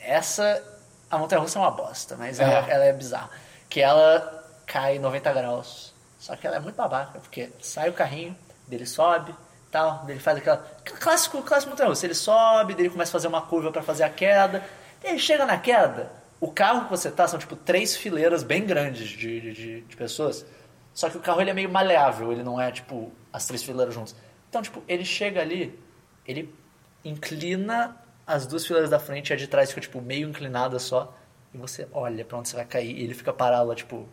Speaker 4: essa. A montanha russa é uma bosta, mas Ela,
Speaker 2: É.
Speaker 4: ela é bizarra. Que ela cai 90 graus. Só que ela é muito babaca, porque sai o carrinho, dele sobe, tal, dele faz aquela. aquele Clássico, clássico montanha russa. Ele sobe, dele começa a fazer uma curva pra fazer a queda. Ele chega na queda, o carro que você tá são tipo três fileiras bem grandes de, de- de- de pessoas. Só que o carro ele é meio maleável, ele não é tipo as três fileiras juntas. Então, tipo, ele chega ali, ele inclina as duas fileiras da frente e a de trás fica, tipo, meio inclinada só. E você olha pra onde você vai cair e ele fica parado lá, tipo,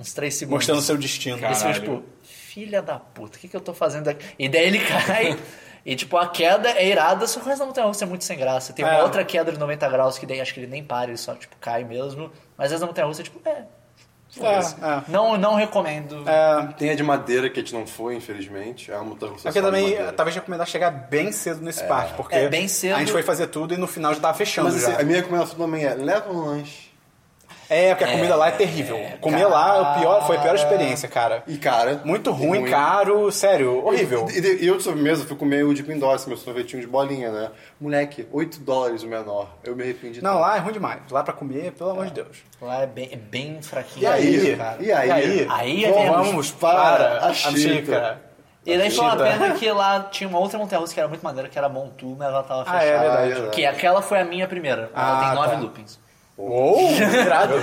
Speaker 4: uns três segundos.
Speaker 2: Mostrando seu destino.
Speaker 4: Ele se viu, tipo, filha da puta, o que, que eu tô fazendo aqui? E daí ele cai. e, tipo, a queda é irada, só que o resto da montanha russa é muito sem graça. Tem uma
Speaker 2: É.
Speaker 4: outra queda de 90 graus que daí acho que ele nem para, ele só, tipo, cai mesmo. Mas essa da montanha russa é tipo, é. foda-se.
Speaker 2: é.
Speaker 4: Não, não recomendo.
Speaker 2: É,
Speaker 3: Tem a de madeira que a gente não foi, infelizmente. É uma montanha russa.
Speaker 2: Porque também, talvez recomendar chegar bem cedo nesse parque, porque
Speaker 4: É, bem cedo.
Speaker 2: a gente foi fazer tudo e no final já tava fechando
Speaker 3: Mas assim,
Speaker 2: Então, já.
Speaker 3: a minha recomendação também é: leva um lanche.
Speaker 2: É, porque a comida lá é terrível. Comer lá é o pior, foi a pior experiência, cara.
Speaker 3: E cara. é
Speaker 2: Muito ruim, caro, sério, horrível.
Speaker 3: E, e, e eu de sobremesa fui comer o de Pindócio, meu sorvetinho de bolinha, né? Moleque, 8 dólares o menor. Eu me arrependi.
Speaker 2: Não,
Speaker 3: tanto.
Speaker 2: lá é ruim demais. Lá pra comer, pelo amor de Deus.
Speaker 4: Lá é bem, é bem fraquinho.
Speaker 3: E aí?
Speaker 2: aí, cara?
Speaker 3: E aí?
Speaker 2: E aí?
Speaker 4: Aí
Speaker 2: Bom,
Speaker 4: vemos
Speaker 2: vamos para
Speaker 3: É a
Speaker 2: a
Speaker 3: Chita.
Speaker 2: xícara.
Speaker 4: E daí foi uma
Speaker 2: Mentira.
Speaker 4: pena que lá tinha uma outra montanha russa que era muito maneira, que era Montu, mas ela tava
Speaker 2: Ah,
Speaker 4: fechada.
Speaker 2: é
Speaker 3: Ah,
Speaker 2: verdade.
Speaker 3: é.
Speaker 4: Que aquela foi a minha primeira. Ela
Speaker 2: Ah,
Speaker 4: tem nove
Speaker 2: tá.
Speaker 4: loopings.
Speaker 2: Uou, irado.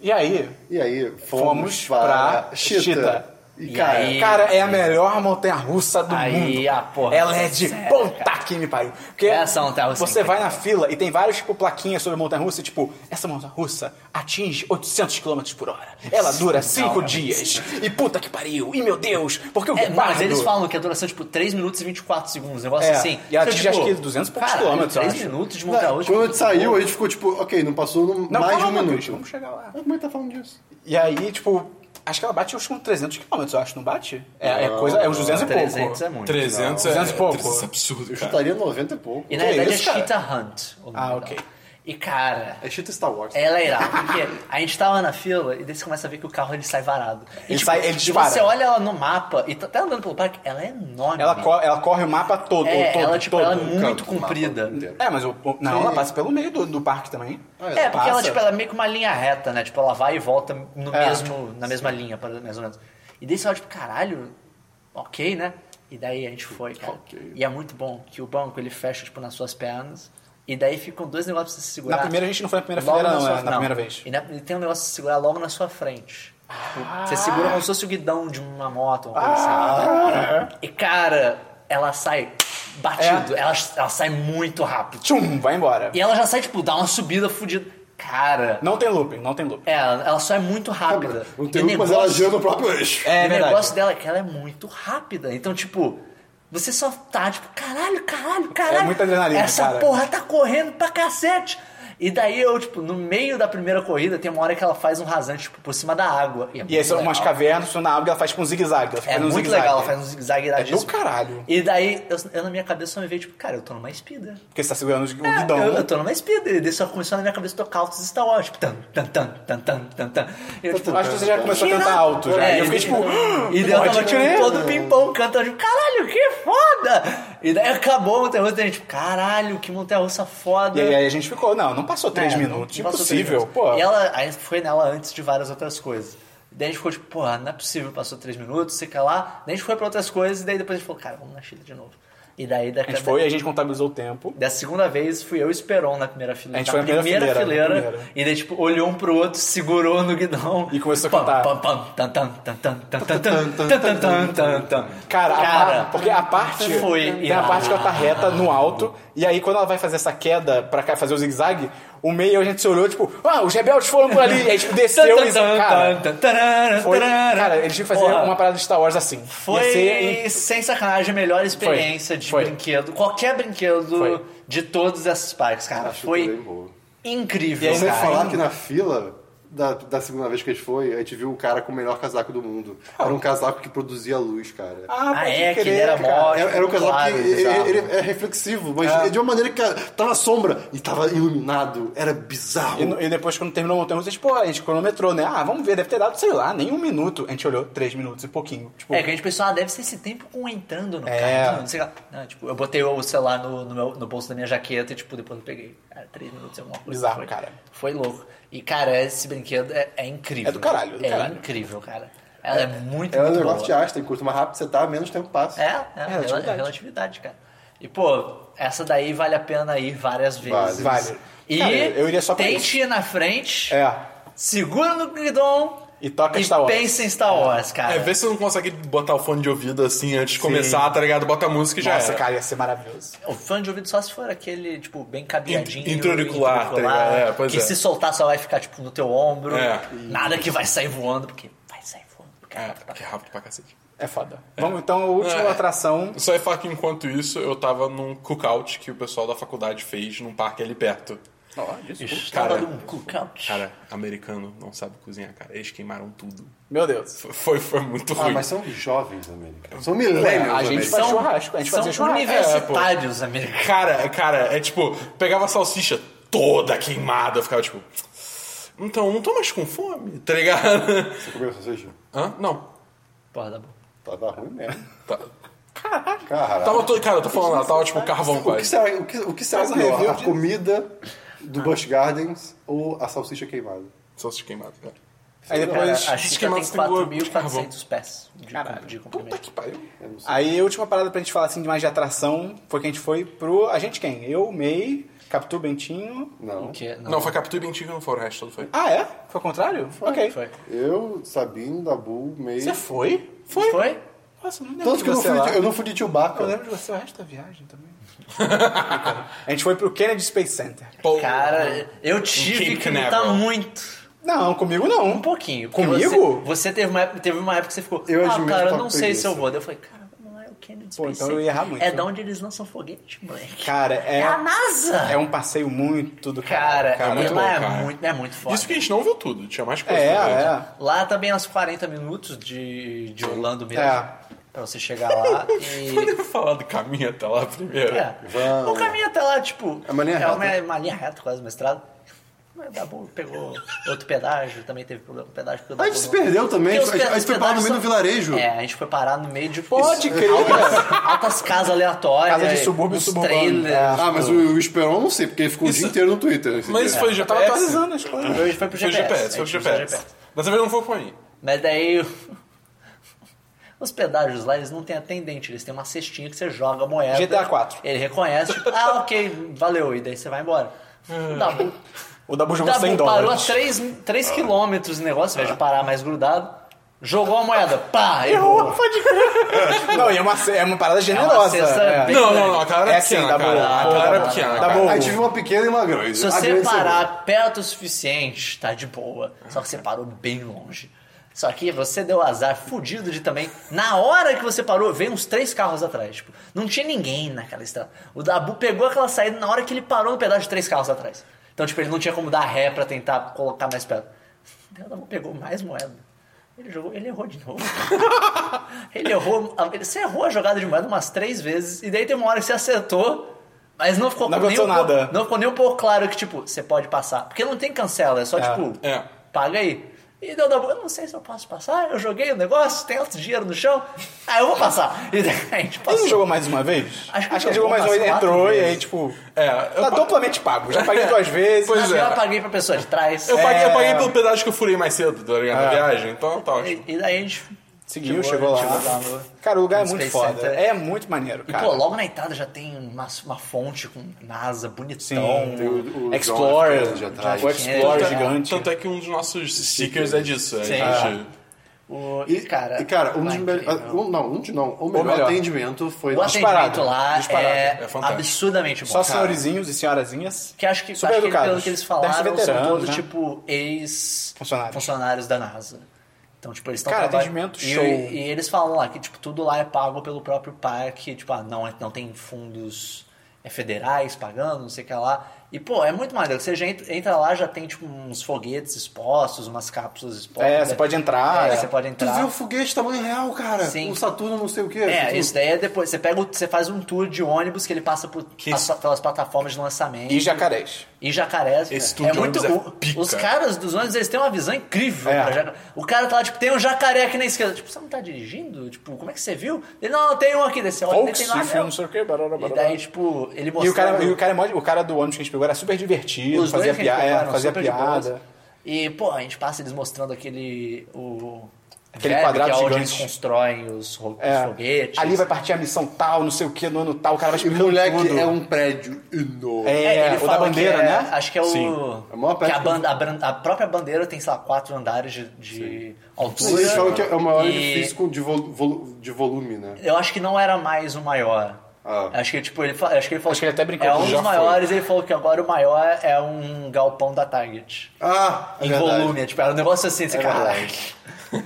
Speaker 2: E aí?
Speaker 3: E aí, fomos,
Speaker 2: Fomos
Speaker 3: para
Speaker 2: pra
Speaker 3: Chita.
Speaker 2: Chita.
Speaker 3: E,
Speaker 4: E
Speaker 3: cara,
Speaker 4: aí?
Speaker 2: Cara, é a melhor montanha russa do mundo.
Speaker 4: Aí, a porra.
Speaker 2: Ela é de
Speaker 4: Sério,
Speaker 2: ponta que me pariu. Porque
Speaker 4: Essa montanha russa
Speaker 2: você
Speaker 4: é
Speaker 2: vai na fila e tem várias tipo, plaquinhas sobre a montanha russa, tipo, essa montanha russa atinge 800 km por hora. Ela dura 5
Speaker 4: é
Speaker 2: dias. E puta que pariu. E meu Deus, porque o
Speaker 4: É,
Speaker 2: guepardo-
Speaker 4: mas eles falam que a duração é tipo 3 minutos e 24 segundos, um negócio
Speaker 2: É,
Speaker 4: assim.
Speaker 2: e ela
Speaker 4: Então,
Speaker 2: atinge,
Speaker 4: tipo,
Speaker 2: acho que 200 e poucos
Speaker 4: caralho,
Speaker 2: quilômetros, eu
Speaker 4: 3
Speaker 2: acho.
Speaker 4: minutos de montanha russa. é
Speaker 3: quando a gente saiu, a gente ficou tipo, ok, não passou no-
Speaker 2: Não,
Speaker 3: mais de um
Speaker 2: calma,
Speaker 3: minuto.
Speaker 2: Cris, Vamos chegar lá.
Speaker 3: Mas como é que tá falando disso?
Speaker 2: E aí, tipo, acho que ela bate uns com 300 km, eu acho, não bate? É, é coisa, é uns 200 e pouco.
Speaker 4: 300 é muito.
Speaker 1: 300
Speaker 2: 300
Speaker 1: é,
Speaker 2: e pouco.
Speaker 1: 300 é absurdo,
Speaker 3: Eu
Speaker 1: cara.
Speaker 3: chutaria 90 e pouco.
Speaker 4: E na
Speaker 2: Que
Speaker 4: verdade
Speaker 2: isso,
Speaker 4: é
Speaker 2: cara?
Speaker 4: Cheetah Hunt. o nome
Speaker 2: Ah,
Speaker 4: dela.
Speaker 2: ok.
Speaker 4: E cara,
Speaker 3: É Chita Star Wars.
Speaker 4: Ela é irada, porque a gente tava na fila e daí você começa a ver que o carro ele sai varado. E, tipo,
Speaker 2: Ele sai- ele
Speaker 4: e
Speaker 2: dispara.
Speaker 4: você olha ela no mapa e tá até andando pelo parque, ela é enorme.
Speaker 2: Ela, co- ela corre o mapa todo.
Speaker 4: é,
Speaker 2: todo,
Speaker 4: ela, tipo,
Speaker 2: todo.
Speaker 4: ela é muito
Speaker 3: canto do mapa
Speaker 4: comprida.
Speaker 3: inteiro.
Speaker 2: É, mas o, o- não, ela passa pelo meio do, do parque também.
Speaker 4: É, porque ela,
Speaker 2: Passa.
Speaker 4: tipo, ela é meio que uma linha reta, né? Tipo, ela vai e volta no
Speaker 2: É.
Speaker 4: mesmo, na mesma linha, para- mais ou menos. E daí você olha, tipo, caralho, ok, né? E daí a gente foi, cara.
Speaker 3: Ok.
Speaker 4: E é muito bom que o banco, ele fecha, tipo, nas suas pernas. E daí ficam dois negócios pra você se segurar.
Speaker 2: Na primeira a gente não foi na primeira
Speaker 4: Logo
Speaker 2: fileira, não,
Speaker 4: sua-
Speaker 2: é, na primeira vez.
Speaker 4: E, na- e tem um negócio de segurar logo na sua frente. Tipo,
Speaker 2: Ah!
Speaker 4: Você segura como se fosse o guidão de uma moto, uma coisa
Speaker 2: Ah,
Speaker 4: assim. E cara, ela sai
Speaker 2: É.
Speaker 4: batido. Ela, ela sai muito rápido.
Speaker 2: Tchum, vai embora.
Speaker 4: E ela já sai, tipo, dá uma subida fudida. Cara,
Speaker 2: Não tem looping, não tem looping.
Speaker 4: é, ela só é muito rápida.
Speaker 3: Não
Speaker 4: E
Speaker 3: tem
Speaker 4: o
Speaker 3: um, mas ela gira no próprio eixo.
Speaker 2: É
Speaker 4: e o
Speaker 2: verdade.
Speaker 4: negócio dela é que ela é muito rápida. Então, tipo, você só tá, tipo, caralho, caralho, caralho.
Speaker 2: É muita adrenalina,
Speaker 4: Essa
Speaker 2: cara.
Speaker 4: porra tá correndo pra cacete. E daí eu, tipo, no meio da primeira corrida, tem uma hora que ela faz um rasante, tipo, por cima da água. é
Speaker 2: E aí
Speaker 4: muito
Speaker 2: são umas
Speaker 4: legal.
Speaker 2: cavernas, na água, ela faz com um zigue-zague. Ela fica
Speaker 4: É
Speaker 2: fazendo um
Speaker 4: muito
Speaker 2: zigue-zague.
Speaker 4: legal, ela faz um zigue-zague
Speaker 2: É
Speaker 4: iradíssimo.
Speaker 2: do caralho.
Speaker 4: E daí, eu, eu na minha cabeça só me veio, tipo, cara, eu tô numa speeder.
Speaker 2: Porque você tá segurando o guidão.
Speaker 4: É, eu, eu tô numa speeder. E daí só começou na minha cabeça tocar altos Star Wars. Tipo, tan, tan, tan, tan, tan, tan, tan. E eu, tipo,
Speaker 2: Acho que você já começou a cantar alto já. e eu fiquei tipo. "Ah,
Speaker 4: É, E daí eu
Speaker 2: pode
Speaker 4: tava
Speaker 2: crer."
Speaker 4: tipo, todo pimpão cantando, tipo, caralho, que foda! E daí acabou a montanha russa, daí a gente, tipo, caralho, que montanha russa foda.
Speaker 2: E aí a gente ficou, não, não passou três
Speaker 4: É,
Speaker 2: minutos.
Speaker 4: não passou três
Speaker 2: impossível,
Speaker 4: minutos.
Speaker 2: pô.
Speaker 4: E ela, aí foi nela antes de várias outras coisas. Daí a gente ficou tipo, porra, não é possível, passou três minutos, sei que lá. Daí a gente foi pra outras coisas, e daí depois a gente falou, cara, vamos na Chile de novo. E daí, da,
Speaker 2: A gente foi, a gente contabilizou o tempo.
Speaker 4: da segunda vez, fui eu e o Esperon na primeira fileira.
Speaker 2: A gente
Speaker 4: na
Speaker 2: foi na primeira fileira, na primeira.
Speaker 4: E daí, tipo, olhou um pro outro, segurou no guidão.
Speaker 2: E começou a
Speaker 4: Pam,
Speaker 2: cantar.
Speaker 4: pam, pam, tan, tan, tan, tan, tan, tan, tan, tan, tan, tan, tan, tan.
Speaker 2: Cara, a
Speaker 4: Cara,
Speaker 2: par- porque a parte.
Speaker 4: foi
Speaker 2: Tem a
Speaker 4: irado.
Speaker 2: parte que ela tá reta no alto. E aí, quando ela vai fazer essa queda pra cá fazer o zigue-zague, o meio a gente se olhou, tipo, ah, os rebeldes foram por ali. E aí, tipo, desceu e. Cara,
Speaker 4: Tan, tan, tan,
Speaker 2: foi,
Speaker 4: tan,
Speaker 2: cara, eles tinham que fazer
Speaker 4: Porra,
Speaker 2: uma parada de Star Wars assim. Ia ser
Speaker 4: Foi, sem sacanagem, a melhor experiência de
Speaker 2: foi.
Speaker 4: brinquedo. Qualquer brinquedo
Speaker 2: Foi.
Speaker 4: de todos esses parques, cara.
Speaker 3: Acho que eu
Speaker 4: foi
Speaker 3: dei boa.
Speaker 4: incrível,
Speaker 3: Eu sei
Speaker 4: cara.
Speaker 3: falar que na fila da, da segunda vez que a gente foi, a gente viu o cara com o melhor casaco do mundo. Era um casaco que produzia luz, cara.
Speaker 4: Ah,
Speaker 2: pode
Speaker 4: é, que ele
Speaker 2: crer,
Speaker 4: era
Speaker 2: cara.
Speaker 4: mó
Speaker 3: Era, era um casaco
Speaker 4: claro,
Speaker 3: que ele,
Speaker 4: bizarro.
Speaker 3: ele- ele é reflexivo, mas de uma maneira que cara, tava sombra e tava iluminado. Era bizarro.
Speaker 2: E, no- e depois, quando terminou o montanha russa, tipo, a gente cronometrou, né? Ah, vamos ver, deve ter dado, sei lá, nem um minuto. A gente olhou três minutos e pouquinho. Tipo,
Speaker 4: É, que a gente pensou, ah, deve ser esse tempo com entrando no
Speaker 2: É.
Speaker 4: carrinho, não sei lá. Não, tipo, eu botei o celular no, no, meu- no bolso da minha jaqueta e, tipo, depois eu peguei. Cara, três minutos é uma coisa.
Speaker 2: Bizarro,
Speaker 4: foi,
Speaker 2: cara.
Speaker 4: Foi louco. E, cara, esse brinquedo é, é incrível.
Speaker 2: É do caralho, é do
Speaker 4: é
Speaker 2: caralho.
Speaker 4: incrível, cara. Ela é, muito,
Speaker 3: É um
Speaker 4: muito
Speaker 3: negócio
Speaker 4: boa.
Speaker 3: de arte, tem quanto mais rápido você tá, menos tempo passa.
Speaker 4: É, é, é relatividade.
Speaker 2: relatividade.
Speaker 4: cara. E, pô, essa daí vale a pena ir várias vezes.
Speaker 2: Vale.
Speaker 4: E
Speaker 2: Cara, eu iria só pra
Speaker 4: tente
Speaker 2: isso.
Speaker 4: ir na frente,
Speaker 2: É.
Speaker 4: segura no guidon
Speaker 2: E E toca Star
Speaker 4: E
Speaker 2: Wars.
Speaker 4: pensa em Star Wars, cara.
Speaker 1: É, vê se você não consegue botar o fone de ouvido assim antes de começar, tá ligado? Bota a música e já
Speaker 2: Nossa,
Speaker 1: era.
Speaker 2: cara, ia ser maravilhoso.
Speaker 4: O fã de ouvido só se for aquele, tipo, bem cabeadinho.
Speaker 1: Int- intra-auricular, tá ligado?
Speaker 4: intra-auricular,
Speaker 1: É, pois
Speaker 4: que
Speaker 1: é.
Speaker 4: se soltar só vai ficar, tipo, no teu ombro.
Speaker 1: É.
Speaker 4: Nada que vai sair voando, porque vai sair voando. Porque
Speaker 1: É, porque é rápido pra cacete.
Speaker 2: É foda. Vamos então, a última
Speaker 1: É.
Speaker 2: atração.
Speaker 1: Só ia falar que enquanto isso, eu tava num cookout que o pessoal da faculdade fez num parque ali perto.
Speaker 4: Estava num cookout.
Speaker 1: Cara, americano não sabe cozinhar, cara. Eles queimaram tudo.
Speaker 2: Meu Deus.
Speaker 1: F- Foi, foi muito
Speaker 3: Ah,
Speaker 1: ruim.
Speaker 3: mas são jovens americanos. São milênios
Speaker 2: Ué, a gente
Speaker 3: americanos.
Speaker 2: faz churrasco, a gente fazia
Speaker 4: são
Speaker 2: churrasco. É,
Speaker 4: universitários americanos.
Speaker 1: Cara, cara, é tipo, pegava a salsicha toda queimada, eu ficava tipo. Então, não tô mais com fome, tá ligado?
Speaker 3: Você comeu salsicha?
Speaker 1: Hã? Não.
Speaker 4: Porra, da boca.
Speaker 3: Tava ruim mesmo.
Speaker 1: Tá.
Speaker 3: Caralho.
Speaker 1: Tava todo, cara, eu tô falando, ela tava tipo carvão
Speaker 3: O que
Speaker 1: quase.
Speaker 3: será, o que, o que será
Speaker 2: Faz um
Speaker 3: pior,
Speaker 2: review
Speaker 3: a
Speaker 2: de-
Speaker 3: comida do Busch Gardens ou a salsicha queimada?
Speaker 1: Salsicha queimada, cara.
Speaker 2: Aí
Speaker 1: Então,
Speaker 4: Cara,
Speaker 2: depois.
Speaker 4: a gente
Speaker 1: queimados
Speaker 4: tem
Speaker 1: tem gosto de
Speaker 4: 4.400 pés de,
Speaker 2: Caralho.
Speaker 4: de
Speaker 1: é Puta
Speaker 4: comprimento.
Speaker 1: que pariu.
Speaker 3: Eu não sei.
Speaker 2: Aí a última parada pra gente falar assim de mais de atração foi que a gente foi pro. A gente quem? Eu, May, Capitu Bentinho.
Speaker 3: Não.
Speaker 4: Porque, é- não,
Speaker 1: Não, foi Capitu e Bentinho que não foram, o resto todo foi.
Speaker 2: Ah, é? Foi ao contrário? ok.
Speaker 4: Foi.
Speaker 3: Eu, Sabino, Dabu, meio.
Speaker 2: Você foi?
Speaker 4: Foi?
Speaker 2: Nossa, eu não lembro
Speaker 3: Tanto
Speaker 2: de
Speaker 3: que eu não,
Speaker 2: você
Speaker 3: fui
Speaker 2: lá. Né?
Speaker 3: de, eu não fui de Chewbacca.
Speaker 2: Eu lembro de você o resto da viagem também. a gente foi pro Kennedy Space Center.
Speaker 1: Pô,
Speaker 4: Cara, eu
Speaker 1: Em
Speaker 4: tive
Speaker 1: Cape
Speaker 4: que lutar
Speaker 1: Canaveral.
Speaker 4: muito.
Speaker 2: Não, comigo não.
Speaker 4: Um pouquinho. porque
Speaker 2: Comigo?
Speaker 4: Você, você teve, uma época, teve uma época que você ficou,
Speaker 3: Eu
Speaker 4: ah,
Speaker 3: admito
Speaker 4: cara,
Speaker 3: que
Speaker 4: eu
Speaker 3: eu
Speaker 4: não
Speaker 3: tava
Speaker 4: sei
Speaker 3: preguiça.
Speaker 4: se eu vou. Daí Eu falei, cara, não é o Kennedy
Speaker 2: Pô,
Speaker 4: Space
Speaker 2: então eu ia
Speaker 4: Center.
Speaker 2: errar muito,
Speaker 4: É
Speaker 2: né?
Speaker 4: da onde eles lançam foguete, moleque.
Speaker 2: Cara, é,
Speaker 4: É a NASA!
Speaker 2: é um passeio muito do
Speaker 4: Cara,
Speaker 1: cara, é muito
Speaker 4: ela
Speaker 1: bom,
Speaker 4: é,
Speaker 1: cara.
Speaker 4: muito, é muito forte.
Speaker 1: Isso que a gente não viu tudo, tinha mais coisa.
Speaker 2: É,
Speaker 1: tá ligado?
Speaker 2: é.
Speaker 4: Lá também aos 40 minutos de, de Orlando mesmo.
Speaker 2: É.
Speaker 4: Pra você chegar lá e...
Speaker 1: Podemos falar do caminho até lá primeiro?
Speaker 4: É. O caminho até lá, tipo,
Speaker 3: É uma linha
Speaker 4: é uma,
Speaker 3: reta.
Speaker 4: uma linha reta, quase uma estrada. Mas dá bom, pegou outro pedágio, também teve problema com o pedágio. porque o
Speaker 3: A gente
Speaker 4: Dabu
Speaker 3: se
Speaker 4: não-
Speaker 3: perdeu também,
Speaker 4: Porque
Speaker 3: a gente-
Speaker 4: os
Speaker 3: a gente foi parar no meio do
Speaker 4: pedágios são-
Speaker 3: vilarejo.
Speaker 4: É, a gente foi parar no meio de
Speaker 2: Pode crer.
Speaker 4: altas, altas casas aleatórias.
Speaker 2: Casa de subúrbio
Speaker 4: uns
Speaker 2: suburbano.
Speaker 4: trailers.
Speaker 2: É.
Speaker 3: Ah, mas o, o Esperon não sei, porque ele ficou o dia inteiro no Twitter. esse
Speaker 1: Mas
Speaker 3: dia. Ah,
Speaker 1: isso foi
Speaker 2: Eu tava
Speaker 1: GPS?
Speaker 2: atualizando as coisas.
Speaker 4: Hoje foi pro
Speaker 1: Foi
Speaker 4: GPS.
Speaker 1: GPS, foi
Speaker 4: a gente
Speaker 1: GPS. Dessa vez não foi pra mim.
Speaker 4: Mas daí. Os pedágios lá, eles não têm atendente, eles têm uma cestinha que você joga a moeda.
Speaker 2: GTA 4.
Speaker 4: Ele reconhece, tipo, ah, ok, valeu, e daí você vai embora. O Dabu,
Speaker 2: O Dabu jogou
Speaker 4: Dabu
Speaker 2: 100
Speaker 4: parou a
Speaker 2: dólares.
Speaker 4: 3, três quilômetros o negócio, ao invés de parar mais grudado, jogou a moeda, pá, errou.
Speaker 2: Errou, pode crer. Não, e é uma, ce- é uma parada generosa.
Speaker 4: cesta
Speaker 2: é.
Speaker 4: bem-
Speaker 1: Não, não, não, a cara era
Speaker 2: É assim,
Speaker 1: pequena,
Speaker 2: tá bom.
Speaker 1: cara. A
Speaker 2: Pô,
Speaker 1: cara
Speaker 2: tá
Speaker 1: era
Speaker 2: bom.
Speaker 1: pequena.
Speaker 2: Tá
Speaker 1: cara.
Speaker 2: bom.
Speaker 3: Aí tive uma pequena e uma grande.
Speaker 4: Se
Speaker 3: A
Speaker 4: você
Speaker 3: grande
Speaker 4: parar perto o suficiente, tá de boa. Só que você parou bem longe. Só que você deu azar fudido de também. Na hora que você parou, veio uns três carros atrás. Tipo, não tinha ninguém naquela estrada. O Dabu pegou aquela saída na hora que ele parou no pedaço de três carros atrás. Então, tipo, ele não tinha como dar ré pra tentar colocar mais perto. Então, o Dabu pegou mais moeda. Ele jogou, ele errou de novo. ele errou. ele- Você errou a jogada de moeda umas três vezes. E daí tem uma hora que você acertou, mas não ficou
Speaker 2: Não
Speaker 4: nem
Speaker 2: aconteceu
Speaker 4: um pouco-
Speaker 2: nada.
Speaker 4: não ficou nem um pouco claro que, tipo, você pode passar. Porque não tem cancela, é só, tipo,
Speaker 1: É.
Speaker 4: paga aí. E deu da boa, eu não sei se eu posso passar, eu joguei o negócio, tem outro dinheiro no chão, ah, eu vou passar. E daí a gente
Speaker 2: Ele não
Speaker 4: passou.
Speaker 2: jogou um mais uma vez?
Speaker 4: Acho que
Speaker 2: ele jogou
Speaker 4: jogou
Speaker 2: mais uma
Speaker 4: umas
Speaker 2: vez,
Speaker 4: quatro
Speaker 2: entrou e aí,
Speaker 4: vezes.
Speaker 2: tipo.
Speaker 1: É, eu pa-
Speaker 2: tá duplamente pago. Já paguei duas vezes.
Speaker 1: Pois
Speaker 4: eu
Speaker 1: é.
Speaker 4: apaguei pra pessoa de trás.
Speaker 1: Eu,
Speaker 4: É.
Speaker 1: paguei, eu
Speaker 2: É.
Speaker 1: paguei pelo pedágio que eu furei mais cedo, tá ligado? Na viagem, então tá ótimo.
Speaker 4: E, e daí a gente.
Speaker 2: Seguiu, chegou, lá.
Speaker 4: no-
Speaker 2: Cara, o lugar é
Speaker 4: no
Speaker 2: muito
Speaker 4: Space
Speaker 2: foda.
Speaker 4: Center.
Speaker 2: É muito maneiro,
Speaker 4: E,
Speaker 2: cara.
Speaker 4: pô, logo na entrada já tem uma, uma fonte com NASA bonitão.
Speaker 2: Sim,
Speaker 3: Tem o- o
Speaker 2: Explorer,
Speaker 3: John já tá aí.
Speaker 2: o Explorer
Speaker 4: Tanto é-
Speaker 2: gigante.
Speaker 1: Tanto é que um dos nossos stickers é disso. A
Speaker 4: Sim.
Speaker 1: gente...
Speaker 4: O,
Speaker 3: E,
Speaker 4: e, cara,
Speaker 3: e, cara, um dos
Speaker 4: lá
Speaker 3: melhores.
Speaker 4: incrível.
Speaker 3: um- Não, um de não. O melhor,
Speaker 2: melhor.
Speaker 3: atendimento foi
Speaker 4: O
Speaker 3: lá.
Speaker 4: atendimento
Speaker 2: disparado,
Speaker 4: lá
Speaker 2: disparado.
Speaker 4: é,
Speaker 1: É fantástico.
Speaker 4: absurdamente bom.
Speaker 2: Só
Speaker 4: cara.
Speaker 2: senhorizinhos e senhorazinhas.
Speaker 4: Que acho que, acho
Speaker 2: Super
Speaker 4: que ele-
Speaker 2: educados.
Speaker 4: pelo que eles
Speaker 2: Deve ser
Speaker 4: falaram, são
Speaker 2: veterano,
Speaker 4: todos,
Speaker 2: né?
Speaker 4: tipo, ex-funcionários
Speaker 2: Funcionários.
Speaker 4: da NASA. Então, tipo, eles estão
Speaker 2: Cara, atendimento
Speaker 4: e,
Speaker 2: show.
Speaker 4: E eles falam lá que, tipo, tudo lá é pago pelo próprio parque. Tipo, ah, não, é- não tem fundos é, federais pagando, não sei o que lá. E, pô, é muito maneiro. Você já entra, entra lá, já tem, tipo, uns foguetes expostos, umas cápsulas expostas.
Speaker 2: É, você pode entrar,
Speaker 4: É,
Speaker 2: é.
Speaker 4: você pode
Speaker 3: Tu vê
Speaker 4: entrar.
Speaker 3: o foguete tamanho real, cara.
Speaker 4: Sim.
Speaker 3: Um Saturno não sei o quê.
Speaker 4: É,
Speaker 3: Tu-
Speaker 4: isso daí é depois. Você pega, o- você faz um tour de ônibus que ele passa por passa pelas plataformas de lançamento.
Speaker 2: E jacarés.
Speaker 4: E jacarés.
Speaker 1: Esse
Speaker 4: cara.
Speaker 1: tour
Speaker 4: é
Speaker 1: de
Speaker 4: muito
Speaker 1: ônibus é
Speaker 4: o-
Speaker 1: pica.
Speaker 4: Os caras dos ônibus, eles têm uma visão incrível.
Speaker 2: É.
Speaker 4: pra jacaré. O cara tá lá, tipo, tem um jacaré aqui na esquerda. Tipo, você não tá dirigindo? Tipo, como é que você viu? Ele, não, tem um aqui. Daí você olha, nem
Speaker 2: Folks,
Speaker 4: tem lá
Speaker 2: se não
Speaker 4: mesmo.
Speaker 2: sei o que, barará,
Speaker 4: E
Speaker 2: barará.
Speaker 4: daí, tipo, ele
Speaker 2: E
Speaker 4: mostrou...
Speaker 2: o cara, e o cara, é mó- o cara do ônibus que a gente pegou era super divertido,
Speaker 4: Os
Speaker 2: fazia,
Speaker 4: dois que
Speaker 2: pia-
Speaker 4: eles
Speaker 2: é,
Speaker 4: compraram,
Speaker 2: fazia
Speaker 4: super de boas.
Speaker 2: piada.
Speaker 4: E, pô, a gente passa eles mostrando aquele... O,
Speaker 2: Aquele
Speaker 4: verbe
Speaker 2: quadrado
Speaker 4: que é onde eles
Speaker 2: gigante.
Speaker 4: constroem os, ro- os
Speaker 2: É.
Speaker 4: foguetes.
Speaker 2: Ali vai partir a missão tal, não sei o que, no ano tal, o cara vai
Speaker 3: E
Speaker 2: explicando
Speaker 3: moleque
Speaker 2: tudo.
Speaker 3: é um prédio enorme.
Speaker 2: É,
Speaker 4: É, ele
Speaker 2: o
Speaker 4: fala
Speaker 2: da bandeira,
Speaker 4: que é-
Speaker 2: né?
Speaker 4: Acho que é o.
Speaker 1: Sim.
Speaker 3: A maior
Speaker 4: que
Speaker 3: parte
Speaker 4: a,
Speaker 3: do-
Speaker 4: banda- a bran- a própria bandeira tem, sei lá, quatro andares de, de altura.
Speaker 3: Eles falam que é o maior
Speaker 4: E
Speaker 3: edifício com- de, vol- vol- de volume, né?
Speaker 4: Eu acho que não era mais o maior.
Speaker 3: Ah.
Speaker 4: Acho que tipo, ele, fa- acho que ele falou.
Speaker 2: Acho que ele até brincou
Speaker 4: É
Speaker 2: que
Speaker 4: um
Speaker 1: já
Speaker 4: dos
Speaker 1: foi.
Speaker 4: maiores, ele falou que agora o maior é um galpão da Target.
Speaker 3: Ah, é
Speaker 4: em
Speaker 3: verdade.
Speaker 4: volume, é, tipo, era um negócio assim, você
Speaker 3: É
Speaker 4: caraca.
Speaker 3: verdade.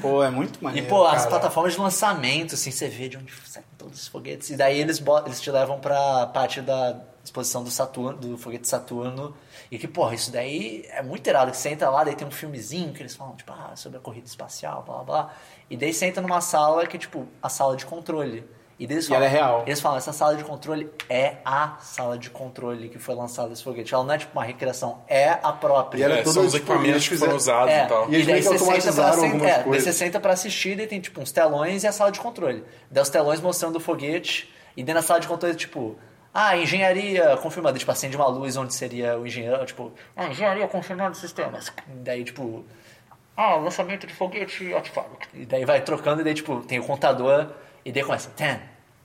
Speaker 2: Pô, é muito
Speaker 4: E,
Speaker 2: maneiro.
Speaker 4: pô, as
Speaker 2: cara.
Speaker 4: plataformas de lançamento, assim, você vê de onde saem todos os foguetes. E daí eles, botam- eles te levam pra parte da exposição do Saturno, do foguete Saturno. E que, porra, isso daí é muito irado. Que você entra lá, daí tem um filmezinho que eles falam, tipo, ah, sobre a corrida espacial, blá, blá, blá. E daí você entra numa sala que, tipo, a sala de controle. E, daí eles
Speaker 2: E ela
Speaker 4: falam,
Speaker 2: é real.
Speaker 4: Eles falam, essa sala de controle é a sala de controle que foi lançada esse foguete. Ela não é, tipo, uma recriação, é a própria.
Speaker 3: E ela
Speaker 1: É,
Speaker 3: todas
Speaker 1: são os
Speaker 3: as
Speaker 1: equipamentos que foram
Speaker 3: fizeram-
Speaker 1: usados
Speaker 4: É,
Speaker 1: e tal.
Speaker 3: E eles
Speaker 4: daí
Speaker 3: meio que
Speaker 4: você senta pra
Speaker 3: automatizaram
Speaker 4: assi-
Speaker 3: algumas
Speaker 4: é, daí
Speaker 3: coisas.
Speaker 4: você senta pra assistir, daí tem tipo uns telões e a sala de controle. Daí os telões mostrando o foguete, e dentro da sala de controle, tipo, ah, engenharia confirmada, tipo, acende uma luz onde seria o engenheiro, tipo, ah, engenharia confirmando sistemas. Daí, tipo, ah, lançamento de foguete ativado. E daí vai trocando, e daí, tipo, tem o contador, e daí começa, 10.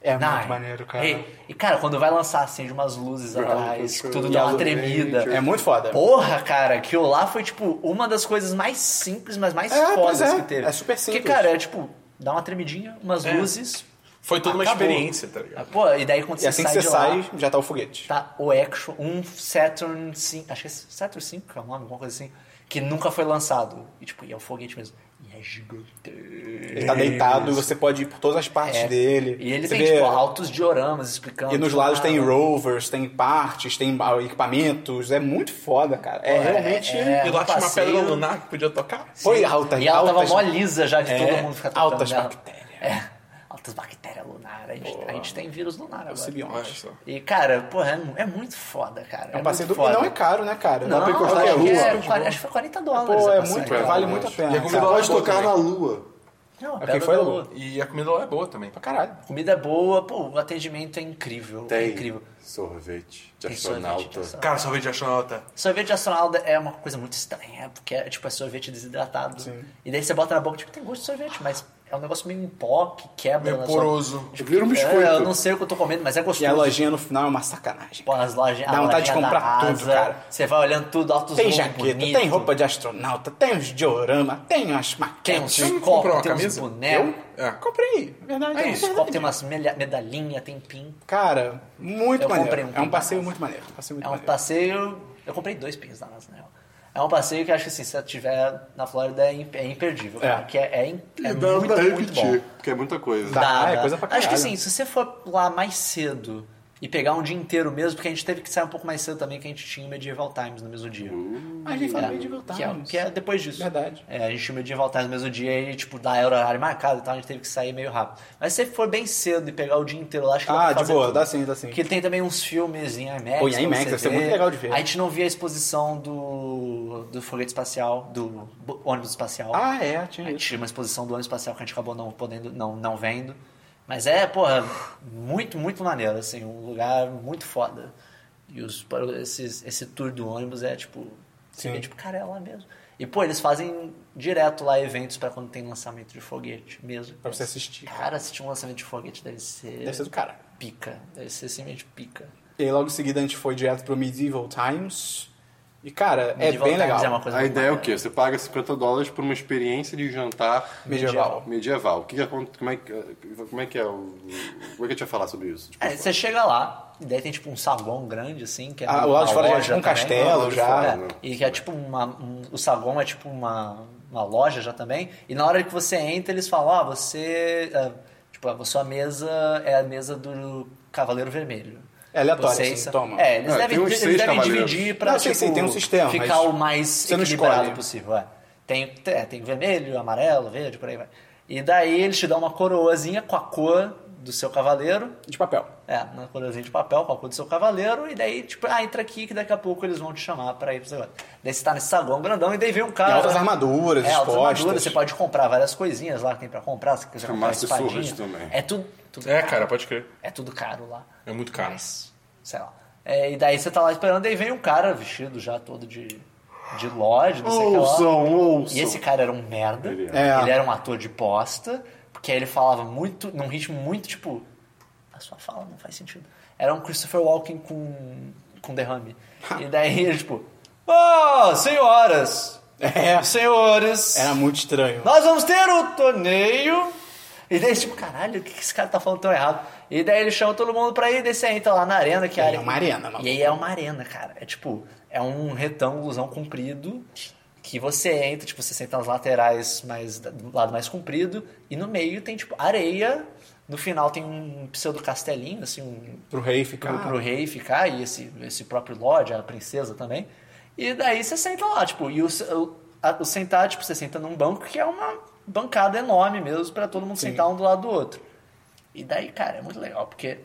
Speaker 2: É muito
Speaker 4: nine,
Speaker 2: maneiro, cara.
Speaker 4: eight." E, cara, quando vai lançar, acende umas luzes atrás,
Speaker 3: cara.
Speaker 4: tudo
Speaker 3: E
Speaker 4: dá
Speaker 3: a
Speaker 4: uma
Speaker 3: luz-
Speaker 4: tremida.
Speaker 3: Gente,
Speaker 2: É muito foda.
Speaker 4: Porra, cara, que o lá foi, tipo, uma das coisas mais simples, mas mais
Speaker 2: É,
Speaker 4: fodas
Speaker 2: pois é.
Speaker 4: que teve.
Speaker 2: É super simples.
Speaker 4: Porque, cara, é tipo, dá uma tremidinha, umas luzes.
Speaker 1: Foi É. toda uma
Speaker 4: acabou.
Speaker 1: experiência, tá ligado?
Speaker 4: Ah, Pô, e daí quando
Speaker 2: E
Speaker 4: você
Speaker 2: assim que
Speaker 4: sai
Speaker 2: você
Speaker 4: de
Speaker 2: sai,
Speaker 4: lá,
Speaker 2: já tá o foguete.
Speaker 4: tá o Action, um Saturn 5, acho que é Saturn 5 que é o nome, alguma coisa assim, que nunca foi lançado. E, tipo, e é um foguete mesmo. E é gigante.
Speaker 2: Ele tá deitado e você pode ir por todas as partes
Speaker 4: É.
Speaker 2: dele.
Speaker 4: E ele
Speaker 2: Você
Speaker 4: tem,
Speaker 2: vê-
Speaker 4: tipo, altos dioramas explicando.
Speaker 2: E nos lados
Speaker 4: Ah,
Speaker 2: tem rovers, tem partes, tem ah, equipamentos. É muito foda, cara. É
Speaker 4: Porra, é-
Speaker 2: realmente.
Speaker 4: é-
Speaker 1: e lá tinha uma
Speaker 4: passeio.
Speaker 1: pedra lunar que podia tocar.
Speaker 2: Foi alta,
Speaker 4: E ela
Speaker 2: altas-
Speaker 4: tava mó lisa já de
Speaker 2: É,
Speaker 4: todo mundo ficar tocando
Speaker 2: altas
Speaker 4: nela.
Speaker 2: bactérias.
Speaker 4: É, altas bactérias lunares. A gente, a gente tem vírus lunar agora.
Speaker 2: simbionte.
Speaker 1: Olha só.
Speaker 4: E, cara, porra, é, mu- é muito foda, cara.
Speaker 2: É um passeio do...
Speaker 4: muito
Speaker 2: E
Speaker 4: foda.
Speaker 2: não é caro, né, cara? Dá pra
Speaker 4: Não,
Speaker 3: encostar na
Speaker 4: acho que
Speaker 3: rua.
Speaker 4: é 40 acho que foi 40 dólares.
Speaker 2: Pô,
Speaker 4: a
Speaker 2: é
Speaker 4: passagem.
Speaker 2: muito,
Speaker 1: cara.
Speaker 2: vale muito a pena.
Speaker 3: E a comida
Speaker 2: cara.
Speaker 3: pode tocar na lua.
Speaker 4: Não,
Speaker 2: Ok,
Speaker 4: é
Speaker 2: foi
Speaker 4: foi
Speaker 2: a lua.
Speaker 1: E a comida lá é boa também.
Speaker 2: Pra caralho.
Speaker 4: Comida é boa, pô, o atendimento é incrível. É incrível.
Speaker 3: sorvete de
Speaker 4: Tem sorvete de astronauta.
Speaker 1: Cara, sorvete de astronauta.
Speaker 4: Sorvete de astronauta é uma coisa muito estranha, porque é tipo é sorvete desidratado. E daí você bota na boca, tipo, tem gosto de sorvete, mas é um negócio meio em pó que quebra.
Speaker 1: Meio
Speaker 4: na sua-
Speaker 1: poroso.
Speaker 3: Vira um biscoito.
Speaker 4: É, eu não sei o que eu tô comendo, mas
Speaker 2: E
Speaker 4: é
Speaker 2: a
Speaker 4: gostoso.
Speaker 2: lojinha no final é uma sacanagem.
Speaker 4: Pô, as lojas,
Speaker 2: Dá
Speaker 4: a
Speaker 2: vontade de
Speaker 4: lojinha da
Speaker 2: comprar tudo,
Speaker 4: Asa,
Speaker 2: cara.
Speaker 4: Você vai olhando tudo, altos
Speaker 2: Tem
Speaker 4: logos
Speaker 2: jaqueta,
Speaker 4: bonitos,
Speaker 2: tem roupa de astronauta, tem os diorama, tem umas
Speaker 4: tem
Speaker 2: maquetes.
Speaker 4: uns
Speaker 1: Você não comprou
Speaker 4: copos,
Speaker 1: uma
Speaker 4: tem uns
Speaker 1: camisa?
Speaker 4: bonecos,
Speaker 1: É.
Speaker 2: Comprei, verdade.
Speaker 1: É
Speaker 2: é
Speaker 1: isso,
Speaker 2: verdade.
Speaker 4: copo, tem umas melha- medalhinha, tem pin.
Speaker 2: Cara, muito
Speaker 4: Eu comprei
Speaker 2: maneiro.
Speaker 4: um
Speaker 2: é um
Speaker 4: pin.
Speaker 2: passeio muito maneiro. Passeio muito
Speaker 4: É um
Speaker 2: maneiro.
Speaker 4: passeio... Eu comprei dois pins na Asa, na real. É um passeio que eu acho que assim, se você estiver na Flórida é, im- é imperdível, cara.
Speaker 2: É.
Speaker 4: Que é, é, im- é
Speaker 3: Dá
Speaker 4: muito,
Speaker 3: pra
Speaker 4: muito bom.
Speaker 3: repetir, porque é muita coisa.
Speaker 2: Dá. Ah, é
Speaker 4: dá.
Speaker 2: coisa pra
Speaker 4: Acho
Speaker 2: caralho.
Speaker 4: que assim, se você for lá mais cedo e pegar um dia inteiro mesmo, porque a gente teve que sair um pouco mais cedo também, que a gente tinha o Medieval Times no mesmo dia.
Speaker 2: A gente
Speaker 4: É,
Speaker 2: também de voltar.
Speaker 4: Que é, que é depois disso.
Speaker 2: Ah, Verdade.
Speaker 4: É, a gente tinha o Medieval Times no mesmo dia e, tipo, da era horário marcado, então a gente teve que sair meio rápido. Mas se você for bem cedo e pegar o dia inteiro lá, acho que dá
Speaker 2: Ah,
Speaker 4: pra
Speaker 2: de
Speaker 4: fazer
Speaker 2: boa,
Speaker 4: tudo.
Speaker 2: dá sim, dá sim.
Speaker 4: Porque tem também uns filmes em IMAX.
Speaker 2: Pô, em
Speaker 4: pra
Speaker 2: IMAX,
Speaker 4: você
Speaker 2: deve ser muito legal de ver.
Speaker 4: A gente não via a exposição do, do foguete espacial, do bo- ônibus espacial.
Speaker 2: Ah, é,
Speaker 4: A
Speaker 2: tinha
Speaker 4: gente
Speaker 2: isso.
Speaker 4: tinha uma exposição do ano espacial que a gente acabou não podendo, não, não vendo. Mas é, porra, muito, muito maneiro, assim, um lugar muito foda. E os, esses, esse tour do ônibus é tipo. Você
Speaker 2: Sim.
Speaker 4: vê, tipo, cara, é lá mesmo. E, pô, eles fazem direto lá eventos pra quando tem lançamento de foguete mesmo.
Speaker 2: Pra você assistir.
Speaker 4: Cara, assistir um lançamento de foguete deve ser.
Speaker 2: Deve ser do cara.
Speaker 4: Pica. Deve ser simplesmente pica.
Speaker 2: E aí logo em seguida a gente foi direto pro Medieval Times. E, cara, é
Speaker 4: Medieval
Speaker 2: bem
Speaker 4: Times
Speaker 2: legal.
Speaker 4: É uma coisa
Speaker 3: A
Speaker 4: muito
Speaker 3: ideia é o
Speaker 4: maneira.
Speaker 3: quê? Você paga 50 dólares por uma experiência de jantar
Speaker 2: Medieval.
Speaker 3: medieval. O que que aconte- como, é que, como é que é o... Como é que eu tinha falar sobre isso? Tipo,
Speaker 4: É, você chega lá, e daí tem tipo um salão grande, assim, que é
Speaker 2: Ah, o
Speaker 4: uma
Speaker 2: lado de fora já é
Speaker 4: loja
Speaker 2: tipo um
Speaker 4: também.
Speaker 2: castelo,
Speaker 4: É,
Speaker 2: já. né?
Speaker 4: e que é tipo uma. um- o salão é tipo uma, uma loja já também. E na hora que você entra, eles falam, ah, você. ah, tipo, a sua mesa é a mesa do Cavaleiro Vermelho.
Speaker 2: É aleatório,
Speaker 4: Vocês
Speaker 2: assim,
Speaker 4: são-
Speaker 2: toma.
Speaker 4: É, eles
Speaker 3: Ah,
Speaker 4: devem,
Speaker 3: tem uns
Speaker 4: eles
Speaker 3: seis
Speaker 4: devem
Speaker 3: cavaleiros.
Speaker 4: dividir pra
Speaker 2: Não, sim,
Speaker 4: tipo,
Speaker 2: sim, tem um sistema,
Speaker 4: ficar
Speaker 2: mas
Speaker 4: o mais
Speaker 2: você não
Speaker 4: equilibrado
Speaker 2: escolhe.
Speaker 4: possível. É. Tem, é, tem vermelho, amarelo, verde, por aí vai. E daí eles te dão uma coroazinha com a cor do seu cavaleiro.
Speaker 2: De papel.
Speaker 4: É, na corzinha de papel, com a cor do seu cavaleiro, e daí, tipo, ah, entra aqui que daqui a pouco eles vão te chamar pra ir pro negócio. Daí você tá nesse saguão grandão e daí vem um cara.
Speaker 2: E altas armaduras
Speaker 4: é, altas
Speaker 2: expostas.
Speaker 4: armaduras, você pode comprar várias coisinhas lá que tem pra comprar, se quiser comprar
Speaker 3: Fumaça e surras
Speaker 4: espadinha.
Speaker 3: também.
Speaker 4: É tudo, tudo
Speaker 1: É,
Speaker 4: caro.
Speaker 1: cara, pode crer.
Speaker 4: É tudo caro lá.
Speaker 1: É muito caro.
Speaker 4: Mas, sei lá. É, e daí você tá lá esperando, daí vem um cara vestido já todo de de Lodge, não sei o que lá.
Speaker 3: Ouçam, ouçam.
Speaker 4: E esse cara era um merda.
Speaker 3: Ele
Speaker 2: era.
Speaker 4: Ele era um ator de posta, porque aí ele falava muito, num ritmo muito tipo. A sua fala não faz sentido. Era um Christopher Walken com, com derrame. e daí ele, tipo. Oh, senhoras!
Speaker 2: É.
Speaker 4: Senhores!
Speaker 2: Era muito estranho.
Speaker 4: Nós vamos ter o torneio. E daí, tipo, caralho, o que que esse cara tá falando tão errado? E daí ele chama todo mundo pra ir descer aí, tá lá na arena, que
Speaker 2: É
Speaker 4: a área-
Speaker 2: uma arena, maluco.
Speaker 4: E aí é uma arena, cara. É tipo, é um retângulozão comprido que você entra, tipo, você senta nas laterais mais do lado mais comprido, e no meio tem, tipo, areia. No final tem um pseudo castelinho, assim, um
Speaker 2: Pro rei
Speaker 4: pro,
Speaker 2: ficar.
Speaker 4: pro rei ficar, e esse, esse próprio Lodge, a princesa também. E daí você senta lá, tipo, e o, se- o, a- o sentar, tipo, você senta num banco que é uma bancada enorme mesmo pra todo mundo sentar um do lado do outro. E daí, cara, é muito legal, porque,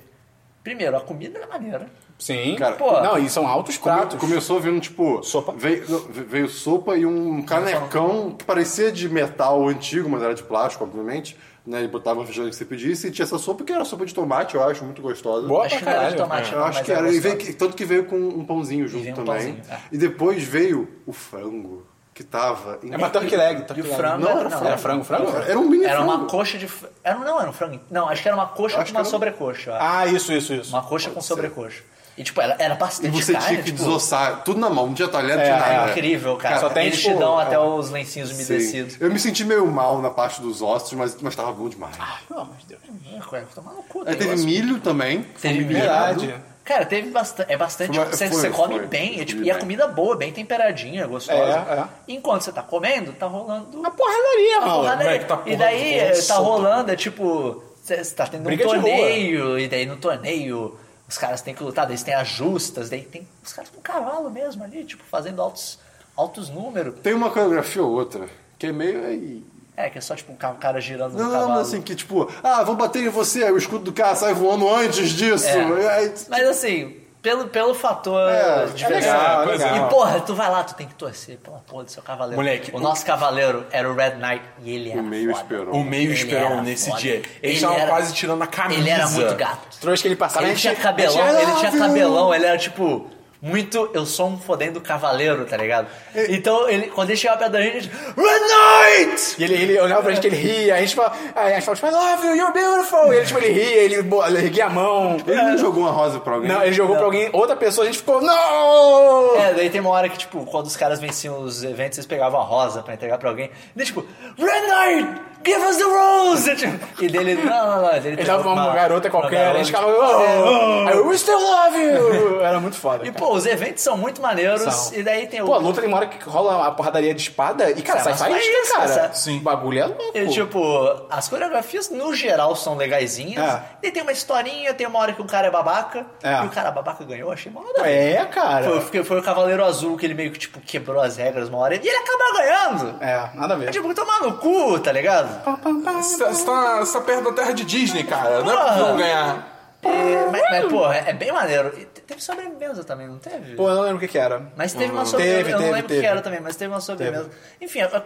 Speaker 4: primeiro, a comida é maneira.
Speaker 2: Sim.
Speaker 3: Cara,
Speaker 4: pô.
Speaker 2: Não, e são altos pratos.
Speaker 3: Começou vindo, tipo.
Speaker 2: Sopa?
Speaker 3: Veio, não, veio sopa e um canecão que parecia de metal antigo, mas era de plástico, obviamente. Né? Ele botava o feijão que você pedisse e tinha essa sopa que era sopa de tomate, eu acho, muito gostosa.
Speaker 2: Boa pra
Speaker 4: acho que não era um de
Speaker 2: caralho.
Speaker 4: tomate,
Speaker 3: É. Eu
Speaker 4: não,
Speaker 3: acho
Speaker 4: mas
Speaker 3: que era. E
Speaker 4: gostosa.
Speaker 3: veio que- tanto que veio com um pãozinho junto
Speaker 4: veio um
Speaker 3: também.
Speaker 4: pãozinho, é.
Speaker 3: E depois veio o frango, que tava. em-
Speaker 2: É uma turkey leg.
Speaker 4: E
Speaker 2: turkey
Speaker 4: o
Speaker 2: leg.
Speaker 4: frango
Speaker 3: Não,
Speaker 4: não,
Speaker 2: Era frango, frango?
Speaker 3: Era um mini
Speaker 4: Era uma
Speaker 3: frango.
Speaker 4: coxa de... fr- Era, não, era um frango. Não, acho que era uma
Speaker 3: Acho
Speaker 4: coxa com uma
Speaker 3: que era um-
Speaker 4: sobrecoxa. eu acho.
Speaker 2: Ah, isso, isso, isso.
Speaker 4: uma coxa com sobrecoxa. E, tipo, era, era
Speaker 3: E
Speaker 4: bastante
Speaker 3: você
Speaker 4: carne,
Speaker 3: tinha que né?
Speaker 4: tipo,
Speaker 3: desossar tudo na mão, não tinha talher, não
Speaker 2: É,
Speaker 3: tinha
Speaker 4: É
Speaker 3: nada.
Speaker 4: incrível, cara.
Speaker 2: Só tem,
Speaker 4: Eles
Speaker 2: tipo,
Speaker 4: te dão
Speaker 2: é.
Speaker 4: até os lencinhos
Speaker 3: Sim. É
Speaker 4: umedecidos.
Speaker 3: Eu me senti meio mal na parte dos ossos, mas, mas tava bom demais.
Speaker 2: Pelo amor de Deus.
Speaker 4: É, cara, tomar no cu,
Speaker 3: Aí
Speaker 4: tem
Speaker 3: teve
Speaker 4: Ah, gosto.
Speaker 3: milho também.
Speaker 4: Teve milho.
Speaker 2: Verdade.
Speaker 4: Cara, teve bastante. É bastante.
Speaker 3: Foi-
Speaker 4: você,
Speaker 3: foi-
Speaker 4: você come
Speaker 3: foi.
Speaker 4: bem, é, tipo,
Speaker 3: Comi
Speaker 4: e a
Speaker 3: bem. É,
Speaker 4: comida boa, bem temperadinha, gostosa. Enquanto você tá comendo, tá rolando.
Speaker 2: Uma porradaria,
Speaker 4: Uma
Speaker 2: mano.
Speaker 4: porradaria.
Speaker 1: moleque, tá porra
Speaker 4: e daí
Speaker 1: de
Speaker 4: é, tá
Speaker 1: bolso.
Speaker 4: rolando, é tipo. Você tá tendo
Speaker 2: Briga
Speaker 4: um
Speaker 2: de
Speaker 4: torneio, e daí no torneio os caras têm que lutar, daí tem as justas, daí tem os caras com cavalo mesmo ali, tipo, fazendo altos, altos números.
Speaker 3: Tem uma coreografia ou outra, que é meio aí.
Speaker 4: É, que é só tipo um ca- cara girando
Speaker 3: Não,
Speaker 4: no
Speaker 3: não,
Speaker 4: cavalo.
Speaker 3: não, assim, que tipo, ah, vão bater em você, aí o escudo do cara sai voando antes disso.
Speaker 4: É.
Speaker 3: Aí,
Speaker 4: Mas assim, pelo, pelo fator
Speaker 3: É,
Speaker 4: diversão.
Speaker 2: legal, é
Speaker 1: pois
Speaker 2: legal.
Speaker 4: E porra, tu vai lá, tu tem que torcer pela porra do seu cavaleiro.
Speaker 1: Moleque,
Speaker 4: o,
Speaker 1: o-
Speaker 4: nosso cavaleiro era o Red Knight e ele era
Speaker 3: o meio
Speaker 4: foda.
Speaker 3: esperou.
Speaker 1: O meio
Speaker 4: Ele
Speaker 1: esperão
Speaker 4: era
Speaker 1: nesse
Speaker 4: foda.
Speaker 1: dia. Eles
Speaker 4: Ele
Speaker 1: estavam
Speaker 4: era-
Speaker 1: quase tirando a camisa.
Speaker 4: Ele era muito gato.
Speaker 2: Trouxe que ele passava.
Speaker 4: Ele
Speaker 2: a gente-
Speaker 4: tinha
Speaker 2: a
Speaker 4: cabelão,
Speaker 2: gente-
Speaker 4: ele tinha
Speaker 2: Ah, viu?
Speaker 4: cabelão, ele era tipo... Muito, eu sou um fodendo cavaleiro, tá ligado?
Speaker 2: É.
Speaker 4: Então, ele, quando ele chegava perto da gente, ele dizia, Red Knight!
Speaker 2: E ele, ele olhava pra gente, ele ria, a gente fala, aí a gente fala, tipo, I love you, you're beautiful. E ele, tipo, ele ria, ele, bo- ele erguia a mão.
Speaker 3: Ele não jogou uma rosa pra alguém.
Speaker 2: Não, ele jogou pra alguém, outra pessoa, a gente ficou, não!
Speaker 4: É, daí tem uma hora que, tipo, quando os caras venciam os eventos, eles pegavam a rosa pra entregar pra alguém. E daí, tipo, Renard, give us the rose! E, tipo, E dele, não, não, não. Ele
Speaker 2: Ele
Speaker 4: pegou
Speaker 2: dava pra uma garota qualquer,
Speaker 4: garota,
Speaker 2: a gente
Speaker 4: tipo,
Speaker 2: ficava, oh, I will still love you. Era muito foda,
Speaker 4: E,
Speaker 2: cara.
Speaker 4: pô, os eventos são muito maneiros.
Speaker 2: São.
Speaker 4: E daí tem o...
Speaker 2: Pô, a luta tem uma hora que rola a porradaria de espada e, cara,
Speaker 4: Sai
Speaker 2: sai
Speaker 4: umas faíscas,
Speaker 2: faísca, cara.
Speaker 4: sai-
Speaker 1: Sim.
Speaker 2: O bagulho é louco.
Speaker 4: E, tipo, as coreografias no geral são legaisinhas.
Speaker 2: É.
Speaker 4: E tem uma historinha, tem uma hora que um cara é babaca.
Speaker 2: É.
Speaker 4: E o cara babaca ganhou, achei mal nada. a ver.
Speaker 2: É, cara.
Speaker 4: Foi, foi- foi o Cavaleiro Azul que ele meio que, tipo, quebrou as regras uma hora. E ele acabou ganhando.
Speaker 2: É, Ah, nada a ver.
Speaker 4: É. Tipo, tomar no cu, tá ligado?
Speaker 1: Você tá, você tá- você tá perto da terra de Disney, cara. Não é
Speaker 4: Porra.
Speaker 1: pra não ganhar.
Speaker 4: É, mas, mas, pô, é, é bem maneiro. E te- teve sobremesa também, não teve?
Speaker 2: Pô, eu não lembro o que que era.
Speaker 4: mas teve
Speaker 1: Uhum.
Speaker 4: uma sobremesa,
Speaker 2: Teve,
Speaker 4: eu não
Speaker 2: teve,
Speaker 4: lembro o
Speaker 2: teve.
Speaker 4: que era também, mas teve uma sobremesa. Enfim, eu- eu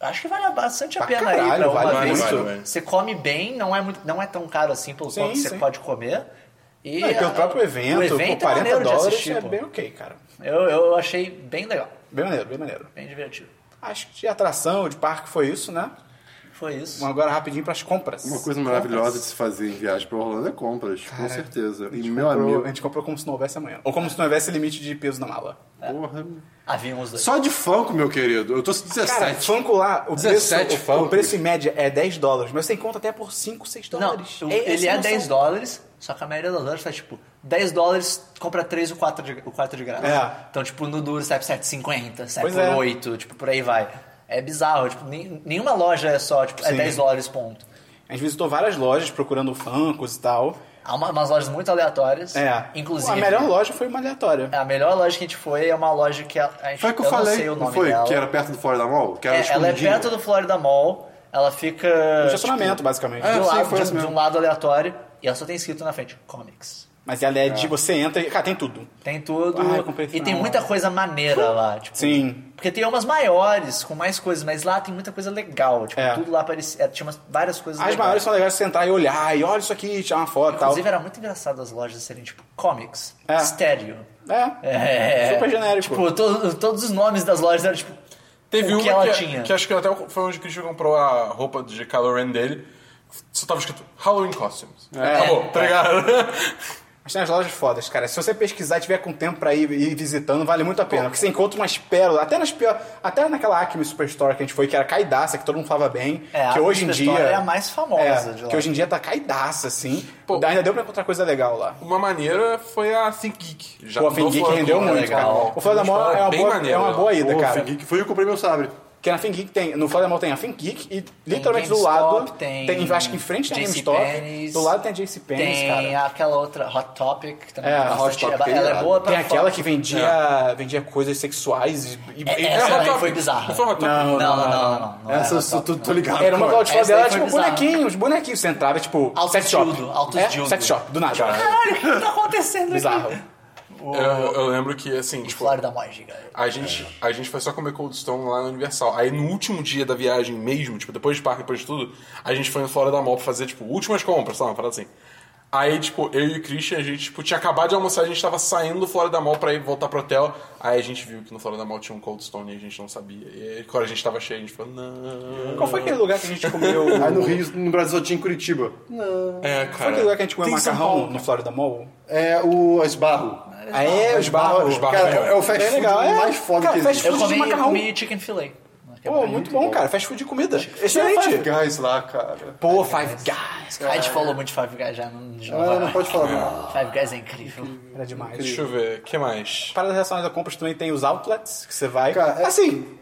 Speaker 4: acho que vale bastante a
Speaker 2: Pra
Speaker 4: pena aí
Speaker 2: caralho,
Speaker 4: pra uma
Speaker 2: vale
Speaker 4: vez.
Speaker 1: muito, vale, vale.
Speaker 4: Você come bem, não é, muito, não é tão caro assim pelo
Speaker 2: Sim,
Speaker 4: quanto você
Speaker 2: sim.
Speaker 4: pode comer. E,
Speaker 2: Não, e pelo
Speaker 4: ah,
Speaker 2: próprio evento,
Speaker 4: o evento
Speaker 2: por
Speaker 4: é
Speaker 2: 40
Speaker 4: maneiro de
Speaker 2: dólares
Speaker 4: assistir,
Speaker 2: é
Speaker 4: pô.
Speaker 2: bem ok, cara.
Speaker 4: eu, eu achei bem legal,
Speaker 2: Bem maneiro, bem maneiro.
Speaker 4: bem divertido.
Speaker 2: Acho que de atração, de parque foi isso, né?
Speaker 4: Foi isso.
Speaker 2: Vamos agora rapidinho pras compras.
Speaker 3: Uma coisa maravilhosa de se fazer em viagem pra Orlando é compras, com certeza. E meu
Speaker 2: Comprou-
Speaker 3: amigo,
Speaker 2: A gente comprou como se não houvesse amanhã. Ou como se não houvesse limite de peso na mala.
Speaker 3: porra.
Speaker 4: Havia uns dois.
Speaker 3: Só de funko, meu querido. Eu tô 17.
Speaker 2: Cara, Funko lá, o preço,
Speaker 1: 17
Speaker 2: o,
Speaker 1: Funko.
Speaker 2: o preço em média é 10 dólares, mas você encontra até por 5, 6
Speaker 4: Não,
Speaker 2: dólares.
Speaker 4: o- ele é 10 dólares, só que a maioria das lojas faz tipo 10 dólares, compra 3 ou 4 de, o 4 de graça.
Speaker 2: É.
Speaker 4: Então, tipo, no duro sai por 7,50, sai
Speaker 2: Pois
Speaker 4: por
Speaker 2: é.
Speaker 4: 8, tipo, por aí vai. É bizarro, tipo, nem- nenhuma loja é só, tipo, é
Speaker 2: Sim.
Speaker 4: 10 dólares, ponto.
Speaker 2: A gente visitou várias lojas procurando Funkos e tal.
Speaker 4: Há uma- umas lojas muito aleatórias.
Speaker 2: É.
Speaker 4: Inclusive. É,
Speaker 2: A melhor loja foi uma aleatória.
Speaker 4: a melhor loja que a gente foi é uma loja que a, a gente
Speaker 3: Foi o que eu,
Speaker 4: eu não
Speaker 3: falei,
Speaker 4: sei o
Speaker 3: não,
Speaker 4: nome
Speaker 3: foi?
Speaker 4: dela.
Speaker 3: Que era perto do Florida Mall? Que era
Speaker 4: é, ela é
Speaker 3: escondidinha.
Speaker 4: perto do Florida Mall, ela fica.
Speaker 2: Um estacionamento, basicamente. Ah,
Speaker 4: Tipo,
Speaker 3: É,
Speaker 4: do
Speaker 3: sim,
Speaker 4: lado-
Speaker 3: foi
Speaker 4: de-
Speaker 3: isso
Speaker 4: de
Speaker 3: mesmo.
Speaker 4: um lado aleatório e ela só tem escrito na frente: Comics.
Speaker 2: Mas ela é de... Você entra e... Cara, tem tudo.
Speaker 4: Tem tudo.
Speaker 2: Ah, eu comprei
Speaker 4: e tem
Speaker 2: frango.
Speaker 4: muita coisa maneira lá. Tipo,
Speaker 2: Sim.
Speaker 4: Porque tem umas maiores, com mais coisas, mas lá tem muita coisa legal. Tipo,
Speaker 2: É.
Speaker 4: tudo lá parecia. é, Tinha umas- várias coisas
Speaker 2: As
Speaker 4: legais.
Speaker 2: maiores são legais de sentar e olhar, e olha isso aqui, tirar uma foto e tal.
Speaker 4: Inclusive, era muito engraçado as lojas serem, tipo, comics,
Speaker 2: É.
Speaker 4: estéreo.
Speaker 2: É.
Speaker 4: É.
Speaker 2: Super genérico.
Speaker 4: Tipo, to- todos os nomes das lojas eram tipo.
Speaker 1: Teve
Speaker 4: o
Speaker 1: uma
Speaker 4: que ela
Speaker 1: que,
Speaker 4: tinha.
Speaker 1: que acho que até foi onde o Christian comprou a roupa de Kylo Ren dele. Só tava escrito Halloween Costumes.
Speaker 2: É.
Speaker 1: Acabou, tá ligado?
Speaker 2: Mas tem as lojas fodas, cara. Se você pesquisar e tiver com tempo pra ir, ir visitando, vale muito a pena. Porque você encontra umas pérolas. Até, nas pior, até naquela Acme Superstore que a gente foi, que era caidaça, que todo mundo falava bem.
Speaker 4: É, a
Speaker 2: que hoje em
Speaker 4: Superstore
Speaker 2: dia.
Speaker 4: é a mais famosa de lá.
Speaker 2: Que hoje em dia tá caidaça, assim.
Speaker 1: Pô.
Speaker 2: Ainda deu pra encontrar coisa legal lá.
Speaker 1: Uma maneira foi a Think Geek. Já
Speaker 2: Pô, a Fingik rendeu muito,
Speaker 1: né,
Speaker 2: cara. O Fora da Mall
Speaker 1: tá
Speaker 2: é uma, boa, é uma boa ida,
Speaker 3: Pô,
Speaker 2: cara.
Speaker 3: Fingui, que foi eu que comprei meu sabre.
Speaker 2: Porque na Fingik tem. No Fora da Mall tem a Fingik e literalmente do
Speaker 4: GameStop,
Speaker 2: lado.
Speaker 4: tem
Speaker 2: Acho que em frente tem a GameStop.
Speaker 4: JCPenney's,
Speaker 2: Do lado tem a JCPenney's,
Speaker 4: Tem
Speaker 2: cara.
Speaker 4: aquela outra Hot Topic que também
Speaker 2: É,
Speaker 4: é,
Speaker 2: a Hot
Speaker 4: bastante-
Speaker 3: Topic
Speaker 4: ela, ela
Speaker 3: é
Speaker 4: é boa pra
Speaker 2: Tem aquela
Speaker 4: falar.
Speaker 2: que vendia, vendia coisas sexuais e, e-
Speaker 4: É,
Speaker 2: e-
Speaker 4: essa
Speaker 1: Hot
Speaker 4: daí
Speaker 1: Topic.
Speaker 4: foi bizarra.
Speaker 1: Não foi Hot Topic.
Speaker 4: Não, não, não, não, não, não
Speaker 3: Essa
Speaker 4: era
Speaker 3: eu sou- tô, tô ligado.
Speaker 2: era uma
Speaker 3: cara.
Speaker 2: cloud
Speaker 4: Essa
Speaker 2: dela,
Speaker 4: daí
Speaker 2: tipo,
Speaker 4: foi bizarro.
Speaker 2: bonequinhos, bonequinhos. Você entrava, tipo,
Speaker 4: Altos
Speaker 2: sex shop.
Speaker 4: dildo, altos
Speaker 2: é?
Speaker 4: dildo.
Speaker 2: Sex shop, do nada.
Speaker 4: Caralho, o que tá acontecendo
Speaker 2: Bizarro.
Speaker 4: aqui?
Speaker 1: Eu, eu lembro que, assim, tipo,
Speaker 4: Florida Mágica.
Speaker 1: a gente, a gente foi só comer Cold Stone lá no Universal. Aí no último dia da viagem mesmo, tipo, depois de parque, depois de tudo, a gente foi no Florida Mall pra fazer, tipo, últimas compras, sei lá, uma parada assim. Aí, tipo, eu e o Christian, a gente, tipo, tinha acabado de almoçar, a gente tava saindo do Florida Mall pra ir voltar pro hotel. Aí a gente viu que no Florida Mall tinha um Cold Stone e a gente não sabia. E aí, quando a gente tava cheio, a gente falou, não.
Speaker 2: Qual foi aquele lugar que a gente comeu...
Speaker 3: Aí no Rio, no Brasil só tinha em Curitiba.
Speaker 1: É,
Speaker 2: Qual foi aquele lugar que a gente comeu
Speaker 3: Tem em São
Speaker 2: macarrão
Speaker 3: Paulo.
Speaker 2: no Florida Mall?
Speaker 3: É o Esbarro.
Speaker 2: Ah, é, os barros.
Speaker 1: Esbarro.
Speaker 3: Cara, é o fast
Speaker 2: Bem
Speaker 3: food
Speaker 2: legal, é.
Speaker 3: mais foda
Speaker 2: Cara,
Speaker 3: que
Speaker 2: fast
Speaker 3: existe.
Speaker 4: Eu
Speaker 2: Fugiu de
Speaker 4: comi, eu
Speaker 2: macarrão.
Speaker 4: comi chicken fillet.
Speaker 2: Pô, muito bom, cara. Fast food de comida. Excelente.
Speaker 3: Five Guys lá, cara.
Speaker 2: Pô, Five Guys.
Speaker 4: A gente falou muito de Five Guys já. Não, já
Speaker 3: Ah,
Speaker 2: É.
Speaker 4: vai
Speaker 3: não
Speaker 4: mais.
Speaker 3: pode falar nada.
Speaker 4: Five Guys é incrível.
Speaker 2: Era demais.
Speaker 1: Deixa eu ver, o que mais?
Speaker 2: Paradas relacionadas a compras também tem os outlets que você vai.
Speaker 3: Cara, é-
Speaker 2: assim.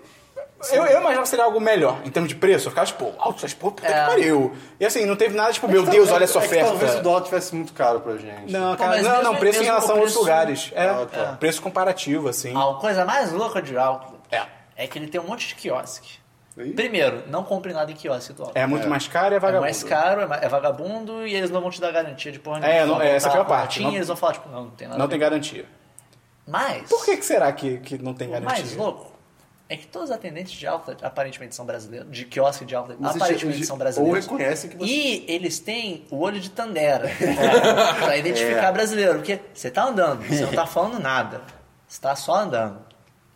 Speaker 2: Eu, eu imaginava que seria algo melhor em termos de preço. Eu ficava tipo, outlets, pô, puta
Speaker 4: É.
Speaker 2: que pariu. E assim, não teve nada tipo, meu Deus,
Speaker 3: Talvez-
Speaker 2: olha essa
Speaker 3: é que Talvez o
Speaker 2: oferta.
Speaker 3: dólar tivesse muito caro pra gente.
Speaker 2: Não,
Speaker 4: Pô,
Speaker 2: cara,
Speaker 4: mas
Speaker 2: não,
Speaker 4: mesmo-
Speaker 2: não, preço em
Speaker 4: mesmo
Speaker 2: relação
Speaker 4: o
Speaker 2: a outros
Speaker 4: preço- Ah,
Speaker 2: lugares. É,
Speaker 3: Ah, tá.
Speaker 2: preço comparativo, assim.
Speaker 4: A coisa mais louca de Outlet
Speaker 2: É.
Speaker 4: é que ele tem um monte de quiosque.
Speaker 3: Ih.
Speaker 4: Primeiro, não compre nada em quiosque do Outlet.
Speaker 2: É muito mais caro e é
Speaker 4: tá. É
Speaker 2: vagabundo.
Speaker 4: mais caro, é ma- é vagabundo e eles não vão te dar garantia de porra nenhuma.
Speaker 2: É, não-
Speaker 4: Só
Speaker 2: é,
Speaker 4: vão
Speaker 2: essa
Speaker 4: dar
Speaker 2: é a
Speaker 4: uma
Speaker 2: parte.
Speaker 4: continha,
Speaker 2: Não-
Speaker 4: eles vão falar, tipo, não, não tem nada.
Speaker 2: Não tem garantia.
Speaker 4: Mas,
Speaker 2: Por que, que será que, que não tem
Speaker 4: o mais
Speaker 2: garantia?
Speaker 4: louco é que todos os atendentes de outlet aparentemente são brasileiros, de quiosque de outlet
Speaker 3: Mas eles-
Speaker 4: aparentemente
Speaker 3: eles-
Speaker 4: são brasileiros.
Speaker 3: ou reconhecem que você-
Speaker 4: E eles têm o olho de Tandera pra identificar
Speaker 3: É.
Speaker 4: brasileiro. Porque você tá andando, você não tá falando nada. Você tá só andando.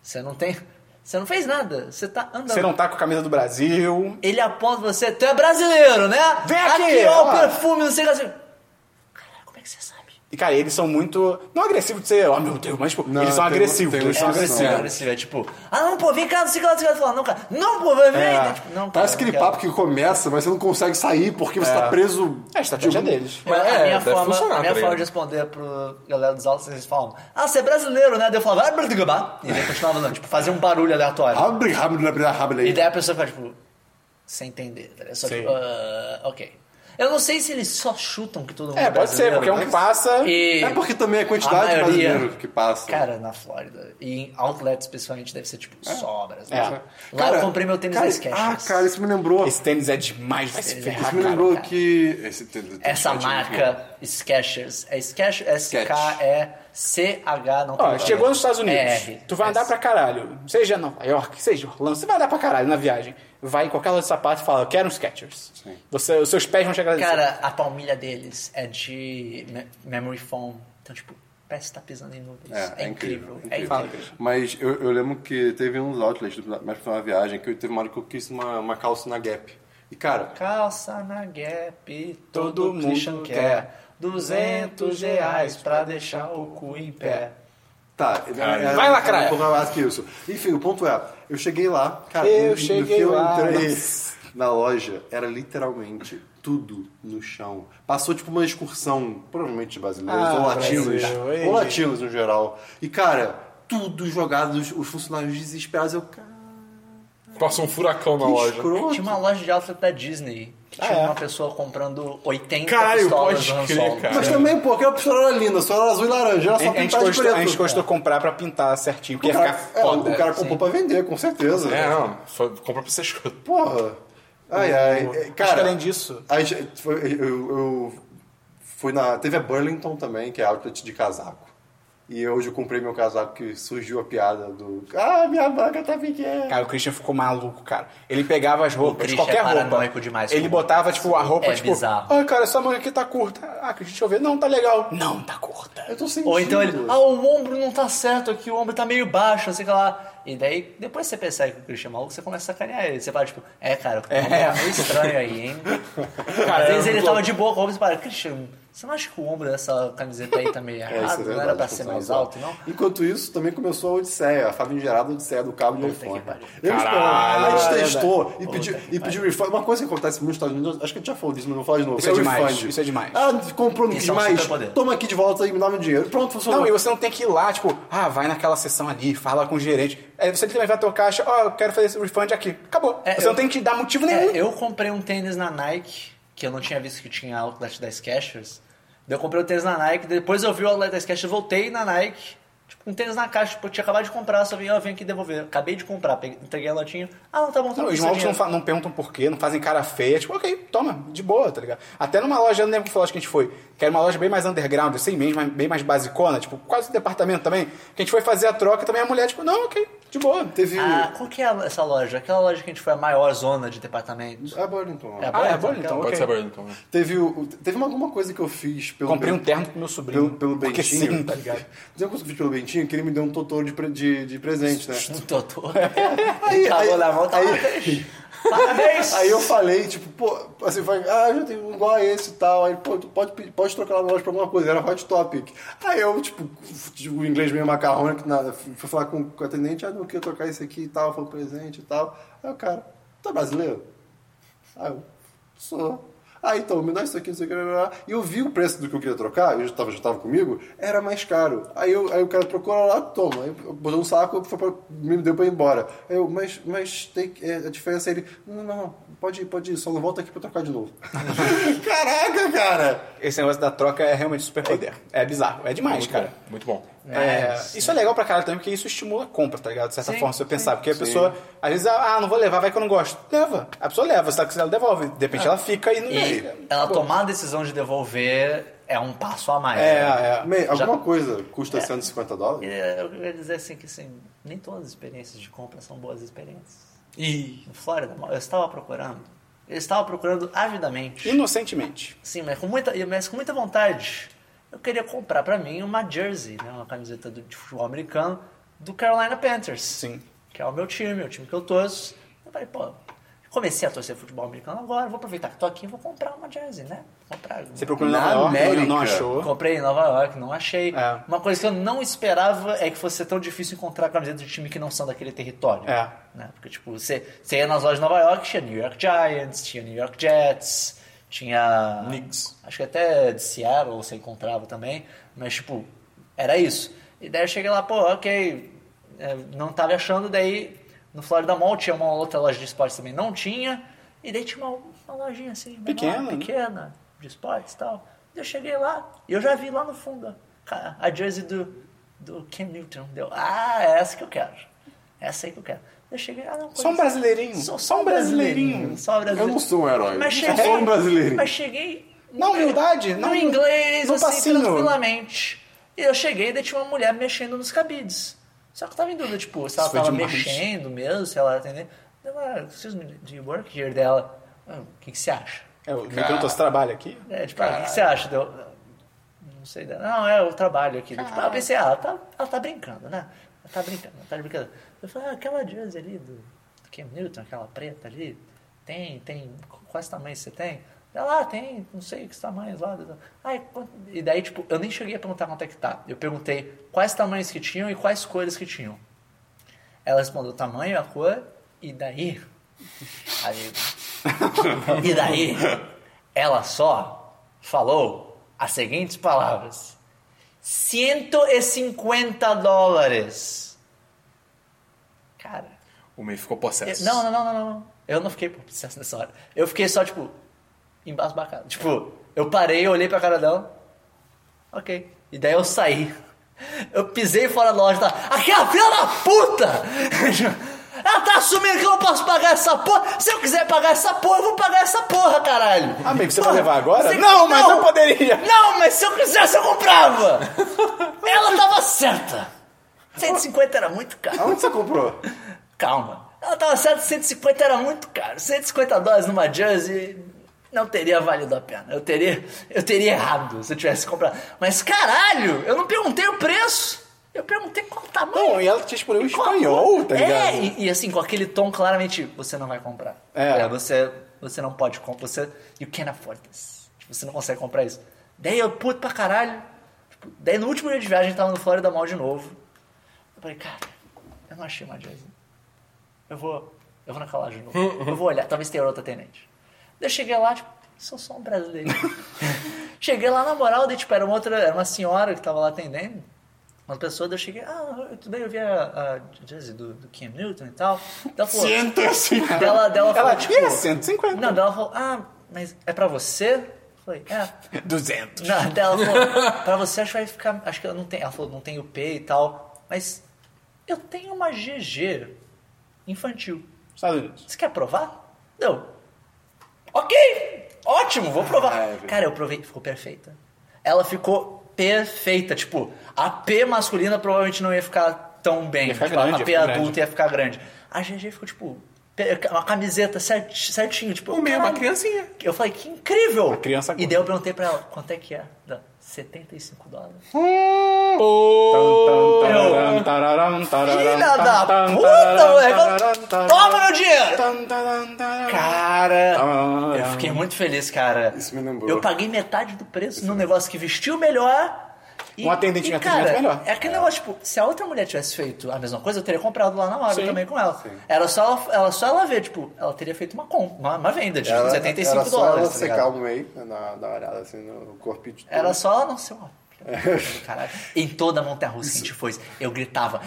Speaker 4: Você não tem. Você não fez nada. Você tá andando.
Speaker 2: Você não tá com a camisa do Brasil.
Speaker 4: Ele aponta pra você, tu é brasileiro, né?
Speaker 2: Vem aqui,
Speaker 4: ó,
Speaker 2: ó.
Speaker 4: o perfume, não sei o que assim. Caralho, como é que você sabe?
Speaker 2: E, cara, eles são muito. Não agressivos de ser, oh meu Deus, mas tipo,
Speaker 3: Não,
Speaker 2: eles são
Speaker 3: tem- um-
Speaker 2: agressivos.
Speaker 3: tem
Speaker 2: eles
Speaker 3: uma
Speaker 2: são
Speaker 3: noção.
Speaker 2: agressivos.
Speaker 3: É.
Speaker 4: agressivo, agressivo. É tipo, ah, não, pô, vem cá, não sei o que lá, não sei o que lá. Fala, não, cara, não, pô, vem, vem.
Speaker 2: É.
Speaker 4: Tipo, não, cara,
Speaker 3: Parece
Speaker 4: não
Speaker 3: aquele
Speaker 4: quero.
Speaker 3: papo que começa, mas você não consegue sair porque você tá preso.
Speaker 2: É a estratégia
Speaker 3: de um algum-
Speaker 2: deles.
Speaker 4: Mas
Speaker 1: É,
Speaker 4: a minha,
Speaker 1: deve funcionar,
Speaker 4: forma, a minha
Speaker 1: tá
Speaker 4: forma
Speaker 1: ligado?
Speaker 4: de responder pro galera dos altos, eles falam, ah, você é brasileiro, né? Daí eu falava, ah, Brigabá. E daí continuava andando, tipo, fazia um barulho aleatório.
Speaker 3: Abre, abre, abre, abre.
Speaker 4: E daí a pessoa fica, tipo, sem entender. Tá ligado? Só
Speaker 2: Sim.
Speaker 4: tipo, ah, ok. Eu não sei se eles só chutam que todo mundo
Speaker 2: É, pode ser,
Speaker 4: brasileiro,
Speaker 2: porque é um que
Speaker 3: né?
Speaker 4: mas-
Speaker 2: passa.
Speaker 4: E-
Speaker 3: É porque também é a quantidade
Speaker 4: A
Speaker 3: de
Speaker 4: maioria-
Speaker 3: brasileiros que passa.
Speaker 4: Cara, na Flórida. E em outlet, especialmente, deve ser tipo só brasileiro.
Speaker 2: É.
Speaker 4: Lá
Speaker 3: Cara,
Speaker 4: eu comprei meu tênis
Speaker 3: cara,
Speaker 4: da
Speaker 3: Ah,
Speaker 4: Skechers.
Speaker 3: cara, isso me lembrou.
Speaker 2: Esse tênis é demais, vai se
Speaker 4: Esse
Speaker 2: ferrar,
Speaker 3: isso
Speaker 2: cara.
Speaker 3: me lembrou
Speaker 4: cara.
Speaker 3: que. Esse tem- tem-
Speaker 4: Essa
Speaker 3: tem-
Speaker 4: marca Skechers. É Skechers,
Speaker 3: Sketch.
Speaker 4: S-K-E-C-H, não tem
Speaker 2: Ó,
Speaker 4: nada.
Speaker 2: chegou nos Estados Unidos,
Speaker 4: R,
Speaker 2: tu vai
Speaker 4: S.
Speaker 2: andar pra caralho. Seja Nova York, seja Orlando, você vai andar pra caralho na viagem. Vai em qualquer loja de sapato e fala, eu quero um Skechers. Você, os seus pés vão chegar
Speaker 4: Cara, a palmilha deles é de me- memory foam. Então, tipo, parece que tá pisando em nuvens.
Speaker 3: É, é incrível,
Speaker 4: É
Speaker 3: incrível.
Speaker 4: incrível.
Speaker 3: Mas eu, eu lembro que teve uns outlets, mais pra uma viagem, que eu teve uma hora que eu quis uma, uma calça na Gap. E cara,
Speaker 4: Calça na Gap, todo,
Speaker 2: Todo mundo
Speaker 4: Christian quer. 200 reais pra deixar o cu em pé.
Speaker 3: Tá, é, é,
Speaker 2: Vai lá, Craia.
Speaker 3: um pouco mais que isso. Enfim, o ponto é, eu cheguei lá, cara,
Speaker 2: Eu
Speaker 3: no- no
Speaker 2: cheguei
Speaker 3: que eu
Speaker 2: lá,
Speaker 3: entrei
Speaker 2: nossa.
Speaker 3: na loja, era literalmente tudo no chão. Passou tipo uma excursão, provavelmente de brasileiros,
Speaker 2: Ah,
Speaker 3: ou latinos,
Speaker 2: Brasil, ei.
Speaker 3: ou latinos no geral. E cara, tudo jogado, os, os funcionários desesperados, eu, cara,
Speaker 1: Passou um furacão na
Speaker 3: que
Speaker 1: loja.
Speaker 3: escroto.
Speaker 4: Tinha uma loja de outlet da Disney. Que tinha
Speaker 2: Ah, é.
Speaker 4: uma pessoa comprando 80
Speaker 1: Caralho,
Speaker 4: pistolas
Speaker 1: pode
Speaker 4: do Han
Speaker 1: crer,
Speaker 4: Solo.
Speaker 1: cara.
Speaker 3: Mas também, pô, aquela pistola era linda, só era azul e laranja, era
Speaker 2: A
Speaker 3: só
Speaker 2: gente,
Speaker 3: pintada de
Speaker 2: gostou, a gente
Speaker 3: preto.
Speaker 2: gostou comprar pra pintar certinho, porque
Speaker 3: O
Speaker 2: ia
Speaker 3: cara,
Speaker 2: ficar
Speaker 3: é,
Speaker 2: foda.
Speaker 3: o cara comprou pra vender, com certeza.
Speaker 1: É, não, foi, comprou pra ser escroto.
Speaker 3: Porra. Ai, ai. É, Cara,
Speaker 2: Acho que além disso-
Speaker 3: a gente- foi- eu, eu fui na. Teve a Burlington também, que é outlet de casaco. E hoje eu comprei meu casaco que surgiu a piada do. Ah, minha vaca tá pequena.
Speaker 2: Cara, o Christian ficou maluco, cara. Ele pegava as roupas,
Speaker 4: Christian
Speaker 2: qualquer
Speaker 4: é
Speaker 2: roupa.
Speaker 4: paranoico demais
Speaker 2: ele
Speaker 4: com
Speaker 2: botava, tipo, a roupa,
Speaker 4: É
Speaker 2: tipo.
Speaker 4: bizarro.
Speaker 2: Ai, cara, essa manga aqui tá curta. Ah, Christian, deixa eu ver. Não, tá legal. Não, tá curta.
Speaker 3: Eu tô sentindo.
Speaker 4: Ou então ele, ah, o ombro não tá certo aqui, o ombro tá meio baixo, sei lá. E daí, depois você percebe que o Christian é maluco, você começa a sacanear ele. Você fala, tipo, é, cara, o ombro tá meio estranho aí, hein? Às vezes
Speaker 2: É,
Speaker 3: um
Speaker 4: ele tava de boa com o ombro e você fala, Christian, você não acha que o ombro dessa camiseta aí tá meio
Speaker 3: É, isso é
Speaker 4: errado? não
Speaker 3: verdade,
Speaker 4: era pra
Speaker 3: isso
Speaker 4: ser
Speaker 3: tá
Speaker 4: mais
Speaker 3: errado.
Speaker 4: alto, não?
Speaker 3: Enquanto isso, também começou a Odisseia, a família gerada Odisseia do cabo de iPhone.
Speaker 4: que pariu.
Speaker 3: Eu espero.
Speaker 2: Caralho,
Speaker 3: A gente
Speaker 2: é
Speaker 3: testou e pediu,
Speaker 4: que
Speaker 3: e pediu refund. Uma coisa que acontece muito nos Estados Unidos, acho que a gente já falou disso, mas vou falar de novo.
Speaker 2: Isso é demais,
Speaker 3: refund.
Speaker 2: isso é demais.
Speaker 3: Ah, comprou, não
Speaker 4: Isso
Speaker 3: quis
Speaker 4: é um
Speaker 3: mais.
Speaker 4: superpoder.
Speaker 3: Toma aqui de volta e me dá meu dinheiro. Pronto, funcionou.
Speaker 2: Não, e você não tem que ir lá, tipo, ah, vai naquela sessão ali, fala com o gerente. Aí você também vai à tua caixa, ó, eu quero fazer esse refund aqui. Acabou.
Speaker 4: É,
Speaker 2: você
Speaker 4: eu-
Speaker 2: não tem que dar motivo
Speaker 4: É,
Speaker 2: nenhum.
Speaker 4: eu comprei um tênis na Nike, que eu não tinha visto que tinha outlet da Skechers. Daí eu comprei o tênis na Nike, depois eu vi o outlet da Skechers, voltei na Nike, tipo, um tênis na caixa, tipo, eu tinha acabado de comprar, só vim, ó, vim aqui devolver. Acabei de comprar, peguei- entreguei a latinha. Ah, não, tá bom, tá
Speaker 2: Não,
Speaker 4: bom.
Speaker 2: os
Speaker 4: seu
Speaker 2: malucos não,
Speaker 4: dinheiro.
Speaker 2: fa- não perguntam porquê, não fazem cara feia. Tipo, ok, toma, de boa, tá ligado? Até numa loja, eu não lembro que loja que a gente foi, que era uma loja bem mais underground, assim mesmo, mas bem mais basicona, tipo, quase um departamento também, que a gente foi fazer a troca também a mulher, tipo, não, ok, de boa.
Speaker 3: Teve.
Speaker 4: Ah, qual que é a- essa loja? Aquela loja que a gente foi a maior zona de departamentos.
Speaker 3: Ah, Burlington.
Speaker 4: É a
Speaker 2: Ah, é,
Speaker 4: Burlington,
Speaker 2: bom, então,
Speaker 4: aquela-
Speaker 1: Pode
Speaker 2: ok.
Speaker 1: saber, então. né?
Speaker 3: Teve, o- teve uma, alguma coisa que eu fiz pelo.
Speaker 2: Comprei um
Speaker 3: pelo-
Speaker 2: terno pro meu sobrinho.
Speaker 3: Pelo, pelo
Speaker 2: porque
Speaker 3: Bentinho.
Speaker 2: sim, tá ligado?
Speaker 3: Tem uma coisa que eu fiz pelo Bentinho que ele me deu um totoro de, pre- de, de presente, né?
Speaker 4: Um Totô. Ele
Speaker 3: aí-
Speaker 4: Acabou na mão, tá
Speaker 3: aí-
Speaker 4: parabéns. Parabéns!
Speaker 3: Aí eu falei, tipo, pô, assim, vai, ah, eu já tenho um igual a esse e tal. Aí, pô, tu pode, pe- pode trocar lá na loja pra alguma coisa, era Hot Topic. Aí eu, tipo, f- o inglês meio macarrônico, nada, fui fui falar com, com a atendente, ah, não, eu queria trocar esse aqui e tal, foi um presente e tal. Aí o cara, tá brasileiro? Aí eu, sou. Ah, então, me dá isso aqui, não sei o que. blá, blá, blá. E eu vi o preço do que eu queria trocar, eu já tava, já tava comigo, era mais caro. Aí, eu, aí o cara trocou lá, toma. Aí eu- botou um saco, foi pra, me deu pra ir embora. Aí eu, mas, mas tem, que- é, a diferença é ele, não, não, não, pode ir, pode ir, só não volta aqui pra trocar de novo. Caraca, cara!
Speaker 2: Esse negócio da troca é realmente super poder. É bizarro, é demais,
Speaker 1: Muito
Speaker 2: cara.
Speaker 1: bom, muito bom.
Speaker 2: É,
Speaker 4: Mas-
Speaker 2: isso é legal pra caralho também, porque isso estimula a compra, tá ligado? De certa
Speaker 4: Sim,
Speaker 2: forma, se eu
Speaker 4: sim.
Speaker 2: pensar. Porque a pessoa, às vezes, ah, não vou levar, vai que eu não gosto. Leva. A pessoa leva, se ela quiser, ela devolve. De repente ela fica e não.
Speaker 4: Ah. E ela tomar a decisão de devolver é um passo a mais.
Speaker 2: É,
Speaker 3: Ah,
Speaker 4: né?
Speaker 2: é.
Speaker 3: Man, alguma coisa custa 150 dólares?
Speaker 4: É, Eu queria dizer assim que assim, nem todas as experiências de compra são boas experiências.
Speaker 1: E
Speaker 4: Em Flórida, eu estava procurando. Eu estava procurando avidamente.
Speaker 2: Inocentemente.
Speaker 4: Sim, mas com muita, mas com muita vontade. Eu queria comprar pra mim uma jersey, né, uma camiseta do, de futebol americano do Carolina Panthers.
Speaker 2: Sim.
Speaker 4: Que é o meu time, é o time que eu torço. Eu falei, pô, comecei a torcer futebol americano agora, vou aproveitar que tô aqui e vou comprar uma jersey, né? Comprar.
Speaker 2: Você procurou
Speaker 3: Na
Speaker 2: na Nova York, né?
Speaker 3: América.
Speaker 2: não achou.
Speaker 4: Comprei em Nova York, não achei.
Speaker 2: É.
Speaker 4: Uma coisa que eu não esperava é que fosse ser tão difícil encontrar camisetas de time que não são daquele território.
Speaker 2: É.
Speaker 4: Né? Porque, tipo, você, você ia nas lojas de Nova York, tinha New York Giants, tinha New York Jets, tinha.
Speaker 1: Knicks.
Speaker 4: Acho que até de Seattle você encontrava também. Mas, tipo, era isso. E daí eu cheguei lá, pô, ok. é, não tava achando, daí no Florida Mall tinha uma outra loja de esportes também, não tinha. E daí tinha uma, uma lojinha assim, menor,
Speaker 2: Pequena, né?
Speaker 4: pequena, de esportes e tal. Eu cheguei lá e eu já vi lá no fundo a, a jersey do, do Ken Newton. Deu, ah, é essa que eu quero. É essa aí que eu quero. Eu cheguei, ah, não,
Speaker 2: Só um brasileirinho.
Speaker 4: Sou
Speaker 2: Só um brasileirinho.
Speaker 4: Só um brasileirinho.
Speaker 3: Eu não sou um herói.
Speaker 4: Mas
Speaker 3: Eu
Speaker 4: cheguei,
Speaker 3: sou um brasileirinho.
Speaker 4: Mas cheguei.
Speaker 2: Na humildade,
Speaker 4: No
Speaker 2: na-
Speaker 4: inglês,
Speaker 2: no
Speaker 4: assim,
Speaker 2: passinho.
Speaker 4: tranquilamente. E eu cheguei e daí tinha uma mulher mexendo nos cabides. Só que eu tava em dúvida, tipo, se ela
Speaker 2: Isso foi
Speaker 4: tava
Speaker 2: demais.
Speaker 4: mexendo mesmo, se ela era atendendo. Ela, excuse me, do you work here? dela? "Ah, O que, que você acha?
Speaker 2: É, o Microsoft trabalha aqui.
Speaker 4: É, tipo, ah, o que que você acha? Deu, não sei. dela. Não, é o trabalho aqui. Tipo, eu pensei, ah, ela tá, ela tá brincando, né? Ela tá brincando, ela tá brincando. Eu falei, ah, aquela jersey ali do, do Cam Newton, aquela preta ali, tem, tem, quais tamanhos você tem? Ela, ah, tem, não sei que tamanhos lá. Ai, quanto- e daí, tipo, eu nem cheguei a perguntar quanto é que tá. Eu perguntei quais tamanhos que tinham e quais cores que tinham. Ela respondeu o tamanho, a cor, e daí? Aí, e daí, ela só falou as seguintes palavras: 150 dólares. Cara,
Speaker 1: o meio ficou
Speaker 4: eu-
Speaker 1: possesso.
Speaker 4: É, não, não, não, não, não. Eu não fiquei processo nessa hora. Eu fiquei só, tipo, embasbacado. Tipo, eu parei, olhei pra cara dela. Ok. E daí eu saí. Eu pisei fora da loja e tava, Aquela filha da puta! Ela tá assumindo que eu não posso pagar essa porra! Se eu quiser pagar essa porra, eu vou pagar essa porra, caralho!
Speaker 2: Ah, amigo, você
Speaker 4: Porra,
Speaker 2: vai levar agora?
Speaker 4: você-
Speaker 2: Não, mas eu poderia.
Speaker 4: Não, mas se eu quisesse, eu comprava! Ela tava certa. 150 era muito caro.
Speaker 5: Aonde você comprou?
Speaker 4: Calma. Ela tava certa, 150 era muito caro. 150 dólares numa jersey não teria valido a pena. Eu teria, eu teria errado se eu tivesse comprado. Mas caralho, eu não perguntei o preço. Eu perguntei qual o tamanho.
Speaker 2: Não, e ela te escolheu em
Speaker 4: Qual-
Speaker 2: espanhol, tá
Speaker 4: É,
Speaker 2: ligado?
Speaker 4: e, e assim, com aquele tom claramente, você não vai comprar.
Speaker 2: É.
Speaker 4: você, você não pode comprar. Você, you can't afford this. Tipo, Você não consegue comprar isso. Daí eu puto pra caralho. Tipo, daí no último dia de viagem, eu tava no Florida Mall de novo. Eu falei, cara, eu não achei uma jersey. Eu vou, eu vou na calagem de novo. Eu vou olhar, talvez tenha outra tenente. Daí eu cheguei lá, tipo, sou só um brasileiro. cheguei lá na moral, daí, tipo, era uma outra, era uma senhora que tava lá atendendo. Uma pessoa, daí eu cheguei, ah, tudo bem, eu vi a, a Jersey do, do Cam Newton e tal. Ela falou,
Speaker 5: Senta assim.
Speaker 4: dela, dela falou,
Speaker 2: Ela
Speaker 4: tipo,
Speaker 2: tinha 150.
Speaker 4: Não, dela falou, ah, mas é pra você? Eu falei, é.
Speaker 2: 200.
Speaker 4: Não, dela falou, pra você acho que vai ficar. Acho que ela não tem. Ela falou, não tem UP e tal. Mas eu tenho uma GG infantil.
Speaker 2: Estados Unidos.
Speaker 4: Você quer provar? Não. Ok! Ótimo, vou
Speaker 2: Ah,
Speaker 4: provar.
Speaker 2: é
Speaker 4: Cara, eu provei, ficou perfeita. Ela ficou perfeita. Tipo, a P masculina provavelmente não ia ficar tão bem.
Speaker 2: Ia ficar
Speaker 4: Tipo,
Speaker 2: grande,
Speaker 4: a
Speaker 2: ia
Speaker 4: P
Speaker 2: ficar
Speaker 4: adulta
Speaker 2: grande.
Speaker 4: ia ficar grande. A GG ficou, tipo, pe- uma camiseta certi- certinho. Tipo,
Speaker 1: O meu, uma
Speaker 4: caralho.
Speaker 1: criancinha.
Speaker 4: Eu falei, que incrível!
Speaker 2: A criança
Speaker 4: e daí eu perguntei pra ela, quanto é que é? Ela, 75 dólares.
Speaker 2: Tan, tan, tararam, tararam,
Speaker 4: Filha
Speaker 2: tan,
Speaker 4: da
Speaker 2: tan,
Speaker 4: puta,
Speaker 2: tararam,
Speaker 4: moleque!
Speaker 2: tararam, tararam,
Speaker 4: Toma meu dinheiro!
Speaker 2: tan, tararam, tararam.
Speaker 4: Cara,
Speaker 2: Ah,
Speaker 4: eu fiquei muito feliz, cara.
Speaker 5: Isso me lembrou.
Speaker 4: Eu paguei metade do preço num negócio que vestiu melhor. E,
Speaker 2: Um atendente
Speaker 4: e,
Speaker 2: de atendimento
Speaker 4: cara,
Speaker 2: melhor.
Speaker 4: É aquele negócio, tipo, se a outra mulher tivesse feito a mesma coisa, eu teria comprado lá na hora
Speaker 2: Sim.
Speaker 4: também com ela. Era só ela, ela só ela ver, tipo, ela teria feito uma compra, uma, uma venda de
Speaker 5: Era-
Speaker 4: 75
Speaker 5: era só
Speaker 4: dólares.
Speaker 5: Ela
Speaker 4: tá
Speaker 5: ser
Speaker 4: ligado?
Speaker 5: calmo aí, na, na olhada assim no corpinho de
Speaker 4: Era
Speaker 5: tudo.
Speaker 4: só ela não ser uma. Caralho. Em toda a Montanha Russa que a gente foi, eu gritava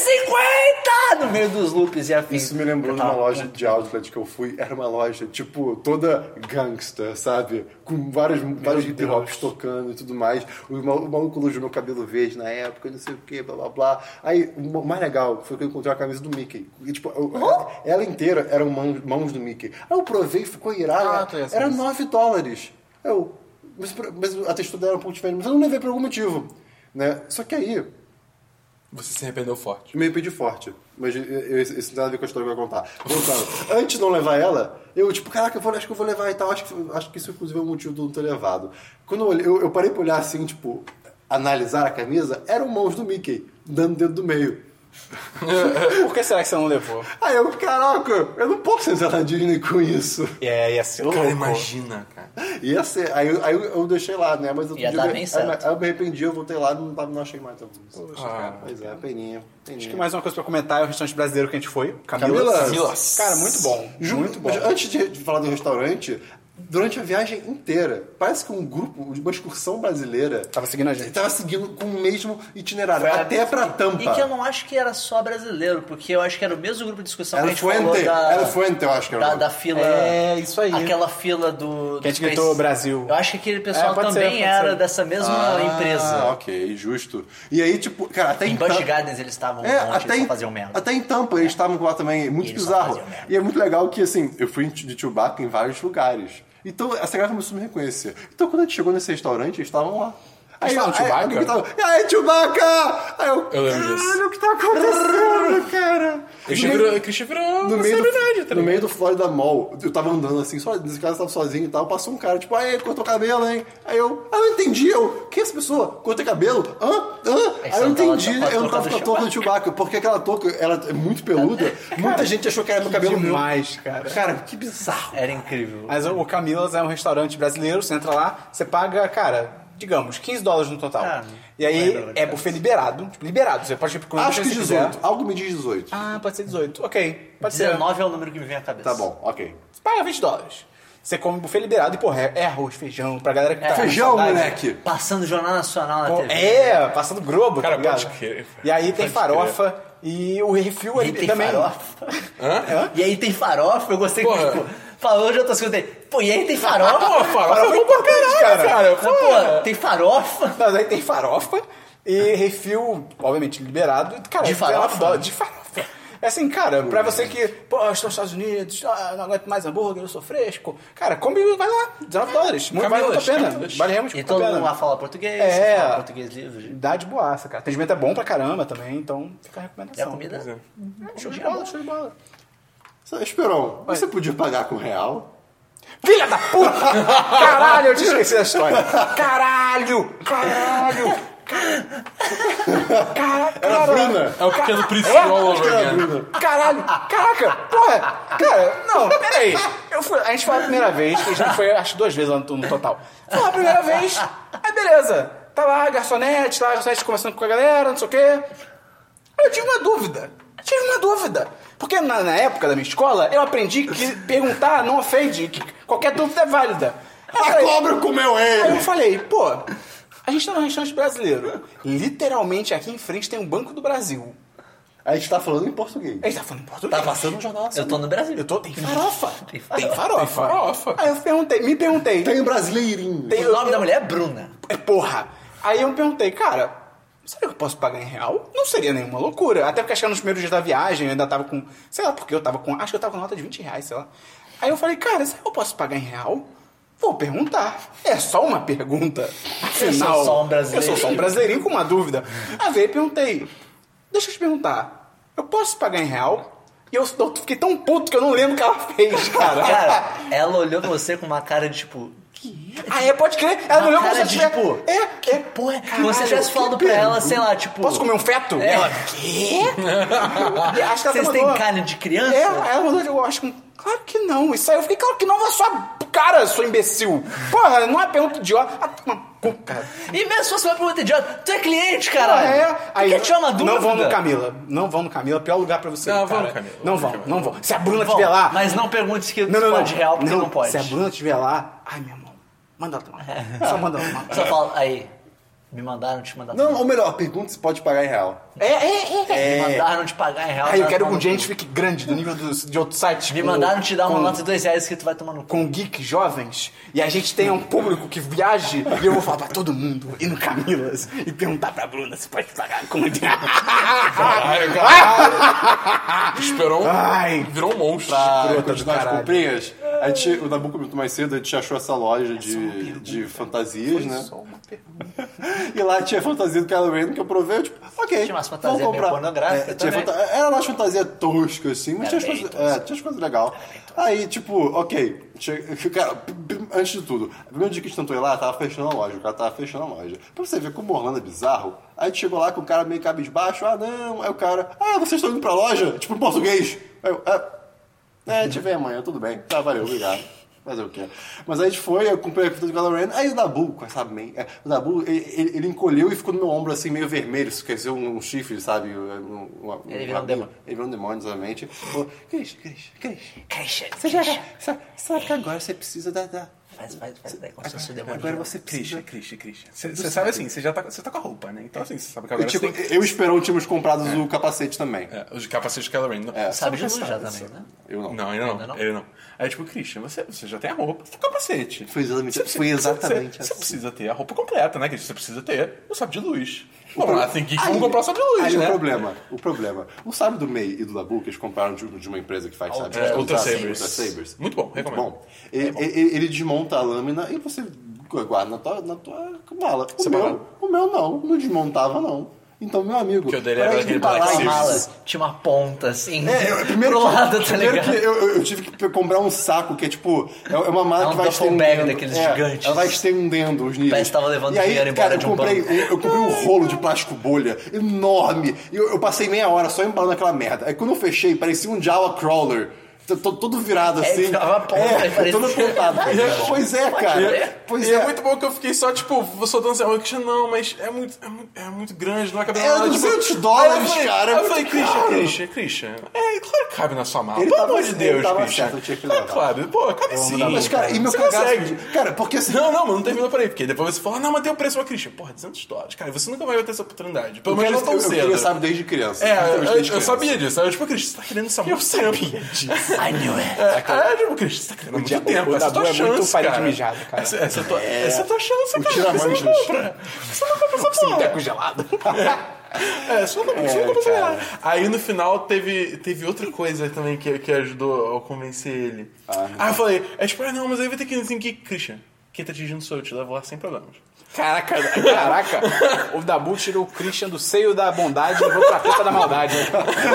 Speaker 4: 150 no meio dos loops e afins.
Speaker 5: Isso me lembrou
Speaker 4: Eu
Speaker 5: de uma
Speaker 4: tava
Speaker 5: loja
Speaker 2: né?
Speaker 4: puto.
Speaker 5: de outlet que eu fui. Era uma loja, tipo, toda gangster, sabe? Com vários, vários hip hops tocando e tudo mais. O, ma- o maluco elogiou meu cabelo verde na época, não sei o que, blá blá blá. Aí, o ma- mais legal foi que eu encontrei a camisa do Mickey. E, tipo, eu- ela inteira eram mãos, mãos do Mickey. Aí eu provei, ficou
Speaker 2: Ah,
Speaker 5: irado.
Speaker 2: tu ia saber
Speaker 5: era
Speaker 2: isso.
Speaker 5: 9 dólares. Eu, mas, pra- mas a textura dela era um pouco diferente, mas eu não levei por algum motivo. Né? Só que aí,
Speaker 1: Você se arrependeu forte.
Speaker 5: Meio pedi forte. Mas eu- eu- isso não tem nada a ver com a história que eu vou contar. Voltando. Antes de não levar ela, eu, tipo, caraca, eu vou- acho que eu vou levar e tal. Acho que, acho que isso, inclusive, é o motivo de eu não ter levado. Quando eu, olhei- eu, eu parei pra olhar assim, tipo, analisar a camisa, eram mãos do Mickey, dando o dedo do meio.
Speaker 2: Por que será que você não levou?
Speaker 5: Aí eu, caraca, eu não posso entrar na Disney com isso.
Speaker 2: É, ia ser
Speaker 1: Cara,
Speaker 2: louco.
Speaker 1: imagina, cara.
Speaker 5: Ia ser. Aí, eu- aí eu, eu deixei lá, né? Mas eu
Speaker 4: Ia dar bem certo.
Speaker 5: Aí eu me arrependi, eu voltei lá e não, tava- não achei mais. Então,
Speaker 1: cara.
Speaker 5: Pois é, peninha. peninha.
Speaker 2: Acho que mais uma coisa pra comentar é o restaurante brasileiro que a gente foi.
Speaker 5: Camila.
Speaker 1: Camilas.
Speaker 2: Cara, muito bom.
Speaker 5: Ju-
Speaker 2: Muito bom.
Speaker 5: mas Antes de de falar do restaurante, durante a viagem inteira, parece que um grupo, uma excursão brasileira,
Speaker 2: Tava seguindo a gente.
Speaker 5: tava seguindo com o mesmo itinerário,
Speaker 4: Foi a-
Speaker 5: até pra tampa.
Speaker 4: E que eu não acho que era só brasileiro, porque eu acho que era o mesmo grupo de discussão
Speaker 5: Era
Speaker 4: que a gente falou
Speaker 5: Fuente,
Speaker 4: da,
Speaker 5: era Fuente, eu acho que era o
Speaker 4: da,
Speaker 5: nome.
Speaker 4: da fila.
Speaker 2: É, isso aí.
Speaker 4: Aquela fila do.
Speaker 2: Que a gente
Speaker 4: do Space-
Speaker 2: gritou Brasil.
Speaker 4: Eu acho que aquele pessoal
Speaker 2: É, pode ser,
Speaker 4: também
Speaker 2: pode
Speaker 4: era
Speaker 2: ser.
Speaker 4: dessa mesma
Speaker 5: Ah,
Speaker 4: empresa.
Speaker 5: ok, justo. E aí, tipo, cara, até
Speaker 4: Em
Speaker 5: tam-
Speaker 4: Busch Gardens eles estavam
Speaker 5: É,
Speaker 4: um monte,
Speaker 5: até
Speaker 4: eles só
Speaker 5: em,
Speaker 4: faziam merda. É.
Speaker 5: até em Tampa eles estavam lá também, muito
Speaker 4: Eles só
Speaker 5: bizarro.
Speaker 4: faziam merda.
Speaker 5: E é muito legal que, assim, eu fui de Chewbacca em vários lugares. Então, essa galera começou a me reconhecer. Então, quando a gente chegou nesse restaurante, eles estavam lá. Aí,
Speaker 2: estavam
Speaker 5: aí,
Speaker 2: Chewbacca?
Speaker 5: aí, gritavam, e aí, Chewbacca! Aí eu,
Speaker 1: Eu lembro disso.
Speaker 5: caralho, o que tá acontecendo, cara?
Speaker 1: Christian
Speaker 5: No meio-
Speaker 1: virou, Christian virou
Speaker 5: no
Speaker 1: uma
Speaker 5: meio,
Speaker 1: celebridade,
Speaker 5: do,
Speaker 1: tá
Speaker 5: no
Speaker 1: ligado?
Speaker 5: meio do Florida Mall, eu tava andando assim, só, nesse caso eu tava sozinho e tal, passou um cara, tipo, aí, cortou cabelo, hein? Aí eu, ah, não entendi, eu, quem é essa pessoa? Cortei cabelo? Hã? Hã?
Speaker 4: Aí
Speaker 5: Aí
Speaker 4: você
Speaker 5: eu
Speaker 4: não tava
Speaker 5: entendi,
Speaker 4: com a
Speaker 5: eu não
Speaker 4: touca
Speaker 5: tava
Speaker 4: do
Speaker 5: com a touca do Chewbacca, porque aquela touca, ela é muito peluda, muita gente achou que era é meu cabelo meu.
Speaker 2: Demais, cara.
Speaker 5: Cara, que bizarro.
Speaker 4: Era incrível.
Speaker 2: Mas o Camilas é um restaurante brasileiro, você entra lá, você paga, cara, digamos, 15 dólares no total.
Speaker 4: Ah,
Speaker 2: e aí
Speaker 4: lembro,
Speaker 2: é buffet liberado, tipo, liberado, você pode ir quando
Speaker 5: Acho
Speaker 2: você
Speaker 5: que
Speaker 2: quiser.
Speaker 5: 18, algo me diz 18.
Speaker 2: Ah, pode ser 18. Ok, pode ser.
Speaker 4: 19 é o número que me vem à cabeça.
Speaker 5: Tá bom, ok.
Speaker 2: Você paga 20 dólares. Você come buffet liberado e, porra, é é arroz, feijão, pra galera que tá. com
Speaker 5: É. Feijão,
Speaker 2: saudade.
Speaker 5: moleque!
Speaker 4: Passando Jornal Nacional na
Speaker 2: Pô,
Speaker 4: TV.
Speaker 2: É, passando grobo,
Speaker 1: Cara,
Speaker 2: tá ligado?
Speaker 1: pode crer, cara.
Speaker 2: E aí
Speaker 1: Pode
Speaker 2: tem farofa e o refil
Speaker 4: E aí
Speaker 2: ali
Speaker 4: tem
Speaker 2: também.
Speaker 4: farofa. É?
Speaker 1: Hã?
Speaker 4: E aí tem farofa, eu gostei que,
Speaker 1: Porra.
Speaker 4: tipo, falou de outras coisas. tem, Pô, e aí tem farofa?
Speaker 1: Pô, farofa é
Speaker 2: Farofa é
Speaker 1: bom pra
Speaker 2: importante,
Speaker 1: caralho, cara.
Speaker 4: Pô,
Speaker 1: Pô,
Speaker 4: tem farofa?
Speaker 2: Mas aí tem farofa e refil, obviamente, liberado. Cara,
Speaker 4: De
Speaker 2: é 19
Speaker 4: farofa?
Speaker 2: dólares de farofa. É assim, cara, pra você que, pô, eu estou nos Estados Unidos, ah, não aguento mais hambúrguer, eu sou fresco. Cara, come e vai lá, 19 dólares. Muito vale muito a
Speaker 4: Camelos,
Speaker 2: pena.
Speaker 4: camelos.
Speaker 2: Vale realmente
Speaker 4: E
Speaker 2: muito a
Speaker 4: todo
Speaker 2: pena.
Speaker 4: mundo lá fala português,
Speaker 2: É.
Speaker 4: fala português livre.
Speaker 2: Dá de boaça, cara. Atendimento é bom pra caramba também, então fica a
Speaker 4: E a
Speaker 2: recomendação.
Speaker 4: comida?
Speaker 1: Pois é.
Speaker 2: Show de bola, show de bola.
Speaker 5: Esperon, você podia pagar com real?
Speaker 2: Filha da puta! Caralho, eu te esqueci da história. Caralho! Caralho! Caralho!
Speaker 5: Era a Bruna.
Speaker 1: É o pequeno príncipe all over again.
Speaker 2: Caralho! Caraca! Porra! Cara, não, peraí. Eu fui- a gente foi a primeira vez, a gente foi acho duas vezes lá no, no total. Foi lá a primeira vez, aí beleza. Tá lá, garçonete, lá, garçonete conversando com a galera, não sei o quê. Aí eu tive uma dúvida. Eu tive uma dúvida. Porque na, na época da minha escola, eu aprendi que perguntar não ofende, que qualquer dúvida é válida. Aí eu
Speaker 5: A
Speaker 2: falei,
Speaker 5: cobra comeu
Speaker 2: Aí eu
Speaker 5: ele!
Speaker 2: falei, pô, a gente tá num restaurante brasileiro. Literalmente aqui em frente tem um Banco do Brasil.
Speaker 5: A gente tá falando em português.
Speaker 2: A gente tá falando em português.
Speaker 4: Tá passando um jornal Eu tô no Brasil.
Speaker 2: Eu tô, tem farofa.
Speaker 4: Tem
Speaker 2: Tem
Speaker 4: farofa.
Speaker 2: farofa. Aí eu perguntei, me perguntei.
Speaker 5: Tem um brasileirinho.
Speaker 2: tem-
Speaker 4: O nome da mulher é Bruna.
Speaker 2: É, Porra. Aí eu me perguntei, cara, será que eu posso pagar em real? Não seria nenhuma loucura. Até porque acho que nos primeiros dias da viagem eu ainda tava com, sei lá, porque eu tava com, acho que eu tava com nota de 20 reais, sei lá. Aí eu falei, cara, será que eu posso pagar em real? Vou perguntar. É só uma pergunta. Afinal,
Speaker 4: sou só um brasileiro.
Speaker 2: Eu sou só um brasileirinho com uma dúvida. Aí veio e perguntei, deixa eu te perguntar, eu posso pagar em real? E eu eu fiquei tão puto que eu não lembro o que ela fez, cara.
Speaker 4: Cara, ela olhou pra você com uma cara de tipo. Que
Speaker 2: Ah, é, pode crer. Ela
Speaker 4: Uma
Speaker 2: me olhou como
Speaker 4: cara
Speaker 2: se
Speaker 4: de,
Speaker 2: eu tivesse-
Speaker 4: tipo,
Speaker 2: É, é.
Speaker 4: porra é?
Speaker 2: Caralho,
Speaker 4: você tivesse
Speaker 2: que
Speaker 4: falando pra
Speaker 2: perigo.
Speaker 4: ela, sei lá, tipo.
Speaker 2: Posso comer um feto?
Speaker 4: É.
Speaker 2: Ela, quê? E acho que ela
Speaker 4: Vocês
Speaker 2: mandou-
Speaker 4: têm carne de criança?
Speaker 2: É, aí ela mandou, eu acho que... Claro que não. Isso aí eu fiquei, claro que não, vai sua cara, seu imbecil. Porra, não é pergunta idiota. Ah, uma puta.
Speaker 4: E mesmo se fosse uma pergunta idiota, tu é cliente,
Speaker 2: Ah,
Speaker 4: cara.
Speaker 2: é. Aí,
Speaker 4: Quer tirar uma dúvida?
Speaker 2: Não vamos no Camila. Não vamos no Camila. Pior lugar pra você,
Speaker 1: Não,
Speaker 2: ir,
Speaker 1: vamos
Speaker 2: cara.
Speaker 1: no Camila.
Speaker 2: Não
Speaker 1: Vamos no
Speaker 2: vão,
Speaker 1: Camila.
Speaker 2: não vão. Se a Bruna
Speaker 4: Bom,
Speaker 2: estiver lá...
Speaker 4: Mas não pergunte se
Speaker 2: Não, não, não.
Speaker 4: pode real, porque não, pode.
Speaker 2: Se a Bruna estiver lá... Ai, meu irmão. Manda ela tomar. Só manda ela tomar.
Speaker 4: Só fala, aí. Me mandaram te mandar.
Speaker 5: Não, ou melhor, pergunta se pode pagar em real.
Speaker 2: É, é, é.
Speaker 4: Me mandaram te pagar em real.
Speaker 2: Ah, eu
Speaker 4: tá
Speaker 2: quero que
Speaker 4: tomando
Speaker 2: um gente fique grande do nível dos- de outro site.
Speaker 4: Me
Speaker 2: com-
Speaker 4: mandaram te dar uma
Speaker 2: com-
Speaker 4: nota de dois reais que tu vai tomar no cu.
Speaker 2: Com geeks jovens, e a gente tenha um público que viaje, e eu vou falar pra todo mundo, ir no Camilas, e perguntar pra Bruna se pode pagar com
Speaker 1: Caralho, caralho. Esperou um-
Speaker 2: Ai.
Speaker 1: Virou um monstro.
Speaker 5: Pra
Speaker 2: Escrota
Speaker 5: continuar
Speaker 2: do
Speaker 5: as
Speaker 2: caralho.
Speaker 5: comprinhas, a gente, o Dabu comentou mais cedo, a gente achou essa loja
Speaker 4: é
Speaker 5: de, de fantasias, né?
Speaker 2: Só uma pergunta.
Speaker 5: E lá tinha fantasia do Kylo Ren que eu provei, eu, tipo, ok.
Speaker 4: Tinha umas fantasias
Speaker 5: vamos comprar.
Speaker 4: meio pornográficas
Speaker 5: É, tinha
Speaker 4: também.
Speaker 5: fanta- Era umas fantasias toscas, assim,
Speaker 4: Era
Speaker 5: mas tinha as,
Speaker 4: bem
Speaker 5: coisas, é, tinha as coisas legais. Aí, tipo, ok. Tinha- Cara, p- p- antes de tudo, no primeiro dia que a gente tentou ir lá, tava fechando a loja, o cara tava fechando a loja. Pra você ver como Orlando é bizarro, aí a gente chegou lá com o cara meio cabisbaixo, ah não, aí o cara, ah, vocês estão indo pra loja? Tipo, em português. Aí eu, ah, é, te vê amanhã, tudo bem. Tá, valeu, obrigado. Mas eu quero. Mas aí a gente foi, eu comprei a conta do Kylo Ren, aí o Dabu, com essa men- é, O Dabu, ele, ele- ele encolheu e ficou no meu ombro assim, meio vermelho, isso quer dizer um, um chifre, sabe? Um- um- um-
Speaker 4: Ele virou um
Speaker 5: rabinho.
Speaker 4: demônio.
Speaker 5: Ele virou um demônio, exatamente. Falou, Cris, Cris, Cris,
Speaker 4: Caixa.
Speaker 5: você já. sa- Sabe que agora você precisa da. da-
Speaker 4: Faz, faz, faz. Daí como se fosse o
Speaker 5: agora
Speaker 4: demônio.
Speaker 5: você precisa.
Speaker 6: Christian, Christian, Christian. Você sabe assim, você já tá, você tá com a roupa, né? Então assim, você sabe que
Speaker 5: Eu,
Speaker 1: Agora
Speaker 5: tipo,
Speaker 1: você tem
Speaker 5: eu e o Esperão tínhamos comprado o capacete também.
Speaker 1: É, os capacetes de Kylo Ren. Não.
Speaker 4: Sabe de luz já também, né?
Speaker 5: Eu não.
Speaker 1: Não, ainda não.
Speaker 4: Ainda É, não?
Speaker 1: Ele não. Aí, tipo, Christian, você, você já tem a roupa, você tem o capacete.
Speaker 5: Foi exatamente-
Speaker 1: Você precisa-
Speaker 5: foi exatamente
Speaker 1: você- Você,
Speaker 5: assim.
Speaker 1: precisa ter a roupa completa, né, Christian? Você precisa ter o sabre de luz.
Speaker 5: O
Speaker 1: Bom,
Speaker 5: pro-
Speaker 1: lá tem que
Speaker 5: Aí-
Speaker 1: vamos comprar o sabre de luz,
Speaker 5: aí
Speaker 1: né?
Speaker 5: o problema, o problema. O sábio do MEI e do Dabu, que eles compraram de, de uma empresa que faz tipo, sábio.
Speaker 1: É, Ultra Sabers.
Speaker 5: Sabers.
Speaker 1: Muito bom, recomendo. É
Speaker 5: Bom, ele, ele- ele desmonta a lâmina e você guarda na tua, na tua mala. O
Speaker 1: Separado.
Speaker 5: meu, o meu não, não desmontava não. Então, meu amigo,
Speaker 1: Que eu dei
Speaker 5: pra
Speaker 1: era
Speaker 5: gente
Speaker 1: aquele
Speaker 5: falar
Speaker 1: Black
Speaker 4: Aquela
Speaker 1: Series.
Speaker 4: mala
Speaker 5: isso-
Speaker 4: tinha uma ponta assim.
Speaker 5: É, eu- primeiro
Speaker 4: pro
Speaker 5: que-
Speaker 4: lado, tá
Speaker 5: primeiro
Speaker 4: ligado?
Speaker 5: que eu, eu- eu tive que comprar um saco que é tipo. É é uma mala
Speaker 4: É um
Speaker 5: que vai
Speaker 4: duffel
Speaker 5: estendendo.
Speaker 4: bag daqueles
Speaker 5: é,
Speaker 4: gigantes.
Speaker 5: Ela vai estendendo os níveis.
Speaker 4: Parece que tava levando
Speaker 5: e aí,
Speaker 4: dinheiro embora
Speaker 5: cara,
Speaker 4: de
Speaker 5: eu
Speaker 4: um
Speaker 5: comprei,
Speaker 4: banco.
Speaker 5: um, eu comprei um rolo de plástico bolha enorme. E eu, eu passei meia hora só embalando aquela merda. Aí quando eu fechei, parecia um Jawa Crawler. T- to- Todo virado assim.
Speaker 4: ficava apontado, parecia-
Speaker 5: todo apontado. pois é, cara.
Speaker 4: crer.
Speaker 5: Pois
Speaker 1: e é. muito bom que eu fiquei só, tipo, só dando assim, "Olha, Christian, não, mas é muito, é muito, é muito grande, não é cabelo
Speaker 5: É, 200 dólares, cara, é
Speaker 1: Eu
Speaker 5: muito
Speaker 1: falei, Christian,
Speaker 5: caro."
Speaker 1: Christian, Christian, é, claro que cabe na sua mala,
Speaker 5: Ele
Speaker 1: pelo
Speaker 5: tava
Speaker 1: amor de
Speaker 5: certo,
Speaker 1: Deus,
Speaker 5: ele tava
Speaker 1: Christian.
Speaker 5: certo, eu tinha que
Speaker 1: Claro,
Speaker 5: levar.
Speaker 1: claro, pô, cabe sim.
Speaker 5: Mas, cara, e meu
Speaker 1: Você
Speaker 5: cagaço
Speaker 1: consegue.
Speaker 5: de- Cara, porque assim.
Speaker 1: Não, não, mas não terminou por aí, porque depois você fala, "Ah, não, mas tem o preço, mas Christian, porra, 200 dólares, cara, você nunca vai ter essa oportunidade, pelo
Speaker 5: eu,
Speaker 1: menos
Speaker 5: eu,
Speaker 1: não tão
Speaker 5: eu
Speaker 1: cedo.
Speaker 5: queria saber desde criança.
Speaker 1: É, eu,
Speaker 5: desde
Speaker 1: eu,
Speaker 5: criança.
Speaker 1: sabia disso. Eu, tipo, Cris, você tá querendo essa Eu sabia disso.
Speaker 4: I knew it.
Speaker 1: É, é, tipo, Cris, você tá querendo há muito
Speaker 2: diabo-
Speaker 1: tempo.
Speaker 2: o
Speaker 1: Essa é a
Speaker 2: Dabu
Speaker 1: tua
Speaker 2: é muito
Speaker 1: chance,
Speaker 2: parede
Speaker 1: cara.
Speaker 2: mijada, cara.
Speaker 1: Essa, essa é a tua, essa é a tua chance, cara.
Speaker 5: tira
Speaker 1: Você não
Speaker 5: manchas.
Speaker 2: tá
Speaker 1: compra. Você não compra essa porra.
Speaker 2: Teco gelado.
Speaker 1: É, isso não, isso não é, Aí no final teve, teve outra coisa também que, que ajudou a convencer ele. Ah, eu falei, é tipo, ah, não, mas aí vai ter que assim, que Christian, quem tá dirigindo sou eu, te levo lá sem problemas.
Speaker 2: Caraca, caraca. O Dabu tirou o Christian do seio da bondade e levou pra teta da maldade. né?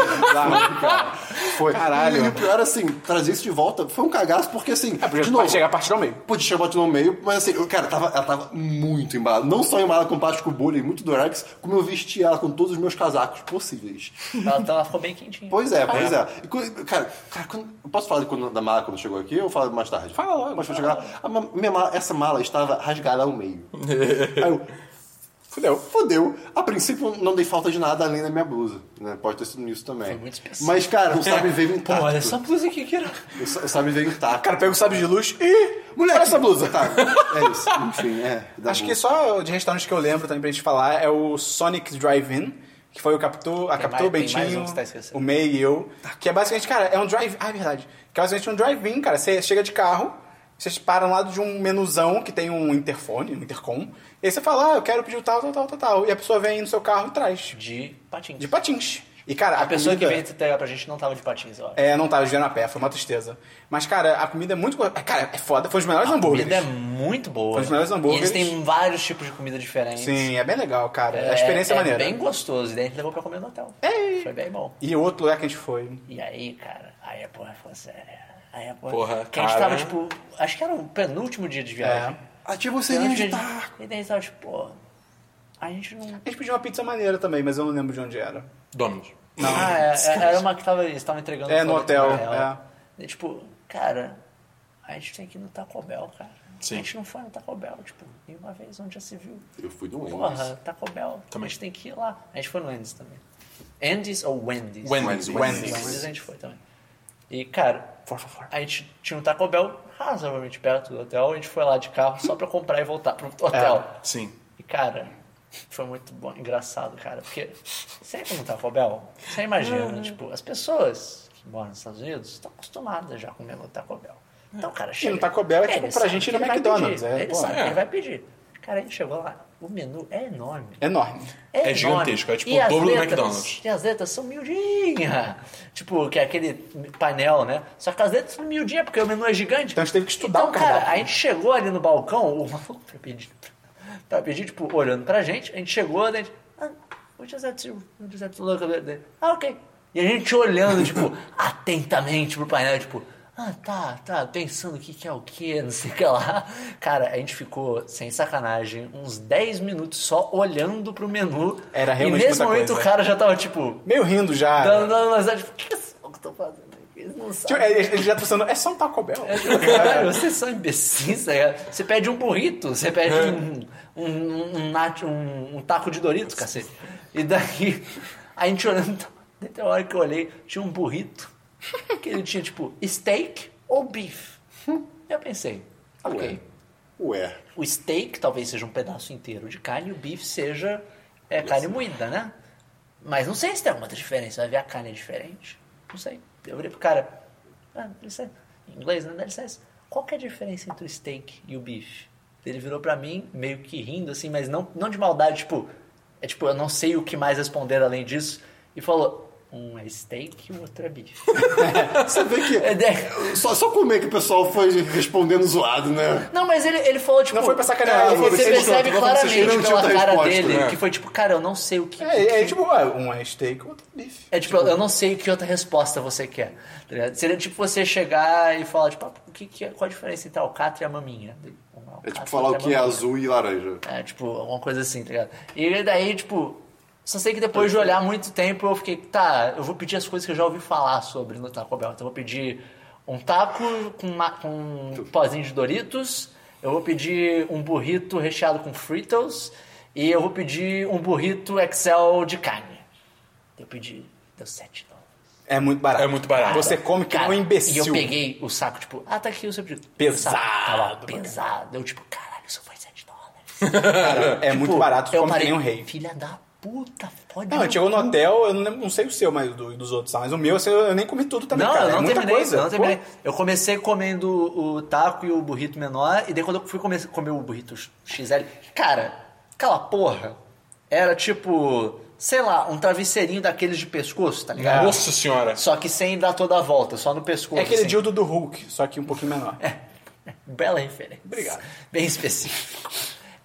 Speaker 2: Bizarro, cara.
Speaker 3: Foi.
Speaker 2: Caralho.
Speaker 3: E o pior, assim, trazer isso de volta foi um cagaço, porque
Speaker 2: É,
Speaker 3: assim. de
Speaker 2: porque
Speaker 3: novo,
Speaker 2: pode chegar a partir do meio.
Speaker 3: Pude chamar de no meio, mas assim, eu, cara, tava, ela tava muito embalada. Não só embalada com plástico bolha e muito durex, como eu vesti ela com todos os meus casacos possíveis.
Speaker 4: Ela, ela ficou bem quentinha.
Speaker 3: Pois é, pois é. E quando- cara, cara quando- eu posso falar de quando- da mala quando chegou aqui ou falo mais tarde?
Speaker 2: Fala logo,
Speaker 3: Mas quando chegar lá, a ma- minha mala- essa mala estava rasgada ao meio. Aí eu,
Speaker 2: Fudeu.
Speaker 3: fodeu. A princípio, não dei falta de nada além da minha blusa. Né? Pode ter sido nisso também.
Speaker 4: Foi muito específico.
Speaker 3: Mas, cara, o sabe veio
Speaker 4: Pô,
Speaker 3: intacto.
Speaker 4: olha essa blusa aqui que era.
Speaker 3: O sa- o sabe veio intacto.
Speaker 2: O cara pega o sábio de luz e. Mulher, essa blusa.
Speaker 3: Tá, é isso. Enfim, é. dá
Speaker 2: Acho
Speaker 3: bom.
Speaker 2: que só de restaurante que eu lembro também pra gente falar é o Sonic Drive-In, que foi o Capitu, a Capitu, o
Speaker 4: mais- tem mais um
Speaker 2: Bentinho,
Speaker 4: que você tá esquecendo. Tá.
Speaker 2: o May e eu. Que é basicamente, cara, é um drive. Ah, é verdade. Que é basicamente um drive-in, cara. Você chega de carro, vocês param lá de um menuzão que tem um interfone, um intercom. E aí você fala, ah, eu quero pedir o tal, tal, tal, tal, tal. E a pessoa vem no seu carro e traz.
Speaker 4: De patins.
Speaker 2: De patins. E, cara, a,
Speaker 4: A pessoa que
Speaker 2: comida-
Speaker 4: veio entregar pra gente não tava de patins, eu acho.
Speaker 2: É, não tava vieram a pé, foi uma tristeza. Mas, cara, a comida é muito. go- Cara, é foda, foi os melhores
Speaker 4: A
Speaker 2: hambúrgueres.
Speaker 4: comida é muito boa.
Speaker 2: Foi os melhores hambúrgueres.
Speaker 4: E eles têm vários tipos de comida diferentes.
Speaker 2: Sim, é bem legal, cara. a experiência é, maneira.
Speaker 4: bem gostoso. E daí a gente levou pra comer no hotel.
Speaker 2: Ei.
Speaker 4: Foi bem bom.
Speaker 2: E outro lugar que a gente foi.
Speaker 4: E aí, cara, aí a porra foi séria. Aí a porra...
Speaker 1: Porra,
Speaker 4: que a gente
Speaker 1: cara.
Speaker 4: tava, tipo... Acho que era o penúltimo dia de viagem.
Speaker 2: É.
Speaker 3: Ativa o
Speaker 4: Penúltimo
Speaker 3: sininho de
Speaker 4: dia
Speaker 3: taco.
Speaker 4: E daí a gente tava, tipo, pô... A gente não...
Speaker 2: A gente pediu uma pizza maneira também, mas eu não lembro de onde era.
Speaker 1: Domingos.
Speaker 4: Ah, é, é, era uma que tava, eles estavam entregando...
Speaker 2: É, no
Speaker 4: fora do
Speaker 2: hotel,
Speaker 4: hotel.
Speaker 2: é.
Speaker 4: E, tipo, cara... A gente tem que ir no Taco Bell, cara.
Speaker 1: Sim.
Speaker 4: A gente não foi no Taco Bell, tipo, nenhuma vez, onde já se viu.
Speaker 3: Eu fui no
Speaker 4: Porra, Taco Bell.
Speaker 1: Também.
Speaker 4: A gente tem que ir lá. A gente foi no Wendy's também. Andy's ou Wendy's?
Speaker 1: Wendy's,
Speaker 2: Wendy's.
Speaker 4: Wendy's a gente foi também. E, cara,
Speaker 2: Por favor.
Speaker 4: a gente tinha um Taco Bell razoavelmente perto do hotel. A gente foi lá de carro só pra comprar e voltar pro hotel.
Speaker 1: Sim.
Speaker 4: E, cara, foi muito bom, engraçado, cara. Porque você entra no Taco Bell, você
Speaker 1: Uhum.
Speaker 4: imagina, tipo, as pessoas que moram nos Estados Unidos estão acostumadas já a comer no Taco Bell. Então, cara, chega...
Speaker 2: no Taco Bell é tipo
Speaker 4: ele
Speaker 2: pra
Speaker 4: sabe
Speaker 2: gente ir
Speaker 4: que
Speaker 2: no
Speaker 4: ele vai
Speaker 2: McDonald's,
Speaker 4: pedir,
Speaker 2: é,
Speaker 4: ele
Speaker 2: pô,
Speaker 4: sabe que
Speaker 1: é.
Speaker 4: ele vai pedir. Cara, a gente chegou lá, o menu é enorme.
Speaker 2: Enorme.
Speaker 1: É
Speaker 4: enorme.
Speaker 1: gigantesco, é tipo
Speaker 4: E
Speaker 1: o
Speaker 4: as
Speaker 1: dobro do
Speaker 4: letras-
Speaker 1: McDonald's.
Speaker 4: E as letras são miudinhas. Tipo, que é aquele painel, né? Só que as letras são miudinhas porque o menu é gigante.
Speaker 2: Então a gente teve que estudar
Speaker 4: Então,
Speaker 2: o
Speaker 4: cara,
Speaker 2: cardápio.
Speaker 4: a gente chegou ali no balcão, o maluco pra pedir, pra pedir, tipo, olhando pra gente, a gente chegou, daí a gente. Ah, what is that, you- what is that look at that?" Ah, ok. E a gente olhando, tipo, atentamente pro painel, tipo, ah, tá, tá, pensando o que, que é o que, não sei o que lá. Cara, a gente ficou, sem sacanagem, uns 10 minutos só olhando pro menu.
Speaker 2: Era realmente
Speaker 4: E nesse
Speaker 2: muita
Speaker 4: momento
Speaker 2: coisa.
Speaker 4: o cara já tava, tipo,
Speaker 2: Meio rindo já.
Speaker 4: dando umas. Tipo, o que que esse maluco tá fazendo aqui? Eles não
Speaker 2: Tipo,
Speaker 4: sabem.
Speaker 2: é, ele já tá pensando, é só um Taco Bell.
Speaker 4: Caralho, vocês são imbecis, tá ligado? Você pede um burrito, você pede
Speaker 2: É.
Speaker 4: um, um, um, nacho- um- um taco de Doritos, cacete. E daí, a gente olhando, até a hora que eu olhei, tinha um burrito que ele tinha tipo steak ou beef. Eu pensei, ok.
Speaker 3: Ué.
Speaker 4: O steak talvez seja um pedaço inteiro de carne, e o beef seja é, carne moída, né? Mas não sei se tem alguma outra diferença. Vai ver a carne é diferente. Não sei. Eu virei pro cara. Ah, dá licença. Em inglês, né? Dá licença. Qual que é a diferença entre o steak e o beef? Ele virou pra mim, meio que rindo, assim, mas não, não de maldade, tipo. É tipo, eu não sei o que mais responder além disso. E falou: um é steak e o outro é beef.
Speaker 3: Você vê
Speaker 4: É,
Speaker 3: que.
Speaker 4: daí-
Speaker 3: Só, só comer que o pessoal foi respondendo zoado, né?
Speaker 4: Não, mas ele, ele falou, tipo...
Speaker 2: Não foi pra sacanear,
Speaker 4: ele-
Speaker 2: foi
Speaker 4: Você
Speaker 2: pra ser
Speaker 4: percebe
Speaker 1: escroto, vamos ser
Speaker 4: claramente
Speaker 3: escroto,
Speaker 4: pela
Speaker 3: não tinha outra
Speaker 4: cara
Speaker 3: resposta,
Speaker 4: dele
Speaker 1: né?
Speaker 4: que foi, tipo, cara, eu não sei o que...
Speaker 2: É, é, tipo, ah, um é steak, outro é bife.
Speaker 4: É tipo, eu não sei que outra resposta você quer. tá ligado? Seria tipo você chegar e falar, tipo, ah, o que, que é- qual a diferença entre a alcatra e a maminha? Uma
Speaker 3: É
Speaker 4: alcatra
Speaker 3: tipo falar
Speaker 4: e
Speaker 3: o
Speaker 4: a
Speaker 3: que é
Speaker 4: maminha.
Speaker 3: azul e laranja.
Speaker 4: É, tipo, alguma coisa assim, tá ligado? E daí, tipo, só sei que depois de olhar muito tempo, eu fiquei, tá, eu vou pedir as coisas que eu já ouvi falar sobre no Taco Bell. Então, eu vou pedir um taco com, ma- com um pozinho de Doritos, eu vou pedir um burrito recheado com Fritos, e eu vou pedir um burrito Excel de carne. Eu pedi, deu 7 dólares.
Speaker 2: É muito barato.
Speaker 1: É muito barato.
Speaker 2: Você come que
Speaker 4: Cara,
Speaker 2: é um imbecil.
Speaker 4: E eu peguei o saco, tipo, ah, tá aqui o seu pedido.
Speaker 2: Pesado,
Speaker 4: O saco tava
Speaker 2: mano.
Speaker 4: pesado. Eu, tipo, caralho, isso foi 7 dólares.
Speaker 2: Cara, é muito
Speaker 4: Pô,
Speaker 2: barato, tu
Speaker 4: tipo, eu
Speaker 2: come que
Speaker 4: parei,
Speaker 2: nem um rei.
Speaker 4: Filha da puta, pode
Speaker 2: Não, a gente chegou no hotel, eu não, lembro- não sei o seu, mas do- dos outros, tá? mas o meu, assim, eu nem comi tudo também,
Speaker 4: Não,
Speaker 2: cara.
Speaker 4: eu
Speaker 2: é
Speaker 4: não
Speaker 2: muita
Speaker 4: terminei,
Speaker 2: coisa.
Speaker 4: eu não terminei.
Speaker 2: Pô, é
Speaker 4: Eu comecei comendo o taco e o burrito menor, e daí quando eu fui comer, comer o burrito XL, cara, aquela porra era tipo, sei lá, um travesseirinho daqueles de pescoço, tá ligado?
Speaker 1: Nossa senhora.
Speaker 4: Só que sem dar toda a volta, só no pescoço.
Speaker 2: É aquele
Speaker 4: assim.
Speaker 2: dildo do Hulk, só que um pouquinho menor.
Speaker 4: É. Bela referência.
Speaker 2: Obrigado.
Speaker 4: Bem específico.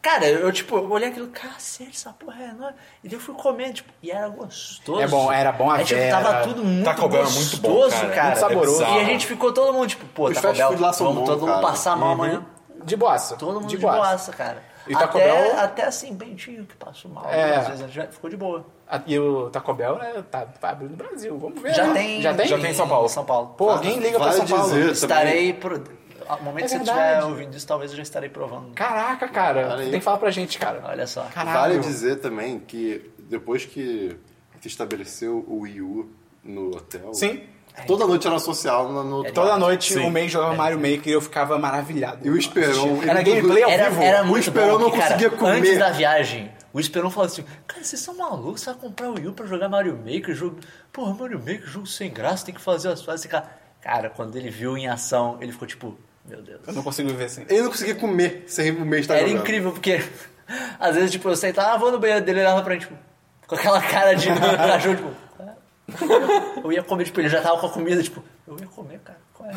Speaker 4: Cara, eu tipo, eu olhei aquilo, cacete, essa porra é enorme. E daí eu fui comer, tipo, e era gostoso.
Speaker 2: É bom, era bom a
Speaker 4: é, tipo,
Speaker 2: ver,
Speaker 4: tava
Speaker 2: era-
Speaker 4: tudo muito
Speaker 1: Taco Bell é
Speaker 4: gostoso,
Speaker 1: muito bom,
Speaker 4: bom,
Speaker 1: cara.
Speaker 4: cara.
Speaker 1: Muito
Speaker 2: saboroso.
Speaker 4: E a gente ficou todo mundo, tipo, pô,
Speaker 5: Os
Speaker 4: Taco
Speaker 5: fast
Speaker 4: Bell,
Speaker 5: food lá são
Speaker 4: vamos
Speaker 5: bons,
Speaker 4: todo mundo
Speaker 5: cara.
Speaker 4: passar mal amanhã.
Speaker 2: Uhum. De boassa.
Speaker 4: Todo mundo de boassa,
Speaker 2: boassa.
Speaker 4: cara.
Speaker 2: E Taco
Speaker 4: até,
Speaker 2: Bell-
Speaker 4: até assim, Bentinho, que passou mal.
Speaker 2: É.
Speaker 4: Às vezes a gente já ficou de boa.
Speaker 2: Ah, E o Taco Bell né, tá, tá abrindo no Brasil. Vamos ver.
Speaker 4: Já
Speaker 2: né?
Speaker 4: tem,
Speaker 2: Já tem?
Speaker 1: Já tem em São Paulo.
Speaker 4: São Paulo. Tá.
Speaker 2: Pô, alguém liga pra
Speaker 5: Vale
Speaker 2: São Paulo.
Speaker 5: dizer. Eu
Speaker 4: Estarei. Pro... Ao momento
Speaker 2: É
Speaker 4: que você
Speaker 2: verdade.
Speaker 4: estiver ouvindo isso, talvez eu já estarei provando.
Speaker 2: Caraca, cara.
Speaker 5: Olha aí.
Speaker 2: Tem que falar pra gente, cara.
Speaker 4: Olha só.
Speaker 2: Caralho.
Speaker 5: Vale dizer também que depois que se estabeleceu o Wii U no hotel.
Speaker 2: Sim.
Speaker 5: Toda noite era social no, no hotel.
Speaker 2: Toda noite
Speaker 1: Sim.
Speaker 2: o May jogava Mario Maker e eu ficava maravilhado.
Speaker 5: É. E o Esperon.
Speaker 2: Era
Speaker 5: ele-
Speaker 2: gameplay ao
Speaker 4: Era,
Speaker 2: vivo.
Speaker 4: era
Speaker 5: O
Speaker 4: muito
Speaker 5: Esperão
Speaker 4: bom,
Speaker 5: não
Speaker 4: que, cara,
Speaker 5: conseguia comer.
Speaker 4: Antes da viagem, o Esperão falou assim: Cara, vocês são malucos, você vai comprar o Wii U pra jogar Mario Maker, jogo. Porra, Mario Maker, jogo sem graça, tem que fazer as fases. Cara, cara quando ele viu em ação, ele ficou tipo: Meu Deus.
Speaker 2: Eu não consigo ver assim.
Speaker 5: Ele não conseguia comer sem o meio estar
Speaker 4: Era
Speaker 5: tá jogando.
Speaker 4: incrível, porque às vezes, tipo, eu sentava, ah, vou no banheiro dele, ele olhava pra mim, tipo, com aquela cara de cachorro, tipo, "Ah." eu ia comer, tipo, ele já tava com a comida, tipo, eu ia comer, cara, qual é?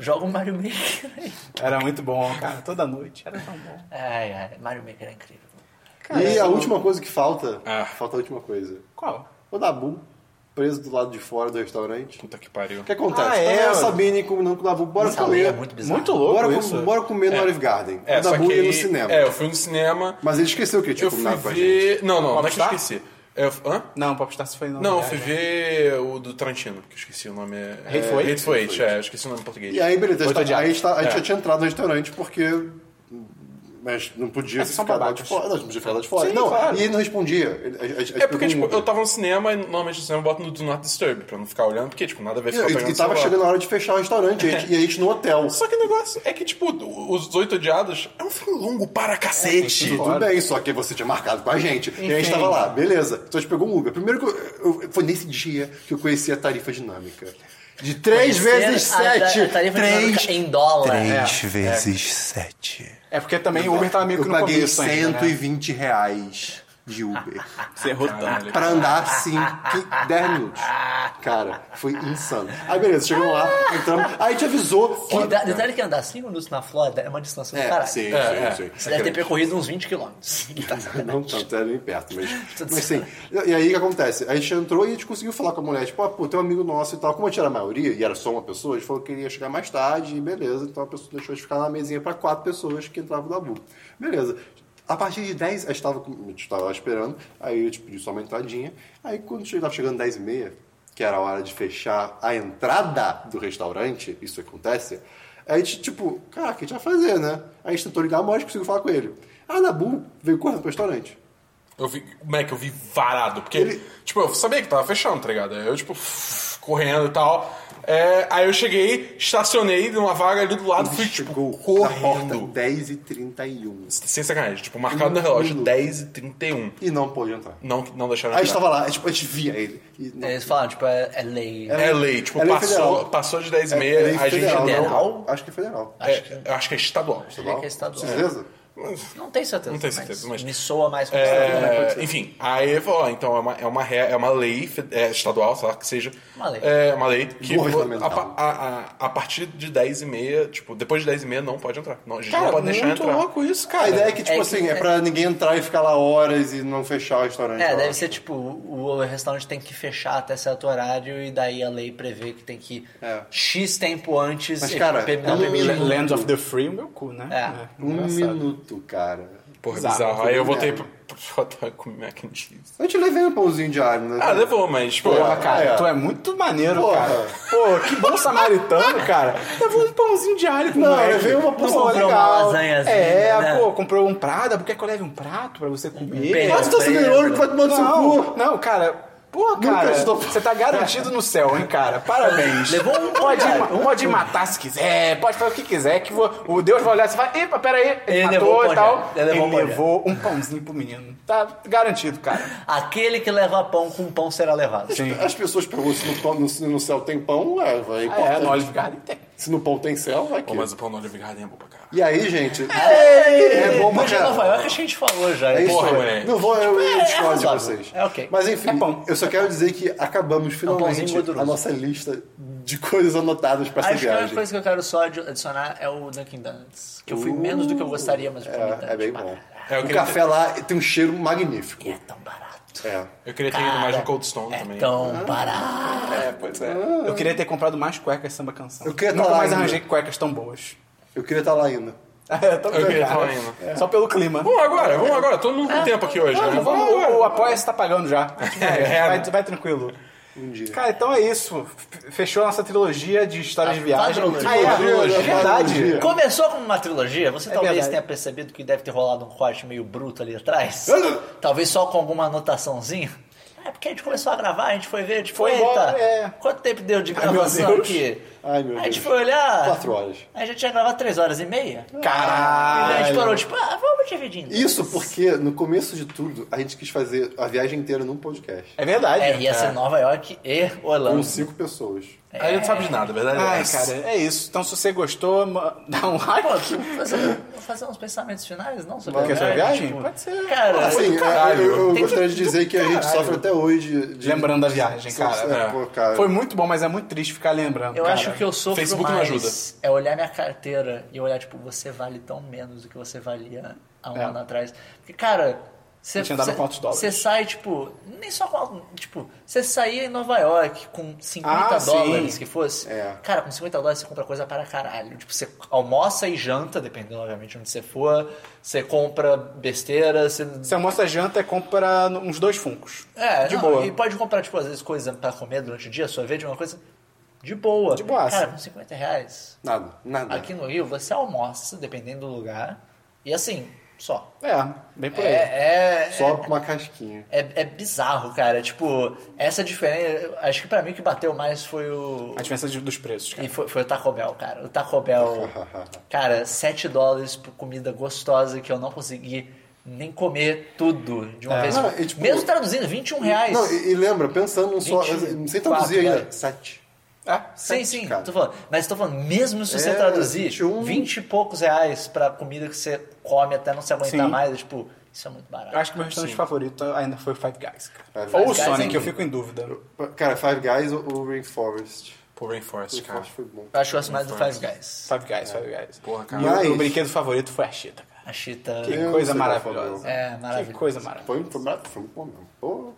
Speaker 4: Joga um Mario Maker aí.
Speaker 2: Era muito bom, cara. Toda noite. Era tão bom.
Speaker 4: Ai, ai, Mario Maker é incrível.
Speaker 5: E a última coisa que falta.
Speaker 1: É, Ah.
Speaker 5: Falta a última coisa.
Speaker 2: Qual?
Speaker 5: O Dabu, preso do lado de fora do restaurante.
Speaker 1: Puta que pariu.
Speaker 5: O que acontece?
Speaker 2: Ah, é?
Speaker 5: Tá vendo a Sabine combinando com o Dabu, bora
Speaker 4: Essa lei é
Speaker 5: comer.
Speaker 4: muito bizarra.
Speaker 2: Muito louco
Speaker 5: bora,
Speaker 2: isso.
Speaker 5: com- bora comer no Olive Garden.
Speaker 1: É,
Speaker 5: o
Speaker 1: só
Speaker 5: Dabu
Speaker 1: que...
Speaker 5: ia no cinema.
Speaker 1: É, eu fui no cinema.
Speaker 5: Mas ele esqueceu que ele tinha
Speaker 1: Eu fui
Speaker 5: combinado com a gente.
Speaker 1: ver... Não, não, não é que eu
Speaker 2: Popstar?
Speaker 1: esqueci. Eu... Hã?
Speaker 2: Não, Popstar se foi não.
Speaker 1: Não, eu
Speaker 2: né?
Speaker 1: fui ver o do Tarantino, que eu esqueci o nome. É...
Speaker 2: Hateful Eight?
Speaker 1: Hateful Eight, é, eu esqueci o nome em português.
Speaker 5: E aí, beleza, a gente,
Speaker 2: Oito
Speaker 5: tá-
Speaker 2: dias.
Speaker 5: a gente tá- a gente
Speaker 1: É.
Speaker 5: já tinha entrado no restaurante porque. Mas não podia
Speaker 2: Mas são
Speaker 5: ficar lá de
Speaker 2: babacas.
Speaker 5: fora. Não, a gente podia ficar lá de fora.
Speaker 2: Sim,
Speaker 5: não,
Speaker 2: claro.
Speaker 5: e ele não respondia. Ele- a- a- a gente
Speaker 1: É porque,
Speaker 5: pegou um
Speaker 1: tipo,
Speaker 5: Uber.
Speaker 1: eu tava no cinema e normalmente no cinema eu boto no Do Not Disturb, pra não ficar olhando, porque, tipo, nada a ver ficar
Speaker 5: E,
Speaker 1: pegando
Speaker 5: e tava
Speaker 1: celular.
Speaker 5: chegando a hora de fechar o restaurante e a gente, e a gente no hotel.
Speaker 1: Só que o negócio é que, tipo, Os Oito Odiados é um filme longo para cacete.
Speaker 5: Tudo bem, só que você tinha marcado com a gente. E a gente
Speaker 4: Enfim.
Speaker 5: tava lá, beleza. Então a gente pegou um Uber. Primeiro que eu, eu- foi nesse dia que eu conheci a tarifa dinâmica. De 3 vezes É,
Speaker 4: A- a- a
Speaker 5: 7.
Speaker 4: tarifa dinâmica em dólar. É.
Speaker 2: Três
Speaker 5: vezes 7.
Speaker 2: É porque também o Uber tava meio
Speaker 5: Eu
Speaker 2: que no
Speaker 5: paguei
Speaker 2: começo ainda, né?
Speaker 5: 120 reais de Uber.
Speaker 2: Você errou tanto.
Speaker 1: Caralho.
Speaker 5: Pra andar assim, que 10 minutos. Cara, foi insano. Aí beleza, chegamos lá, entramos. Aí te avisou que.
Speaker 4: Que dá- detalhe é que andar 5 minutos na Flórida é uma distância do
Speaker 5: É,
Speaker 4: caralho.
Speaker 5: sim,
Speaker 1: É,
Speaker 5: sim,
Speaker 4: Você
Speaker 5: sim.
Speaker 4: deve ter percorrido uns 20 quilômetros.
Speaker 5: Não tanto, era bem perto, mas. mas sim. E aí o que acontece? A gente entrou e a gente conseguiu falar com a mulher, tipo, ah, pô, tem um amigo nosso e tal. Como a gente era a maioria e era só uma pessoa, a gente falou que ele ia chegar mais tarde, e beleza. Então a pessoa deixou de ficar na mesinha pra quatro pessoas que entravam da bu. Beleza. A partir de 10, a gente tava, com- a gente tava lá esperando, aí eu te pedi só uma entradinha. Aí quando che- tava chegando 10 e meia, que era a hora de fechar a entrada do restaurante, isso acontece, a gente, tipo, cara, o que a gente vai fazer, né? Aí a gente tentou ligar, mas a gente conseguiu falar com ele. A Nabu veio correndo pro restaurante.
Speaker 1: Eu vi, Mac, eu vi varado, porque,
Speaker 5: Ele-
Speaker 1: tipo, eu sabia que tava fechando, tá ligado? Aí Eu, tipo, correndo e tal. É, aí eu cheguei, estacionei numa vaga ali do lado, fui, tipo, correndo.
Speaker 5: 10 e 31
Speaker 1: Sem sacanagem, tipo, marcado no relógio, 10h31.
Speaker 5: e não pôde entrar.
Speaker 1: Não, não deixaram
Speaker 5: Aí a gente
Speaker 1: entrar.
Speaker 5: tava lá, tipo, a gente via ele. E não-
Speaker 4: Eles falam, tipo, é, é lei.
Speaker 1: É lei, tipo,
Speaker 5: É lei
Speaker 1: passou,
Speaker 5: federal.
Speaker 1: passou de 10 e
Speaker 5: É
Speaker 1: meia,
Speaker 5: lei
Speaker 1: a gente não.
Speaker 5: federal,
Speaker 4: Federal?
Speaker 5: Acho que é federal.
Speaker 1: É, eu acho que é estadual.
Speaker 4: Ele é que é estadual.
Speaker 5: Certeza?
Speaker 4: Não tenho certeza.
Speaker 1: Não tenho certeza, mas-
Speaker 4: Me soa mais com
Speaker 1: É, enfim, aí ele falou, ó, então é uma, é uma, re- é uma lei fe- é, estadual, sei lá que seja.
Speaker 4: Uma lei.
Speaker 1: É uma lei que a,
Speaker 5: Governamental.
Speaker 1: pa- a, a, a partir de 10 e meia, tipo, depois de 10 e meia não pode entrar. Não, a gente não
Speaker 2: Cara,
Speaker 1: pode deixar
Speaker 2: muito
Speaker 1: entrar.
Speaker 2: louco isso,
Speaker 5: A
Speaker 2: cara.
Speaker 5: ideia é que, tipo
Speaker 4: que-
Speaker 5: assim, é pra ninguém entrar e ficar lá horas e não fechar o restaurante.
Speaker 4: É,
Speaker 5: eu
Speaker 4: deve
Speaker 5: acho.
Speaker 4: ser tipo, o o restaurante tem que fechar até certo horário e daí a lei prevê que tem que
Speaker 5: É.
Speaker 4: X tempo antes.
Speaker 5: Mas,
Speaker 4: e
Speaker 5: cara,
Speaker 4: pe-
Speaker 5: é
Speaker 4: não
Speaker 5: um-
Speaker 4: permite.
Speaker 2: L- Land of the Free, o meu cu, né?
Speaker 4: É.
Speaker 5: Um
Speaker 2: engraçado.
Speaker 5: minuto, cara.
Speaker 1: Porra,
Speaker 2: Bizarro,
Speaker 1: bizarro. Aí eu
Speaker 5: tudo
Speaker 1: voltei
Speaker 5: bem.
Speaker 1: pro, pro hotel com mac and cheese.
Speaker 5: Eu te levei um pãozinho de alho, né?
Speaker 1: Ah, levou, mas, tipo,
Speaker 2: Porra, cara,
Speaker 5: É.
Speaker 2: tu é muito maneiro,
Speaker 5: Porra.
Speaker 2: cara. Pô, que bom samaritano, cara. Levou um pãozinho de alho pro
Speaker 5: Não,
Speaker 2: moleque.
Speaker 5: levei uma porção
Speaker 2: Pô,
Speaker 4: Comprou
Speaker 2: legal.
Speaker 4: uma lasanhazinha,
Speaker 2: É,
Speaker 4: né?
Speaker 2: pô, comprou um prato. Por que que eu leve um prato pra você comer?
Speaker 4: bem-
Speaker 5: Mas tu tá
Speaker 4: é,
Speaker 5: sendo irônico, vai tomar no seu
Speaker 2: Não,
Speaker 5: cu.
Speaker 2: não, cara. Pô, cara,
Speaker 5: estou-
Speaker 2: você tá garantido no céu, hein, cara? Parabéns.
Speaker 4: Levou um,
Speaker 2: pode,
Speaker 4: cara,
Speaker 2: ma- pode matar se quiser, pode fazer o que quiser, que vo- o Deus vai olhar e você vai, epa, peraí, ele,
Speaker 4: Ele levou
Speaker 2: matou
Speaker 4: um
Speaker 2: e tal.
Speaker 4: pão já. Ele levou um pão já.
Speaker 2: levou um pãozinho pro menino. Tá garantido, cara.
Speaker 4: Aquele que leva pão com pão será levado.
Speaker 2: Sim.
Speaker 5: As pessoas perguntam se no, pão- no- se no céu tem pão, é, vai
Speaker 2: Ah, é,
Speaker 5: importar.
Speaker 2: no Olive Garden tem.
Speaker 5: Se no pão tem céu, vai que...
Speaker 1: Pô, mas o pão no Olive Garden é bom pra caralho.
Speaker 5: E aí, gente... É bom pra
Speaker 4: Mas é
Speaker 5: caralho.
Speaker 4: Nova York acho que a gente falou já.
Speaker 5: É isso,
Speaker 1: Porra,
Speaker 5: aí.
Speaker 1: moleque.
Speaker 5: Não vou, eu
Speaker 4: é
Speaker 5: discordo de
Speaker 4: razoável.
Speaker 5: vocês.
Speaker 4: É ok.
Speaker 5: Mas enfim,
Speaker 2: É pão.
Speaker 5: eu só quero dizer que acabamos finalmente
Speaker 4: gorduroso.
Speaker 5: a nossa lista de coisas anotadas pra essa
Speaker 4: Acho que a única
Speaker 5: viagem.
Speaker 4: coisa que eu quero só adi- adicionar é o Dunkin' Donuts. Que eu fui
Speaker 5: Uh,
Speaker 4: menos do que eu gostaria, mas eu fui
Speaker 5: É, é bem bom.
Speaker 1: É, eu
Speaker 5: o
Speaker 1: queria
Speaker 5: café lá tem um cheiro magnífico.
Speaker 4: E é tão barato.
Speaker 5: É.
Speaker 1: Eu queria ter ido mais no Cold Stone
Speaker 4: É
Speaker 1: também.
Speaker 5: Ah.
Speaker 4: tão barato.
Speaker 5: né?
Speaker 3: É, pois é.
Speaker 2: Eu queria ter comprado mais cuecas samba canção.
Speaker 5: Então- Eu queria
Speaker 2: Nunca
Speaker 5: tá lá
Speaker 2: mais
Speaker 5: ainda.
Speaker 2: arranjei cuecas tão boas. É,
Speaker 5: Eu queria estar lá ainda.
Speaker 2: eu tô
Speaker 1: Eu queria
Speaker 2: cara.
Speaker 1: tá indo.
Speaker 2: É. Só pelo clima.
Speaker 1: Vamos agora, vamos agora. Todo mundo com tempo aqui hoje, né?
Speaker 2: Não, vamos, o Apoia-se tá pagando já.
Speaker 1: é.
Speaker 2: vai, vai tranquilo.
Speaker 5: Um dia.
Speaker 2: Cara, então é isso. F- Fechou a nossa trilogia de histórias de viagem. é,
Speaker 4: padrão,
Speaker 5: Ah, tá, trilogia,
Speaker 2: é verdade.
Speaker 5: trilogia.
Speaker 4: Começou com uma trilogia,
Speaker 5: É
Speaker 4: você talvez
Speaker 2: verdade.
Speaker 4: tenha percebido que deve ter rolado um corte meio bruto ali atrás.
Speaker 5: Ah.
Speaker 4: talvez só com alguma anotaçãozinha. É porque a gente começou a gravar, a gente foi ver, a gente foi,
Speaker 2: Foi embora,
Speaker 4: eita,
Speaker 2: é.
Speaker 4: quanto tempo deu de
Speaker 2: meu
Speaker 4: gravação
Speaker 2: Deus.
Speaker 4: aqui?
Speaker 5: Ai, meu
Speaker 4: a gente
Speaker 5: Deus.
Speaker 4: foi olhar.
Speaker 5: Quatro horas.
Speaker 4: A gente ia gravar três horas e meia. E daí a gente
Speaker 2: Caralho.
Speaker 4: parou, tipo, ah, vamos dividindo.
Speaker 5: Isso porque no começo de tudo a gente quis fazer a viagem inteira num podcast.
Speaker 2: É verdade.
Speaker 4: É, ia ser Nova York e Holanda.
Speaker 5: Com cinco pessoas.
Speaker 1: Aí não sabe de nada, a verdade é
Speaker 2: Ai,
Speaker 1: essa.
Speaker 2: cara, é isso. Então, se você gostou, ma- dá um like.
Speaker 4: Pô, vamos fazer, vamos fazer uns pensamentos finais, não? Sobre
Speaker 2: Quer sobre a viagem?
Speaker 4: tipo,
Speaker 2: Pode ser.
Speaker 4: Cara,
Speaker 5: Assim,
Speaker 1: caralho.
Speaker 5: eu, eu
Speaker 4: Tem
Speaker 5: gostaria de dizer que a gente sofre até hoje de, de-
Speaker 2: Lembrando da viagem, cara.
Speaker 5: É, pô, cara.
Speaker 2: Foi muito bom, mas é muito triste ficar lembrando.
Speaker 4: Eu
Speaker 2: cara.
Speaker 4: acho que eu sofro
Speaker 1: Facebook não
Speaker 4: mais
Speaker 1: ajuda.
Speaker 4: é olhar minha carteira e olhar, tipo, você vale tão menos do que você valia há um
Speaker 2: É.
Speaker 4: ano atrás. Porque, cara, você
Speaker 2: Eu tinha dado quantos dólares?
Speaker 4: você sai, tipo, nem só com, tipo, você saía em Nova York com 50
Speaker 2: Ah, sim.
Speaker 4: dólares que fosse.
Speaker 5: É.
Speaker 4: Cara, com 50 dólares você compra coisa para caralho. Tipo, você almoça e janta, dependendo, obviamente, de onde você for. Você compra besteira, você...
Speaker 2: Você almoça, janta e compra no- uns dois funcos.
Speaker 4: É,
Speaker 2: de
Speaker 4: não,
Speaker 2: boa.
Speaker 4: E pode comprar, tipo, às vezes coisa pra comer durante o dia, sorvete, uma coisa de boa.
Speaker 2: De boaça.
Speaker 4: Cara, com 50 reais,
Speaker 5: Nada, nada.
Speaker 4: Aqui no Rio, você almoça, dependendo do lugar, e assim, só.
Speaker 2: É, bem por aí.
Speaker 4: É, é,
Speaker 5: Só uma casquinha.
Speaker 4: é, é bizarro, cara. Tipo, essa diferença. eu Acho que pra mim o que bateu mais foi o.
Speaker 2: A diferença de- dos preços, cara.
Speaker 4: E foi, foi o Taco Bell, cara. O Taco Bell. cara, 7 dólares por comida gostosa que eu não consegui nem comer tudo de uma vez.
Speaker 5: Não, e, tipo,
Speaker 4: Mesmo traduzindo, 21 reais.
Speaker 5: Não, e, e lembra, pensando num só.
Speaker 4: 24,
Speaker 5: Sem traduzir ainda.
Speaker 4: vai.
Speaker 5: Sete.
Speaker 2: É.
Speaker 4: Sim,
Speaker 5: sete,
Speaker 4: sim,
Speaker 5: cara.
Speaker 4: tô falando. Mas tô falando, mesmo se você
Speaker 5: É,
Speaker 4: traduzir
Speaker 5: 21.
Speaker 4: 20 e poucos reais pra comida que você come até não se aguentar
Speaker 2: Sim.
Speaker 4: mais, é tipo, isso é muito barato.
Speaker 2: Eu acho que meu restaurante favorito ainda foi o Five Guys, cara.
Speaker 5: Five
Speaker 2: Ou o
Speaker 5: Guys
Speaker 4: é
Speaker 2: Sonic, eu
Speaker 4: incrível.
Speaker 2: fico em dúvida.
Speaker 5: Cara, Five Guys ou- ou Rainforest?
Speaker 1: Pô, Rainforest, cara.
Speaker 5: Rainforest foi bom.
Speaker 4: Eu acho que eu
Speaker 2: é
Speaker 4: gosto mais do Five Guys.
Speaker 2: Five Guys, Five Guys.
Speaker 1: Porra,
Speaker 2: E
Speaker 1: cara.
Speaker 5: É. Mas-
Speaker 2: o meu brinquedo favorito foi a Cheetah, cara.
Speaker 4: A Chita.
Speaker 2: Que
Speaker 5: Eu não
Speaker 2: coisa
Speaker 5: sei qual
Speaker 2: maravilhosa.
Speaker 5: foi o
Speaker 4: É,
Speaker 2: Que
Speaker 4: maravilhoso.
Speaker 2: coisa maravilhosa.
Speaker 5: Foi, foi, maravilhoso, foi muito bom mesmo. Pô.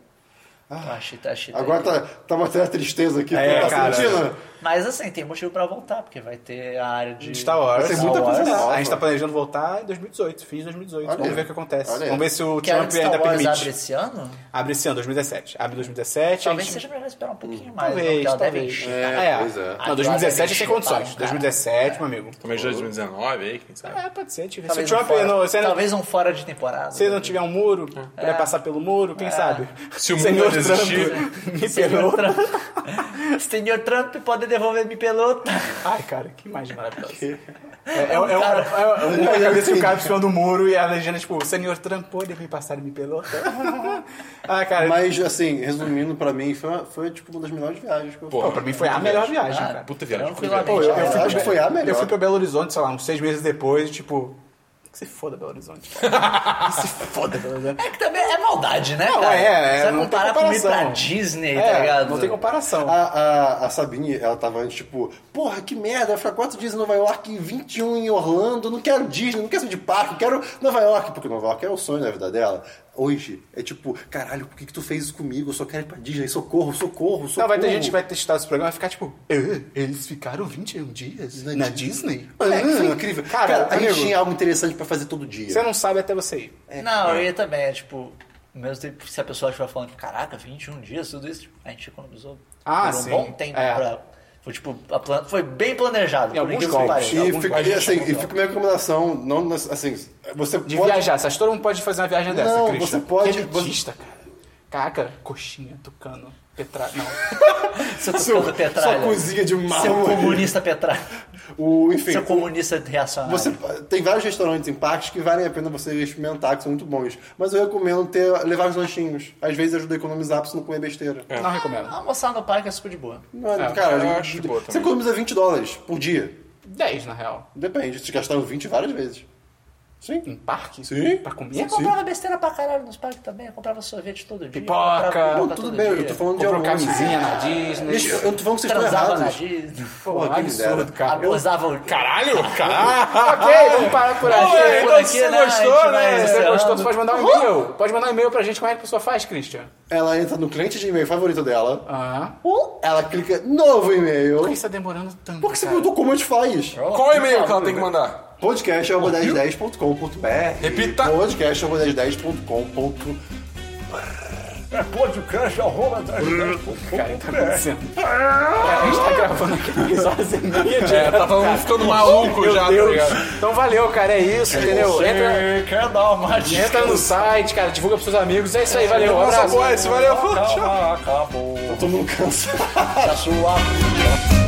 Speaker 4: A Chita, a Chita.
Speaker 5: Agora
Speaker 2: né?
Speaker 5: tá, tá batendo a tristeza aqui.
Speaker 2: É,
Speaker 5: tá
Speaker 2: cara.
Speaker 5: sentindo?
Speaker 4: Mas assim, tem motivo pra voltar, porque vai ter a área de.
Speaker 2: De Star Wars.
Speaker 5: Vai ter
Speaker 4: muita coisa
Speaker 5: nova.
Speaker 2: A gente tá planejando voltar em 2018, fim de 2018.
Speaker 5: Olha
Speaker 2: Vamos
Speaker 5: aí.
Speaker 2: ver o que acontece.
Speaker 5: Olha aí.
Speaker 2: Vamos ver se o
Speaker 4: Que a área
Speaker 2: Trump
Speaker 4: de
Speaker 2: ainda
Speaker 4: Star Wars
Speaker 2: permite.
Speaker 4: abre esse ano?
Speaker 2: Abre esse ano, 2017. Abre 2017.
Speaker 4: Talvez
Speaker 2: a gente...
Speaker 4: seja melhor esperar um pouquinho mais. né?
Speaker 2: Talvez,
Speaker 4: Porque ela deve
Speaker 2: talvez.
Speaker 4: encher.
Speaker 5: É, pois é.
Speaker 2: Não, 2017 é sem condições.
Speaker 4: Caralho.
Speaker 2: 2017, meu amigo.
Speaker 1: Também é de 2019 aí, quem sabe?
Speaker 2: É, pode ser. Tive. Se o
Speaker 4: Talvez, um
Speaker 2: Trump
Speaker 4: fora,
Speaker 2: não, se ele-
Speaker 4: talvez um fora de temporada.
Speaker 2: se ele não tiver um muro, pra ele passar pelo muro, quem sabe?
Speaker 1: Se o mundo
Speaker 2: Senhor Trump
Speaker 1: desistir.
Speaker 2: me
Speaker 4: Senhor
Speaker 2: perdoa.
Speaker 4: Trump. Senhor Trump pode devolver-me pelota.
Speaker 2: Ai, cara, que imagem maravilhosa. É, é, é, um- é,
Speaker 4: Cara.
Speaker 2: é um- é um cabeça e um cara pisando no muro e a legenda, tipo, senhor Trump, pode me passar e me pelota? ah, cara,
Speaker 5: Mas, assim, resumindo, pra mim, foi, uma- foi tipo uma das melhores viagens que eu
Speaker 1: Porra.
Speaker 2: pô, pra mim foi a melhor viagem, cara.
Speaker 1: Puta viagem. puta
Speaker 4: Tranquilamente.
Speaker 1: viagem.
Speaker 2: Pô, eu, eu fui
Speaker 5: acho
Speaker 2: pra-
Speaker 5: que foi a melhor.
Speaker 2: Eu fui pra Belo Horizonte, sei lá, uns seis meses depois, e, tipo, que se foda Belo Horizonte, cara. que se foda Belo Horizonte.
Speaker 4: É que também é maldade, né,
Speaker 2: Não,
Speaker 4: cara?
Speaker 2: é, é,
Speaker 4: Você vai
Speaker 2: não tem
Speaker 4: comparar comigo pra
Speaker 2: comparação.
Speaker 4: Disney, tá
Speaker 2: É,
Speaker 4: ligado?
Speaker 2: não tem comparação.
Speaker 5: A, a, a Sabine, ela tava antes, tipo, porra, que merda, vai ficar quatro dias em Nova York, 21 em Orlando, não quero Disney, não quero saber de parque, quero Nova York, porque Nova York era o sonho da vida dela. Hoje é tipo, caralho, por que, que tu fez isso comigo? Eu só quero ir pra Disney, socorro, socorro, socorro.
Speaker 2: Não, vai ter gente que vai testar esse programa e vai ficar tipo, "Ah, eles ficaram 21 dias na, Disney?
Speaker 5: Mano,
Speaker 2: Ah,
Speaker 5: foi É, incrível. Cara,
Speaker 2: Cara,
Speaker 5: a gente
Speaker 2: amigo,
Speaker 5: tinha algo interessante pra fazer todo dia.
Speaker 2: você não sabe até você ir.
Speaker 4: Não, eu ia também, é, tipo, mesmo tempo que se a pessoa estiver falando, tipo, caraca, 21 dias, tudo isso, tipo, a gente economizou
Speaker 2: Ah,
Speaker 4: por um
Speaker 2: sim,
Speaker 4: bom tempo
Speaker 2: é.
Speaker 4: pra. Foi tipo, a plan- foi bem
Speaker 2: Em
Speaker 4: planejado, por
Speaker 2: alguns
Speaker 4: incrível que
Speaker 2: golpes,
Speaker 4: pareça.
Speaker 5: E
Speaker 2: Alguns-
Speaker 5: fica,
Speaker 2: a
Speaker 5: e,
Speaker 2: gente
Speaker 5: assim,
Speaker 2: chama
Speaker 5: e fica minha recomendação, não, nas- assim, você
Speaker 2: De
Speaker 5: pode...
Speaker 2: viajar, sabe? Todo mundo pode fazer uma viagem dessa,
Speaker 5: Não,
Speaker 2: Christian.
Speaker 5: você pode-
Speaker 2: Que elitista, cara. Caraca, coxinha, tucano. Petra... Não.
Speaker 4: Seu
Speaker 5: Seu-
Speaker 4: tocando petralha.
Speaker 5: sua cozinha de mármore.
Speaker 4: Seu comunista petralha.
Speaker 5: O, enfim,
Speaker 4: Seu comunista reacionário.
Speaker 5: Você tem vários restaurantes em parques que valem a pena você experimentar, que são muito bons. Mas eu recomendo ter, levar os lanchinhos. Às vezes ajuda a economizar pra você não comer besteira.
Speaker 2: Não recomendo.
Speaker 4: Almoçar no parque é super de boa.
Speaker 5: Não,
Speaker 2: É,
Speaker 5: cara,
Speaker 1: eu
Speaker 5: gente,
Speaker 1: acho boa
Speaker 5: você
Speaker 1: também.
Speaker 5: economiza 20 dólares por dia.
Speaker 2: 10, na real.
Speaker 5: Depende, se gastaram 20 várias vezes. Sim.
Speaker 2: Em parque?
Speaker 5: Sim.
Speaker 2: Pra
Speaker 4: Você
Speaker 2: comer?
Speaker 4: comprava besteira pra caralho nos parques também. Eu comprava sorvete todo dia.
Speaker 2: Pipoca.
Speaker 4: comprava
Speaker 5: Bom,
Speaker 4: pipoca
Speaker 5: tudo
Speaker 4: todo
Speaker 5: bem,
Speaker 4: dia,
Speaker 5: eu tô falando de
Speaker 2: Comprou
Speaker 5: alguns.
Speaker 2: camisinha na Disney.
Speaker 5: Deixa- Eu não tô falando que vocês estão
Speaker 4: Transava na
Speaker 5: errados.
Speaker 4: Disney.
Speaker 2: Pô,
Speaker 5: né? Porra, quem
Speaker 2: absurdo,
Speaker 5: dera.
Speaker 2: cara.
Speaker 4: Usava... um
Speaker 1: Caralho, caralho!
Speaker 2: Ok, vamos parar por
Speaker 1: Pô,
Speaker 4: Ué,
Speaker 2: aqui.
Speaker 1: então você gostou, né?
Speaker 2: Se você gostou, você pode mandar um e-mail. Pode mandar um e-mail pra gente. Como é que a pessoa faz, Christian?
Speaker 5: Ela entra no cliente de e-mail favorito dela.
Speaker 2: Ah.
Speaker 5: Ela clica novo e-mail.
Speaker 2: Por que isso tá demorando tanto?
Speaker 5: Por que você
Speaker 2: cara?
Speaker 5: perguntou como a gente faz?
Speaker 1: Qual e-mail que ela tem que mandar?
Speaker 5: Podcast 1010.com.br
Speaker 1: Repita.
Speaker 5: Podcast 1010.com.br
Speaker 7: É podcast, arroba, atrás
Speaker 2: Cara, tá acontecendo. Cara, a gente tá gravando aqui três horas e meia de...
Speaker 1: É, tá todo mundo ficando maluco já, tá ligado?
Speaker 2: Então valeu, cara. É isso, entendeu? Entra,
Speaker 4: Quer dar uma
Speaker 2: entra no site, cara. Divulga pros seus amigos. É isso aí, valeu. Um
Speaker 1: Nossa,
Speaker 2: abraço.
Speaker 1: boa, esse valeu, tchau.
Speaker 7: Acabou.
Speaker 5: Todo mundo cansa.
Speaker 4: sua...